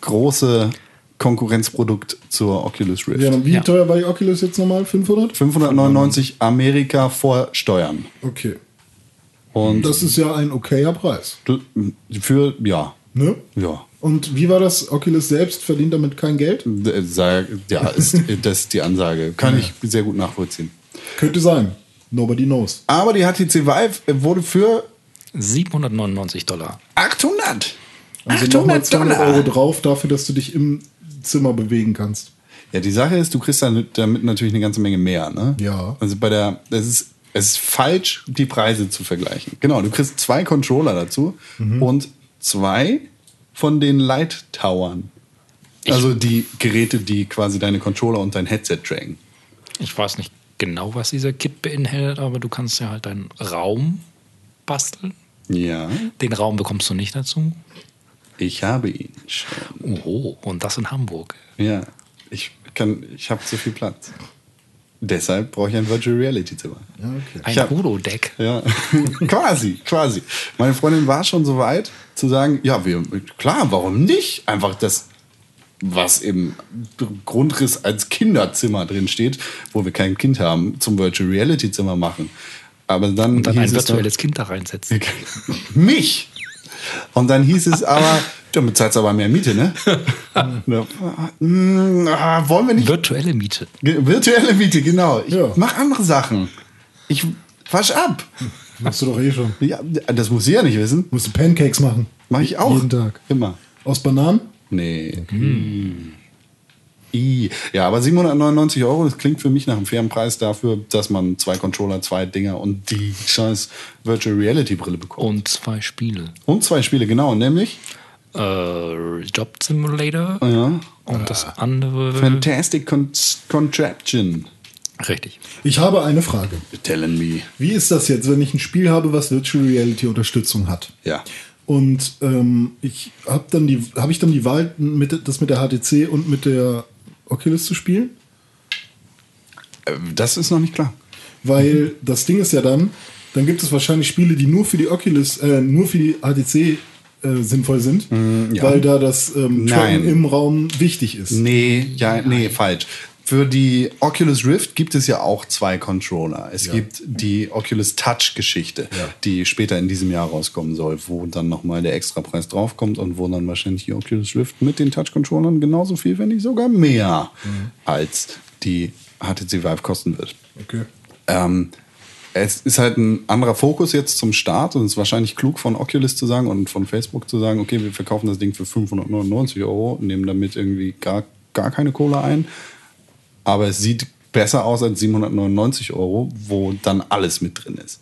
Speaker 2: große Konkurrenzprodukt zur Oculus Rift.
Speaker 3: Ja, wie
Speaker 4: Ja.
Speaker 3: teuer war die Oculus jetzt nochmal? 500?
Speaker 2: 599 Amerika vor Steuern.
Speaker 3: Okay.
Speaker 2: Und
Speaker 3: Das ist ja ein okayer Preis.
Speaker 2: für, ja,
Speaker 3: Ne?
Speaker 2: ja.
Speaker 3: Und wie war das? Oculus selbst verdient damit kein Geld?
Speaker 2: D- Äh, Sag, ja, ist, äh, das ist die Ansage. Kann ich sehr gut nachvollziehen.
Speaker 3: Könnte sein. Nobody knows.
Speaker 2: Aber die HTC Vive wurde für
Speaker 4: 799 Dollar.
Speaker 2: 800.
Speaker 3: Also nochmal 200 Euro drauf dafür, dass du dich im Zimmer bewegen kannst.
Speaker 2: Ja, die Sache ist, du kriegst dann damit natürlich eine ganze Menge mehr. Ne?
Speaker 3: Ja.
Speaker 2: Also bei der, es ist, es ist falsch, die Preise zu vergleichen. Genau, du kriegst zwei Controller dazu
Speaker 3: Mhm.
Speaker 2: und zwei von den Light Towern. Also die Geräte, die quasi deine Controller und dein Headset tragen.
Speaker 4: Ich weiß nicht genau, was dieser Kit beinhaltet, aber du kannst ja halt deinen Raum basteln.
Speaker 2: Ja,
Speaker 4: Den Raum bekommst du nicht dazu.
Speaker 2: ich habe ihn schon.
Speaker 4: Oho, und das in Hamburg.
Speaker 2: Ja, ich kann, ich habe zu viel Platz. Deshalb brauche ich ein Virtual Reality Zimmer. Ja, okay.
Speaker 4: Ein
Speaker 2: Ich hab-
Speaker 4: Udo-Deck.
Speaker 2: Ja, quasi, quasi. Meine Freundin war schon so weit zu sagen, ja, wir, klar, warum nicht? Einfach das, was im Grundriss als Kinderzimmer drin steht, wo wir kein Kind haben, zum Virtual Reality Zimmer machen. Aber dann,
Speaker 4: Und dann ein
Speaker 2: hieß es
Speaker 4: virtuelles Kind da reinsetzen.
Speaker 2: noch, mich. Und dann hieß es aber, damit zahlst du aber mehr Miete, ne? Ja. Hm, ah, wollen wir nicht
Speaker 4: Virtuelle Miete.
Speaker 2: Ge- Virtuelle Miete, genau. Ich
Speaker 3: Ja.
Speaker 2: mach andere Sachen. Ich wasch ab.
Speaker 3: Machst du doch eh schon.
Speaker 2: Ja, das muss sie ja nicht wissen.
Speaker 3: Musst du Pancakes machen.
Speaker 2: Mach ich auch.
Speaker 3: Jeden Tag.
Speaker 2: Immer.
Speaker 3: Aus Bananen?
Speaker 2: Nee. Hm. I. Ja, aber 799 Euro, das klingt für mich nach einem fairen Preis dafür, dass man zwei Controller, zwei Dinger und die scheiß Virtual Reality Brille bekommt.
Speaker 4: Und zwei Spiele.
Speaker 2: Und zwei Spiele, genau, nämlich
Speaker 4: Äh, Job Simulator.
Speaker 2: ja,
Speaker 4: Und das andere.
Speaker 2: Fantastic Con Contraption.
Speaker 4: Richtig.
Speaker 3: Ich habe eine Frage.
Speaker 2: Telling me.
Speaker 3: Wie ist das jetzt, wenn ich ein Spiel habe, was Virtual Reality Unterstützung hat?
Speaker 2: Ja.
Speaker 3: Und ähm, ich habe dann die, habe ich dann die Wahl, mit, das mit der HTC und mit der Oculus zu spielen?
Speaker 2: Äh, Das ist noch nicht klar.
Speaker 3: Weil das Ding ist ja dann, dann gibt es wahrscheinlich Spiele, die nur für die Oculus, äh, nur für die HTC äh, sinnvoll sind,
Speaker 2: Mhm, ja.
Speaker 3: weil da das ähm,
Speaker 2: Nein.
Speaker 3: Tracken im Raum wichtig ist.
Speaker 2: Nee, ja, nee, falsch. Für die Oculus Rift gibt es ja auch zwei Controller. Es gibt die Oculus Touch-Geschichte, die später in diesem Jahr rauskommen soll, wo dann nochmal der Extrapreis draufkommt und wo dann wahrscheinlich die Oculus Rift mit den Touch-Controllern genauso viel, wenn nicht sogar mehr, als die HTC Vive kosten wird.
Speaker 3: Okay.
Speaker 2: Ähm, es ist halt ein anderer Fokus jetzt zum Start und es ist wahrscheinlich klug von Oculus zu sagen und von Facebook zu sagen, okay, wir verkaufen das Ding für 599 Euro, nehmen damit irgendwie gar, gar keine Kohle ein. Aber es sieht besser aus als 799 Euro, wo dann alles mit drin ist.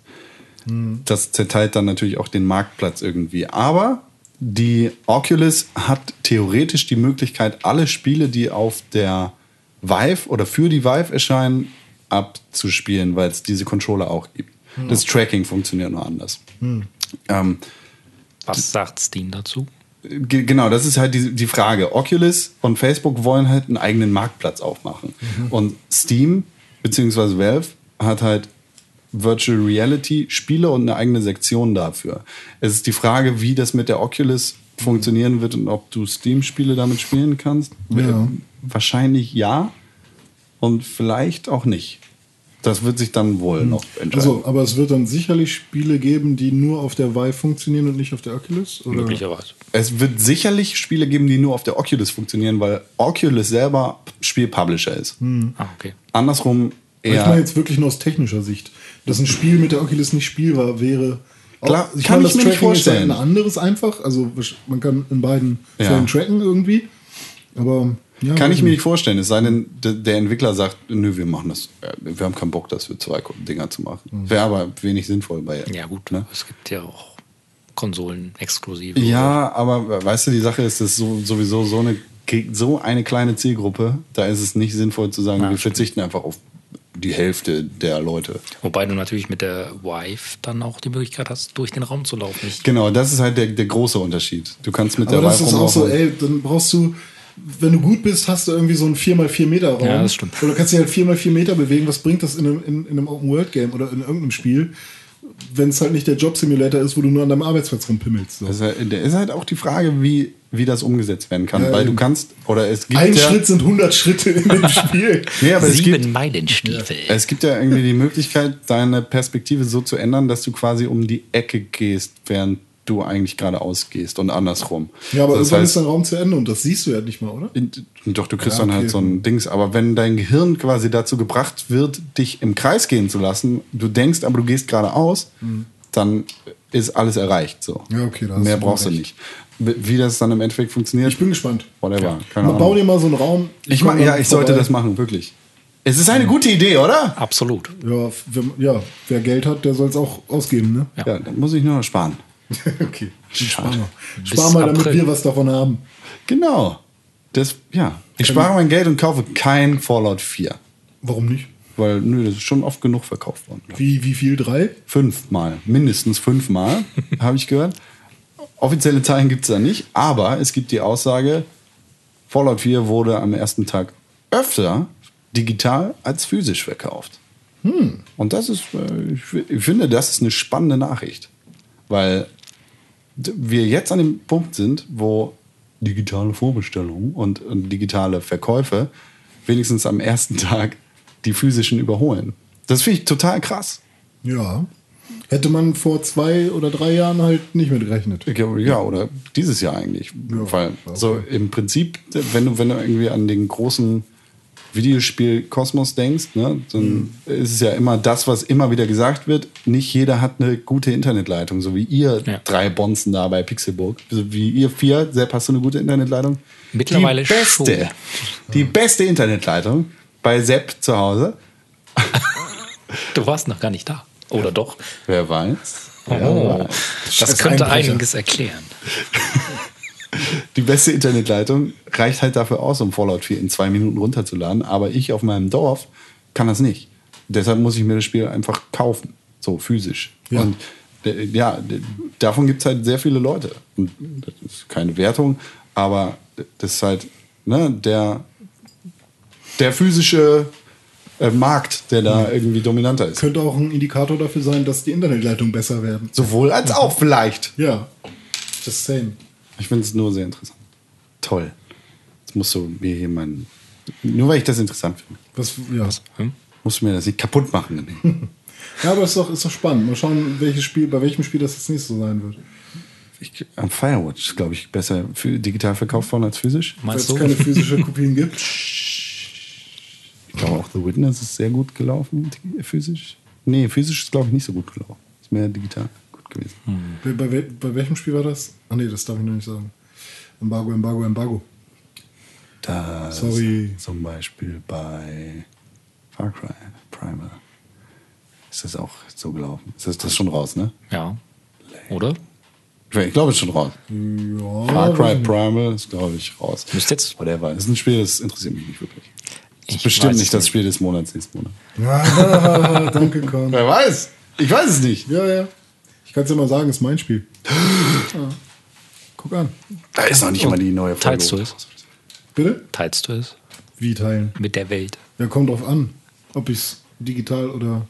Speaker 2: Das zerteilt dann natürlich auch den Marktplatz irgendwie. Aber die Oculus hat theoretisch die Möglichkeit, alle Spiele, die auf der Vive oder für die Vive erscheinen, abzuspielen, weil es diese Controller auch gibt. Das Tracking funktioniert nur anders. Ähm,
Speaker 4: Was sagt Steam dazu?
Speaker 2: Ge- Genau, das ist halt die, die Frage. Oculus und Facebook wollen halt einen eigenen Marktplatz aufmachen.
Speaker 3: Mhm.
Speaker 2: Und Steam bzw. Valve hat halt Virtual Reality Spiele und eine eigene Sektion dafür. Es ist die Frage, wie das mit der Oculus funktionieren wird und ob du Steam-Spiele damit spielen kannst.
Speaker 3: Ja.
Speaker 2: Wahrscheinlich ja und vielleicht auch nicht. Das wird sich dann wohl noch entscheiden.
Speaker 3: Also, aber es wird dann sicherlich Spiele geben, die nur auf der Vive funktionieren und nicht auf der Oculus? Oder?
Speaker 4: Möglicherweise.
Speaker 2: Es wird sicherlich Spiele geben, die nur auf der Oculus funktionieren, weil Oculus selber Spielpublisher ist.
Speaker 4: Ah, okay.
Speaker 2: Andersrum
Speaker 3: Hm. Aber Ich meine
Speaker 2: eher.
Speaker 3: jetzt wirklich nur aus technischer Sicht. Dass ein Spiel mit der Oculus nicht spielbar wäre.
Speaker 2: Klar, kann ich mir nicht vorstellen.
Speaker 3: Ist halt ein anderes einfach. Also wasch- man kann in beiden
Speaker 2: Ja.
Speaker 3: Fällen tracken irgendwie. Aber ja,
Speaker 2: Kann
Speaker 3: weiß
Speaker 2: ich mir
Speaker 3: nicht.
Speaker 2: nicht vorstellen, es sei denn, d- der Entwickler sagt, nö, wir machen das, äh, wir haben keinen Bock, das für zwei Dinger zu machen.
Speaker 3: Hm.
Speaker 2: Wäre aber wenig sinnvoll bei.
Speaker 4: Ja, gut.
Speaker 2: Ne?
Speaker 4: Es gibt ja auch Konsolen exklusive.
Speaker 2: Ja, aber weißt du, die Sache ist, das ist so, sowieso so eine, so eine kleine Zielgruppe, da ist es nicht sinnvoll zu sagen, wir verzichten einfach auf die Hälfte der Leute.
Speaker 4: Wobei du natürlich mit der Wife dann auch die Möglichkeit hast, durch den Raum zu laufen. Ich,
Speaker 2: Genau, das ist halt der, der große Unterschied. Du kannst mit
Speaker 3: Aber
Speaker 2: der
Speaker 3: das
Speaker 2: Vive
Speaker 3: ist auch so,
Speaker 2: rumlaufen.
Speaker 3: ey, dann brauchst du, wenn du gut bist, hast du irgendwie so einen 4x4 Meter Raum.
Speaker 4: Ja, das stimmt.
Speaker 3: Oder kannst dich halt 4x4 Meter bewegen. Was bringt das in einem, in, in einem Open-World-Game oder in irgendeinem Spiel, wenn es halt nicht der Job-Simulator ist, wo du nur an deinem Arbeitsplatz rumpimmelst? So.
Speaker 2: Das ist halt, da ist halt auch die Frage, wie, wie das umgesetzt werden kann.
Speaker 3: Ja,
Speaker 2: weil du
Speaker 3: eben.
Speaker 2: kannst, oder es gibt
Speaker 3: Ähm, Ein
Speaker 2: ja,
Speaker 3: Schritt sind 100 Schritte in dem Spiel.
Speaker 2: nee, aber es gibt,
Speaker 4: Sieben Meilenstiefel.
Speaker 2: es gibt ja irgendwie die Möglichkeit, deine Perspektive so zu ändern, dass du quasi um die Ecke gehst, während du eigentlich geradeaus gehst und andersrum.
Speaker 3: Ja, aber
Speaker 2: das
Speaker 3: irgendwann ist
Speaker 2: heißt,
Speaker 3: dein Raum zu Ende und das siehst du ja nicht mal, oder?
Speaker 2: doch, du kriegst
Speaker 3: Ja,
Speaker 2: dann halt
Speaker 3: okay.
Speaker 2: so ein Dings. Aber wenn dein Gehirn quasi dazu gebracht wird, dich im Kreis gehen zu lassen, du denkst, aber du gehst geradeaus, dann ist alles erreicht. So.
Speaker 3: Mhm. Ja, okay, da hast
Speaker 2: Mehr
Speaker 3: du
Speaker 2: brauchst du
Speaker 3: recht.
Speaker 2: nicht. Wie wie das dann im Endeffekt funktioniert,
Speaker 3: Ich bin gespannt.
Speaker 2: Whatever. Keine
Speaker 3: Mal
Speaker 2: Ahnung.
Speaker 3: bau dir mal so einen Raum.
Speaker 2: Ich
Speaker 3: komm
Speaker 2: mach, ja,
Speaker 3: dann
Speaker 2: ich sollte
Speaker 3: vorbei.
Speaker 2: das machen, wirklich. Es ist eine gute Idee, oder?
Speaker 4: Absolut.
Speaker 3: Ja, f- wenn, ja, wer Geld hat, der soll es auch ausgeben, ne?
Speaker 2: Ja, dann muss ich nur noch sparen.
Speaker 3: okay.
Speaker 2: Schade.
Speaker 3: Spar mal, damit
Speaker 4: April.
Speaker 3: wir was davon haben.
Speaker 2: Genau. Das, ja. Ich spare mein Geld und kaufe kein Fallout 4.
Speaker 3: Warum nicht?
Speaker 2: Weil, nö, das ist schon oft genug verkauft worden.
Speaker 3: Wie, wie viel? Drei?
Speaker 2: Fünfmal, mindestens fünfmal, habe ich gehört. Offizielle Zahlen gibt es da nicht, aber es gibt die Aussage, Fallout 4 wurde am ersten Tag öfter digital als physisch verkauft. Und das ist, äh, ich fi- ich finde, das ist eine spannende Nachricht, weil d- wir jetzt an dem Punkt sind, wo digitale Vorbestellungen und, und digitale Verkäufe wenigstens am ersten Tag die physischen überholen. Das finde ich total krass.
Speaker 3: Ja. Hätte man vor zwei oder drei Jahren halt nicht mit gerechnet.
Speaker 2: Ich glaube, Ja, oder dieses Jahr eigentlich. Weil
Speaker 3: okay.
Speaker 2: so im Prinzip, wenn du, wenn du irgendwie an den großen Videospiel-Kosmos denkst, ne, dann ist es ja immer das, was immer wieder gesagt wird. Nicht jeder hat eine gute Internetleitung, so wie ihr
Speaker 4: Ja.
Speaker 2: drei Bonzen da bei Pixelburg. So wie ihr vier, Sepp, hast du eine gute Internetleitung?
Speaker 4: Mittlerweile
Speaker 2: die beste,
Speaker 4: schon.
Speaker 2: Die beste Internetleitung bei Sepp zu Hause.
Speaker 4: Du warst noch gar nicht da. Oder doch?
Speaker 2: Wer weiß.
Speaker 4: Oh, das
Speaker 3: Scheiß
Speaker 4: könnte
Speaker 3: Einbrecher.
Speaker 4: einiges erklären.
Speaker 2: die beste Internetleitung reicht halt dafür aus, um Fallout 4 in zwei Minuten runterzuladen. Aber ich auf meinem Dorf kann das nicht. Deshalb muss ich mir das Spiel einfach kaufen. So physisch.
Speaker 3: Ja.
Speaker 2: Und äh, ja, d- davon gibt es halt sehr viele Leute. Und das ist keine Wertung, aber das ist halt ne, der, der physische äh, Markt, der da irgendwie dominanter ist.
Speaker 3: Könnte auch ein Indikator dafür sein, dass die Internetleitungen besser werden.
Speaker 2: Sowohl als auch vielleicht.
Speaker 3: Ja. Just same.
Speaker 2: Ich finde es nur sehr interessant. Toll. Jetzt musst du mir jemanden. Nur weil ich das interessant finde.
Speaker 3: Was, ja.
Speaker 4: Hm?
Speaker 2: Musst du mir das nicht kaputt machen. Nee.
Speaker 3: ja, aber ist doch, ist doch spannend. Mal schauen, welches Spiel, bei welchem Spiel das jetzt nicht so sein wird.
Speaker 2: Ich, am Firewatch, glaube ich, besser für digital verkauft worden als physisch.
Speaker 3: Weil es
Speaker 4: Meinst
Speaker 3: keine
Speaker 4: du?
Speaker 3: physischen Kopien gibt.
Speaker 2: Ich glaube auch The Witness ist sehr gut gelaufen, di- physisch. Nee, physisch ist, glaube ich, nicht so gut gelaufen. Ist mehr digital gut gewesen.
Speaker 3: Bei, bei, wel- bei welchem Spiel war das? Ah nee, das darf ich noch nicht sagen. Embargo, Embargo, Embargo.
Speaker 2: Das
Speaker 3: Sorry.
Speaker 2: Zum Beispiel bei Far Cry Primal. Ist das auch so gelaufen? Ist das, das ist schon raus, ne?
Speaker 4: Ja. Oder?
Speaker 2: Ich we- ich glaube, es ist schon raus.
Speaker 3: Ja,
Speaker 2: Far Cry Primal ist, glaube ich, raus.
Speaker 4: Müsste jetzt-
Speaker 2: Whatever. Das ist ein Spiel, das interessiert mich nicht wirklich. Das
Speaker 4: Ich
Speaker 2: ist bestimmt
Speaker 4: weiß
Speaker 2: nicht
Speaker 4: es
Speaker 2: das Spiel des Monats nächsten Monat.
Speaker 3: Ah, danke, Con.
Speaker 2: Wer weiß? Ich weiß es nicht.
Speaker 3: Ja, ja. Ich kann es ja mal sagen, ist mein Spiel. ja. Guck an.
Speaker 2: Da ist noch nicht mal die neue Folge.
Speaker 4: Teilst du es?
Speaker 3: Bitte?
Speaker 4: Teilst du es?
Speaker 3: Wie teilen?
Speaker 4: Mit der Welt.
Speaker 3: Ja, kommt drauf an, ob ich es digital oder.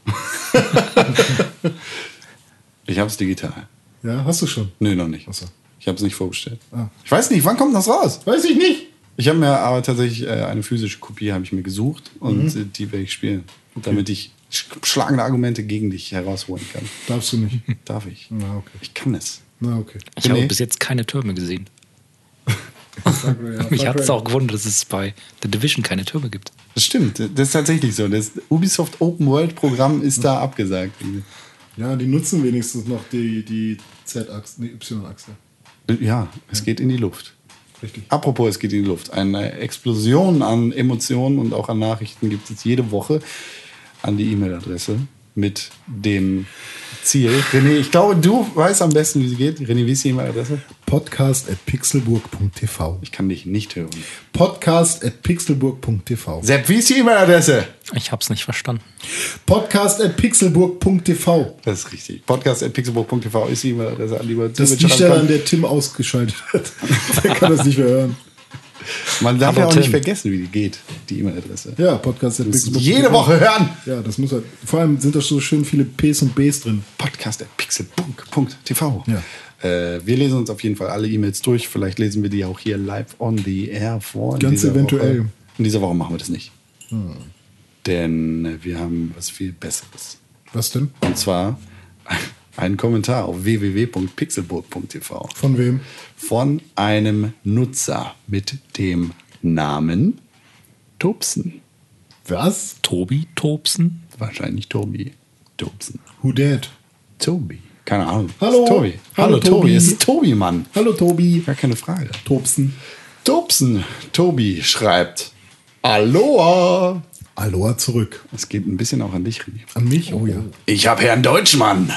Speaker 2: Ich habe es digital.
Speaker 3: Ja, hast du schon.
Speaker 2: Nö, noch nicht.
Speaker 3: Ach so.
Speaker 2: Ich habe es nicht vorbestellt.
Speaker 3: Ah.
Speaker 2: Ich weiß nicht, wann kommt das raus?
Speaker 3: Weiß ich nicht.
Speaker 2: Ich habe mir aber tatsächlich äh, eine physische Kopie habe ich mir gesucht
Speaker 3: Mhm.
Speaker 2: und äh, die werde ich spielen, damit ich sch schlagende Argumente gegen dich herausholen kann.
Speaker 3: Darfst du nicht.
Speaker 2: Darf ich?
Speaker 3: Na, okay.
Speaker 2: Ich kann es.
Speaker 3: Na, okay.
Speaker 4: Ich
Speaker 2: Nee.
Speaker 4: habe bis jetzt keine Türme gesehen.
Speaker 3: Far Cry, ja.
Speaker 4: Mich
Speaker 3: Far
Speaker 4: hat es
Speaker 3: Cry.
Speaker 4: auch gewundert, dass es bei The Division keine Türme gibt.
Speaker 2: Das stimmt. Das ist tatsächlich so. Das Ubisoft Open World Programm ist da abgesagt.
Speaker 3: Ja, die nutzen wenigstens noch die, die Z-Achse, die Y-Achse.
Speaker 2: Ja, es geht in die Luft.
Speaker 3: Richtig.
Speaker 2: Apropos, es geht in die Luft. Eine Explosion an Emotionen und auch an Nachrichten gibt es jede Woche an die E-Mail-Adresse mit dem Ziel. René, ich glaube, du weißt am besten, wie sie geht. René, wie ist die E-Mail-Adresse?
Speaker 3: Podcast at pixelburg.tv.
Speaker 2: Ich kann dich nicht hören.
Speaker 3: Podcast at pixelburg.tv.
Speaker 2: Sepp, wie ist die E-Mail-Adresse?
Speaker 4: Ich habe es nicht verstanden.
Speaker 3: Podcast at pixelburg.tv.
Speaker 2: Das ist richtig. Podcast.pixelburg.tv ist die E-Mail-Adresse an lieber
Speaker 3: Das ist die Stelle, an der Tim ausgeschaltet hat. Der kann das nicht mehr hören.
Speaker 2: Man darf
Speaker 4: Hallo,
Speaker 2: ja auch nicht
Speaker 4: Tim.
Speaker 2: vergessen, wie die geht, die E-Mail-Adresse.
Speaker 3: Ja, Podcast at
Speaker 2: Das ist
Speaker 3: pixelburg.tv.
Speaker 2: Jede Woche hören!
Speaker 3: Ja, das muss halt. Vor allem sind da so schön viele Ps und Bs drin.
Speaker 2: podcast.pixelburg.tv.
Speaker 3: Ja.
Speaker 2: Äh, wir lesen uns auf jeden Fall alle E-Mails durch. Vielleicht lesen wir die auch hier live on the air vor. in
Speaker 3: Ganz
Speaker 2: dieser
Speaker 3: eventuell. Hm.
Speaker 2: Woche. In dieser Woche machen wir das nicht. Denn äh, wir haben was viel Besseres.
Speaker 3: Was denn?
Speaker 2: Und zwar einen Kommentar auf www.pixelburg.tv
Speaker 3: Von wem?
Speaker 2: von einem Nutzer mit dem Namen Tobsen.
Speaker 3: Was?
Speaker 4: Tobi Tobsen?
Speaker 2: Wahrscheinlich Tobi. Tobsen.
Speaker 3: Who dat?
Speaker 2: Tobi. Keine Ahnung.
Speaker 3: Hallo.
Speaker 2: Ist Tobi.
Speaker 3: Hallo,
Speaker 2: Hallo, Tobi.
Speaker 3: Tobi.
Speaker 2: Es ist Tobi, Mann.
Speaker 3: Hallo Tobi.
Speaker 2: Gar keine Frage.
Speaker 3: Tobsen.
Speaker 2: Tobsen, Tobi schreibt. Aloha.
Speaker 3: Aloha zurück.
Speaker 2: Es geht ein bisschen auch an dich, René.
Speaker 3: An mich? Oh ja.
Speaker 2: Ich habe Herrn Deutschmann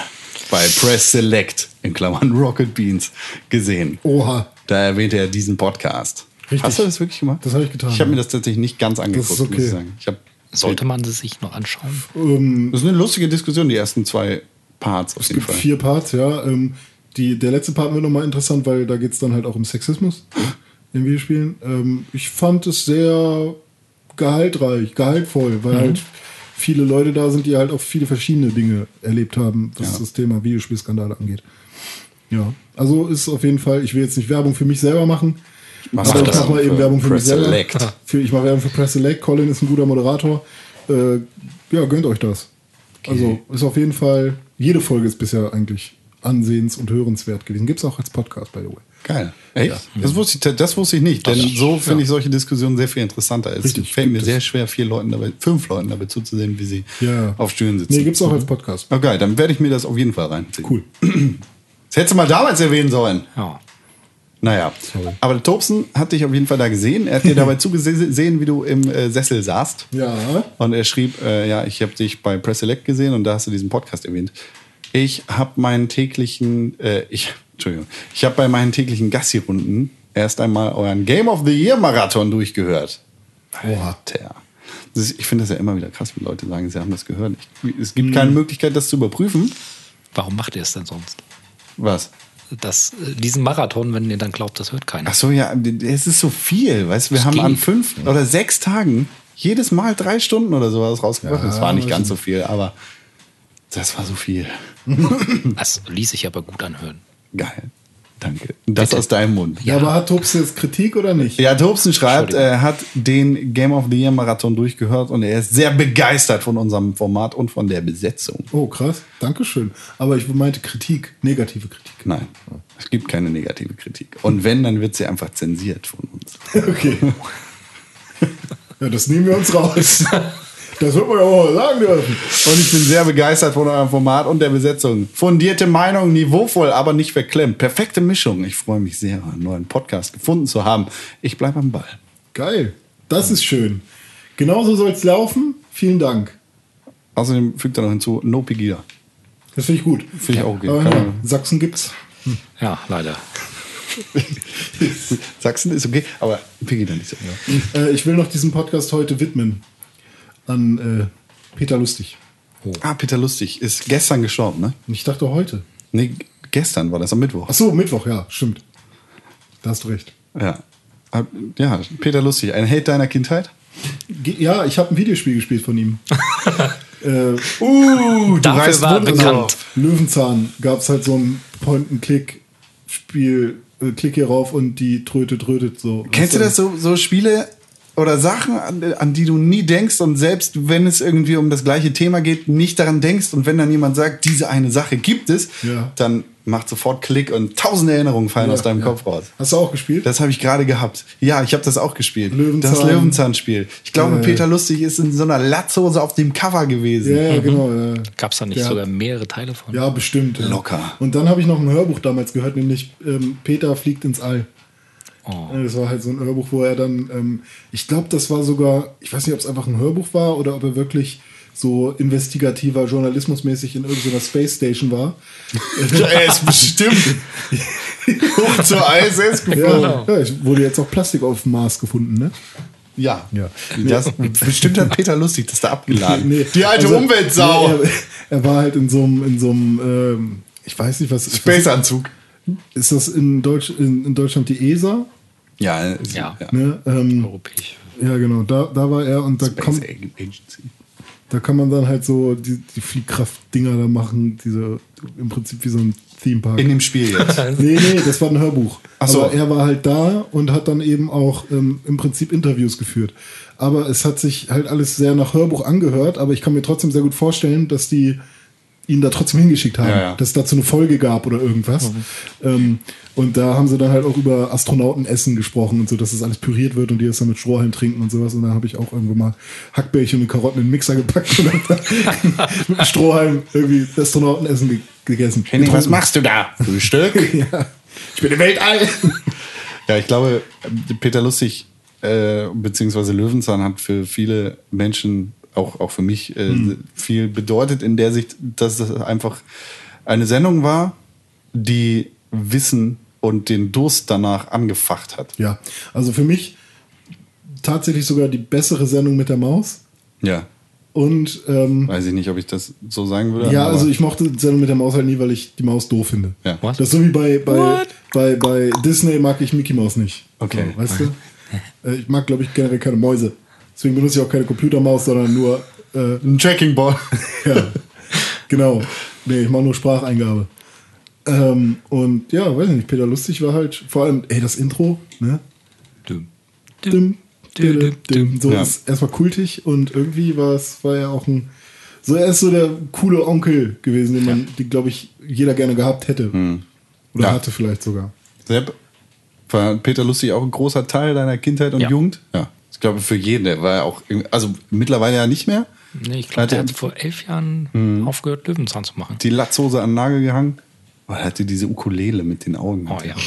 Speaker 2: bei Press Select in Klammern Rocket Beans gesehen.
Speaker 3: Oha.
Speaker 2: Da erwähnte er diesen Podcast.
Speaker 3: Richtig.
Speaker 2: Hast du das wirklich gemacht?
Speaker 3: Das habe ich getan,
Speaker 2: Ich habe mir
Speaker 3: ja.
Speaker 2: das tatsächlich nicht ganz angeguckt,
Speaker 3: ist okay.
Speaker 2: muss ich sagen. Ich hab,
Speaker 4: Sollte man sie sich noch anschauen?
Speaker 3: Ähm,
Speaker 2: das ist eine lustige Diskussion, die ersten zwei Parts auf
Speaker 3: es
Speaker 2: jeden
Speaker 3: gibt
Speaker 2: Fall.
Speaker 3: vier Parts, ja. Ähm, die, der letzte Part wird nochmal interessant, weil da geht es dann halt auch um Sexismus in Videospielen. Ähm, ich fand es sehr gehaltreich, gehaltvoll, weil halt viele Leute da sind, die halt auch viele verschiedene Dinge erlebt haben, was
Speaker 2: Ja.
Speaker 3: das Thema Videospielskandale angeht. Ja, also ist auf jeden Fall, ich will jetzt nicht Werbung für mich selber machen,
Speaker 2: Mach
Speaker 3: aber ich
Speaker 2: das
Speaker 3: mache mal
Speaker 2: für
Speaker 3: eben Werbung für mich
Speaker 2: Press
Speaker 3: selber.
Speaker 2: Select.
Speaker 3: Für, ich mache Werbung für Press Select, Colin ist ein guter Moderator. Äh, ja, gönnt euch das. Also ist auf jeden Fall, jede Folge ist bisher eigentlich ansehens- und hörenswert gewesen. Gibt es auch als Podcast, by the way.
Speaker 2: Geil. Echt? Das, wusste ich, ta- das wusste ich nicht, denn so finde ich solche Diskussionen sehr viel interessanter. Es
Speaker 3: Richtig,
Speaker 2: fällt
Speaker 3: gibt
Speaker 2: mir
Speaker 3: es.
Speaker 2: sehr schwer, vier Leuten dabei, fünf Leuten dabei zuzusehen, wie sie
Speaker 3: Ja.
Speaker 2: auf Stühlen sitzen.
Speaker 3: Nee, gibt es auch als Podcast.
Speaker 2: Okay, dann werde ich mir das auf jeden Fall reinziehen.
Speaker 3: Cool.
Speaker 2: Das hättest du mal damals erwähnen sollen.
Speaker 4: Ja.
Speaker 2: Naja, aber der Tobsen hat dich auf jeden Fall da gesehen. Er hat dir dabei zugesehen, wie du im äh, Sessel saßt.
Speaker 3: Ja.
Speaker 2: Und er schrieb, äh, ja, ich habe dich bei Press Select gesehen und da hast du diesen Podcast erwähnt. Ich habe meinen täglichen, äh, ich, Entschuldigung, ich habe bei meinen täglichen Gassi-Runden erst einmal euren Game of the Year Marathon durchgehört.
Speaker 3: Oha.
Speaker 2: Tja. Das ist, ich finde das ja immer wieder krass, wenn Leute sagen, sie haben das gehört. Ich, es
Speaker 3: Mhm.
Speaker 2: gibt keine Möglichkeit, das zu überprüfen.
Speaker 4: Warum macht ihr es denn sonst?
Speaker 2: Was?
Speaker 4: Das, äh, diesen Marathon, wenn ihr dann glaubt, das hört keiner.
Speaker 2: Ach so, ja, es ist so viel. Weißt, du, wir
Speaker 4: Das
Speaker 2: haben
Speaker 4: geht.
Speaker 2: an fünf oder sechs Tagen jedes Mal drei Stunden oder sowas rausgebracht.
Speaker 3: Ja,
Speaker 2: das war nicht
Speaker 3: das
Speaker 2: ganz so viel, aber das war so viel.
Speaker 4: Das ließ sich aber gut anhören.
Speaker 2: Geil. Danke. Das aus deinem Mund.
Speaker 3: Ja, aber hat Tops jetzt Kritik oder nicht?
Speaker 2: Ja, Tobsen schreibt, er hat den Game of the Year Marathon durchgehört und er ist sehr begeistert von unserem Format und von der Besetzung.
Speaker 3: Oh, krass. Dankeschön. Aber ich meinte Kritik, negative Kritik.
Speaker 2: Nein, es gibt keine negative Kritik. Und wenn, dann wird sie einfach zensiert von uns.
Speaker 3: Okay. ja, das nehmen wir uns raus. Das wird man ja auch mal sagen dürfen.
Speaker 2: Und ich bin sehr begeistert von eurem Format und der Besetzung. Fundierte Meinung, niveauvoll, aber nicht verklemmt. Perfekte Mischung. Ich freue mich sehr, einen neuen Podcast gefunden zu haben. Ich bleibe am Ball.
Speaker 3: Geil. Das ist schön. Genauso soll es laufen. Vielen Dank.
Speaker 2: Außerdem fügt er noch hinzu, no Pegida.
Speaker 3: Das finde ich gut.
Speaker 2: Finde ich auch okay.
Speaker 3: Aber
Speaker 2: Kann
Speaker 3: ja,
Speaker 2: man-
Speaker 3: Sachsen gibt's.
Speaker 4: Ja, leider.
Speaker 2: Sachsen ist okay, aber Pegida nicht so.
Speaker 3: Äh, ich will noch diesen Podcast heute widmen an äh, Peter Lustig.
Speaker 2: Ah, Peter Lustig ist gestern gestorben, ne?
Speaker 3: Und ich dachte heute.
Speaker 2: Nee, gestern war das am Mittwoch.
Speaker 3: Ach so, Mittwoch, ja, stimmt. Da hast du recht.
Speaker 2: Ja. Ah, Ja, Peter Lustig, ein Held deiner Kindheit?
Speaker 3: Ge ja, ich habe ein Videospiel gespielt von ihm. äh, also
Speaker 2: Uh,
Speaker 4: Dafür war er bekannt.
Speaker 3: Löwenzahn gab es halt so ein Point-and-Click-Spiel. äh, Klick hier rauf und die Tröte trötet so.
Speaker 2: Kennst du das so, so Spiele oder Sachen, an, an die du nie denkst und selbst wenn es irgendwie um das gleiche Thema geht, nicht daran denkst und wenn dann jemand sagt, diese eine Sache gibt es,
Speaker 3: Ja.
Speaker 2: dann macht sofort Klick und tausende Erinnerungen fallen
Speaker 3: Ja,
Speaker 2: aus deinem
Speaker 3: ja.
Speaker 2: Kopf raus.
Speaker 3: Hast du auch gespielt?
Speaker 2: Das habe ich gerade gehabt. Ja, ich habe das auch gespielt.
Speaker 3: Löwenzahn.
Speaker 2: Das Löwenzahnspiel. Ich glaube,
Speaker 3: Äh.
Speaker 2: Peter Lustig ist in so einer Latzhose auf dem Cover gewesen.
Speaker 3: ja, ja, genau. Ja.
Speaker 4: Gab es da nicht
Speaker 3: Der
Speaker 4: sogar
Speaker 3: hat-
Speaker 4: mehrere Teile von?
Speaker 3: Ja, bestimmt. Ja.
Speaker 2: Locker.
Speaker 3: Und dann habe ich noch ein Hörbuch damals gehört, nämlich ähm, Peter fliegt ins All.
Speaker 4: Oh.
Speaker 3: Das war halt so ein Hörbuch, wo er dann, ähm, ich glaube, das war sogar, ich weiß nicht, ob es einfach ein Hörbuch war oder ob er wirklich so investigativer, journalismusmäßig in irgendeiner Space Station war.
Speaker 2: er ist bestimmt hoch zur ISS
Speaker 3: Ja, ja, es wurde jetzt auch Plastik auf dem Mars gefunden, ne?
Speaker 2: Ja.
Speaker 3: Ja.
Speaker 2: Das, bestimmt hat Peter Lustig das da abgeladen.
Speaker 3: Nee,
Speaker 2: Die alte
Speaker 3: also,
Speaker 2: Umweltsau.
Speaker 3: nee, er, er war halt in so einem, in so einem ähm, ich weiß nicht, was
Speaker 2: Spaceanzug.
Speaker 3: ist das in, Deutsch, in, in Deutschland die E ESA?
Speaker 2: Ja, es-
Speaker 4: Ja.
Speaker 3: Ne? Ähm,
Speaker 4: Europäisch.
Speaker 3: ja, genau, da, da war er und da kommt,
Speaker 2: Agency.
Speaker 3: Da kann man dann halt so die, die Fliehkraftdinger da machen, diese im Prinzip wie so ein Themepark.
Speaker 2: In dem Spiel jetzt.
Speaker 3: nee, nee, das war ein Hörbuch.
Speaker 2: Ach so.
Speaker 3: Aber er war halt da und hat dann eben auch ähm, im Prinzip Interviews geführt. Aber es hat sich halt alles sehr nach Hörbuch angehört, aber ich kann mir trotzdem sehr gut vorstellen, dass die ihn da trotzdem hingeschickt haben,
Speaker 2: Ja, Mhm. ja.
Speaker 3: dass es dazu eine Folge gab oder irgendwas. Ähm, und da haben sie dann halt auch über Astronautenessen gesprochen und so, dass das alles püriert wird und die das dann mit Strohhalm trinken und sowas. Und dann habe ich auch irgendwo mal Hackbällchen und Karotten in den Mixer gepackt und hab dann mit dem Strohhalm irgendwie Astronautenessen ge gegessen.
Speaker 2: Henning, was
Speaker 3: Getrunken.
Speaker 2: machst du da? Frühstück?
Speaker 3: Ja. Ich bin im Weltall.
Speaker 2: ja, ich glaube, Peter Lustig äh, beziehungsweise Löwenzahn hat für viele Menschen, auch, auch für mich, äh, viel bedeutet in der Sicht, dass es einfach eine Sendung war, die Wissen und den Durst danach angefacht hat.
Speaker 3: Ja, also für mich tatsächlich sogar die bessere Sendung mit der Maus.
Speaker 2: Ja.
Speaker 3: Und ähm,
Speaker 2: Weiß ich nicht, ob ich das so sagen würde.
Speaker 3: ja,
Speaker 2: aber-
Speaker 3: also ich mochte die Sendung mit der Maus halt nie, weil ich die Maus doof finde.
Speaker 2: Ja.
Speaker 4: Was?
Speaker 3: Das ist so wie bei, bei,
Speaker 4: What?
Speaker 3: bei, bei Disney mag ich Mickey Maus nicht.
Speaker 2: Okay.
Speaker 3: So, weißt du? Äh, Ich mag, glaube ich, generell keine Mäuse. Deswegen benutze ich auch keine Computermaus, sondern nur. Äh,
Speaker 2: Ein Tracking Ball.
Speaker 3: ja. Genau. Nee, ich mache nur Spracheingabe. Ähm, und ja, weiß ich nicht, Peter Lustig war halt, vor allem, ey, das Intro, ne?
Speaker 4: Düm.
Speaker 3: Dim,
Speaker 4: Dim,
Speaker 3: dim, dim. So
Speaker 2: Ja.
Speaker 3: ist erstmal kultig und irgendwie war es, war er auch ein. So, er ist so der coole Onkel gewesen, den man, die, glaube ich, jeder gerne gehabt hätte. Oder
Speaker 2: Hm. Ja.
Speaker 3: hatte vielleicht sogar.
Speaker 2: Sepp, war Peter Lustig auch ein großer Teil deiner Kindheit und
Speaker 4: Ja.
Speaker 2: Jugend? Ja. Ich glaube, für jeden, der war ja auch, irgendwie- also mittlerweile ja nicht mehr.
Speaker 4: Nee, ich glaube,
Speaker 2: Hat er-
Speaker 4: der hat vor elf Jahren aufgehört, Löwenzahn zu machen.
Speaker 2: Die Latzhose an den Nagel gehangen. Oh, er hatte diese Ukulele mit den Augen. ähm,
Speaker 4: Oh, ja.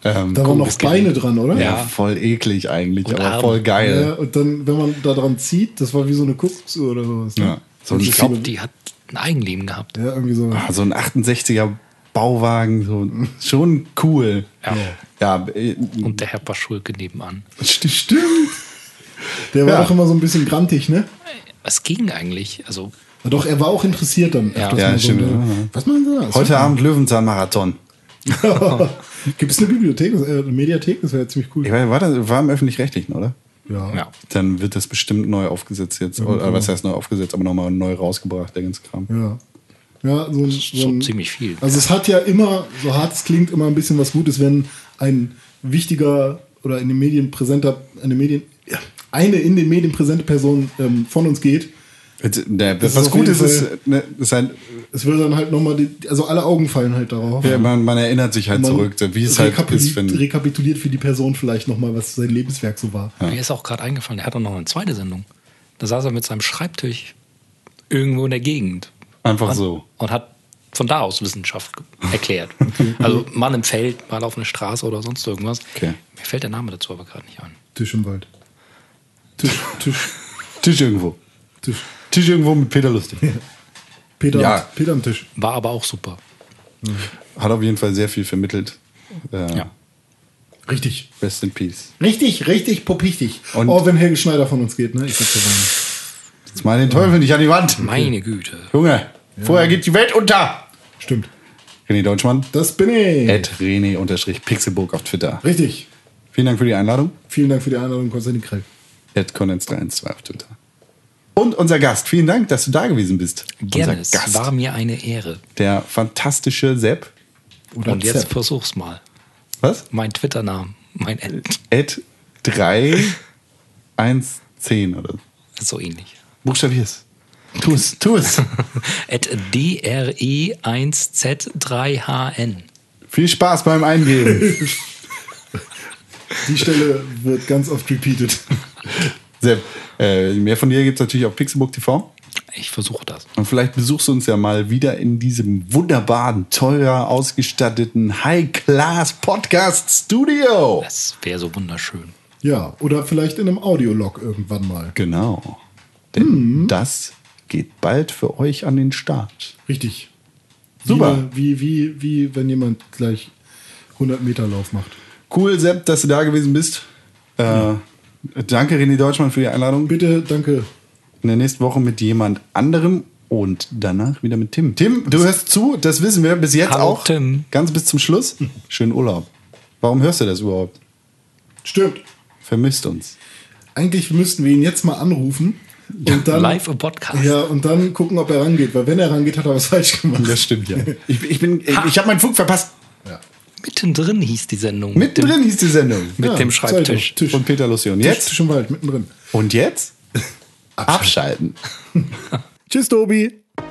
Speaker 3: Da waren noch
Speaker 4: komisches Gerät.
Speaker 3: Beine dran, oder?
Speaker 2: ja,
Speaker 4: Ja.
Speaker 2: voll eklig eigentlich,
Speaker 4: Und
Speaker 2: aber
Speaker 4: Arme.
Speaker 2: voll
Speaker 3: Ja,
Speaker 2: geil.
Speaker 3: und dann, wenn man da dran zieht, das war wie so eine Kuckucksuhr oder sowas. Ne?
Speaker 2: Ja. So,
Speaker 4: Und
Speaker 2: ein,
Speaker 4: ich glaube, die hat ein Eigenleben gehabt.
Speaker 3: Ja, irgendwie so.
Speaker 2: Ah, so ein 68er Bauwagen, so schon cool.
Speaker 4: Ja.
Speaker 2: Ja, äh,
Speaker 4: Und der Herr Paschulke nebenan.
Speaker 2: st- stimmt.
Speaker 3: Der war
Speaker 2: Ja.
Speaker 3: auch immer so ein bisschen grantig, ne?
Speaker 4: Was ging eigentlich? Also,
Speaker 3: Ja, Doch, er war auch interessiert dann.
Speaker 4: Ja.
Speaker 3: öfters
Speaker 2: Ja,
Speaker 3: mal so
Speaker 2: stimmt.
Speaker 3: eine- Was machen Sie da?
Speaker 2: Heute Abend Löwenzahn-Marathon.
Speaker 3: Gibt es eine Bibliothek, äh, eine Mediathek? Das wäre ja ziemlich cool.
Speaker 2: Ich weiß, war, das, war im Öffentlich-Rechtlichen, oder?
Speaker 4: ja.
Speaker 2: Dann wird das bestimmt neu aufgesetzt jetzt. Oder was heißt neu aufgesetzt, aber nochmal neu rausgebracht, der ganze Kram.
Speaker 3: Mhm. Ja. Ja, so ein, so
Speaker 4: Schon
Speaker 3: ein,
Speaker 4: ziemlich viel.
Speaker 3: Also es hat ja immer, so hart es klingt, immer ein bisschen was Gutes, wenn ein wichtiger oder in den Medien präsenter, eine Medien, ja, eine in den Medien präsente Person ähm, von uns geht.
Speaker 2: Jetzt, der,
Speaker 3: Das ist
Speaker 2: was
Speaker 3: auf jeden
Speaker 2: Gutes ist,
Speaker 3: Fall-
Speaker 2: ne, ist halt,
Speaker 3: Es würde dann halt nochmal, die- also alle Augen fallen halt darauf.
Speaker 2: ja, man, man erinnert sich halt
Speaker 3: Man
Speaker 2: zurück, so wie es halt
Speaker 3: rekapitul-
Speaker 2: ist, wenn.
Speaker 3: rekapituliert für die Person vielleicht nochmal, was sein Lebenswerk so war.
Speaker 4: Mir ist auch gerade eingefallen, er hat auch noch eine zweite Sendung. Da saß er mit seinem Schreibtisch irgendwo in der Gegend.
Speaker 2: Einfach
Speaker 4: und,
Speaker 2: so.
Speaker 4: Und hat von da aus Wissenschaft ge- erklärt. also mal im Feld, mal auf einer Straße oder sonst irgendwas.
Speaker 2: Okay.
Speaker 4: Mir fällt der Name dazu aber gerade nicht ein.
Speaker 3: Tisch im Wald. Tisch, Tisch,
Speaker 2: Tisch irgendwo.
Speaker 3: Tisch.
Speaker 2: Tisch irgendwo mit Peter Lustig.
Speaker 3: Peter,
Speaker 2: Ja.
Speaker 3: Peter am Tisch.
Speaker 4: War aber auch super.
Speaker 2: Hat auf jeden Fall sehr viel vermittelt. Äh,
Speaker 4: Ja.
Speaker 3: Richtig.
Speaker 2: Rest in Peace.
Speaker 3: Richtig, richtig, popichtig.
Speaker 2: Und-
Speaker 3: oh, wenn Helge Schneider von uns geht, ne? Ich sag's dir sagen.
Speaker 2: Jetzt mal den Teufel nicht an die Wand.
Speaker 4: Meine Güte.
Speaker 2: Junge, vorher geht die Welt unter.
Speaker 3: Stimmt.
Speaker 2: René Deutschmann.
Speaker 3: Das bin ich.
Speaker 2: At René-Pixelburg auf Twitter.
Speaker 3: Richtig.
Speaker 2: Vielen Dank für die Einladung.
Speaker 3: Vielen Dank für die Einladung, Konstantin Krell.
Speaker 2: At Condens312 auf Twitter. Und unser Gast. Vielen Dank, dass du da gewesen bist.
Speaker 4: Gerne. Es
Speaker 2: Unser Gast.
Speaker 4: war mir eine Ehre.
Speaker 2: Der fantastische Sepp.
Speaker 3: Oder
Speaker 4: Und jetzt
Speaker 3: Zepp.
Speaker 4: versuch's mal.
Speaker 2: Was?
Speaker 4: Mein Twitter-Namen. Mein Ad.
Speaker 2: At 3110 oder so.
Speaker 4: So ähnlich.
Speaker 2: Buchstabier's. Tu es, tu es.
Speaker 4: At E DRE1Z3HN.
Speaker 2: Viel Spaß beim Eingeben.
Speaker 3: Die Stelle wird ganz oft repeated.
Speaker 2: Sepp, äh, mehr von dir gibt es natürlich auf Pixelburg TV.
Speaker 4: Ich versuche das.
Speaker 2: Und vielleicht besuchst du uns ja mal wieder in diesem wunderbaren, teuer ausgestatteten High-Class-Podcast-Studio.
Speaker 4: Das wäre so wunderschön.
Speaker 3: Ja, oder vielleicht in einem Audiolog irgendwann mal.
Speaker 2: Genau. Denn das geht bald für euch an den Start.
Speaker 3: Richtig.
Speaker 2: Super.
Speaker 3: Wie, wie, wie, wie wenn jemand gleich 100 Meter Lauf macht.
Speaker 2: Cool, Sepp, dass du da gewesen bist. Äh, Danke, René Deutschmann, für die Einladung.
Speaker 3: Bitte, danke.
Speaker 2: In der nächsten Woche mit jemand anderem und danach wieder mit Tim. Tim, du hörst zu, das wissen wir bis jetzt
Speaker 4: Hallo,
Speaker 2: auch.
Speaker 4: Tim.
Speaker 2: Ganz bis zum Schluss. Schönen Urlaub. Warum hörst du das überhaupt?
Speaker 3: Stimmt.
Speaker 2: Vermisst uns.
Speaker 3: Eigentlich müssten wir ihn jetzt mal anrufen und dann
Speaker 4: Live im Podcast.
Speaker 3: Ja, und dann gucken, ob er rangeht, weil wenn er rangeht, hat er was falsch gemacht.
Speaker 2: Das stimmt ja. Ich, ich bin, ich habe meinen Flug verpasst.
Speaker 4: Mittendrin hieß die Sendung.
Speaker 2: Mittendrin hieß die Sendung.
Speaker 4: Mit
Speaker 3: Ja,
Speaker 4: dem
Speaker 3: Zeit
Speaker 4: Schreibtisch.
Speaker 3: doch. Tisch.
Speaker 2: Von Peter Lussi. Und
Speaker 3: Jetzt
Speaker 2: jetzt?
Speaker 3: schon Wald mittendrin.
Speaker 2: Und jetzt? Abschalten.
Speaker 3: Tschüss, Tobi.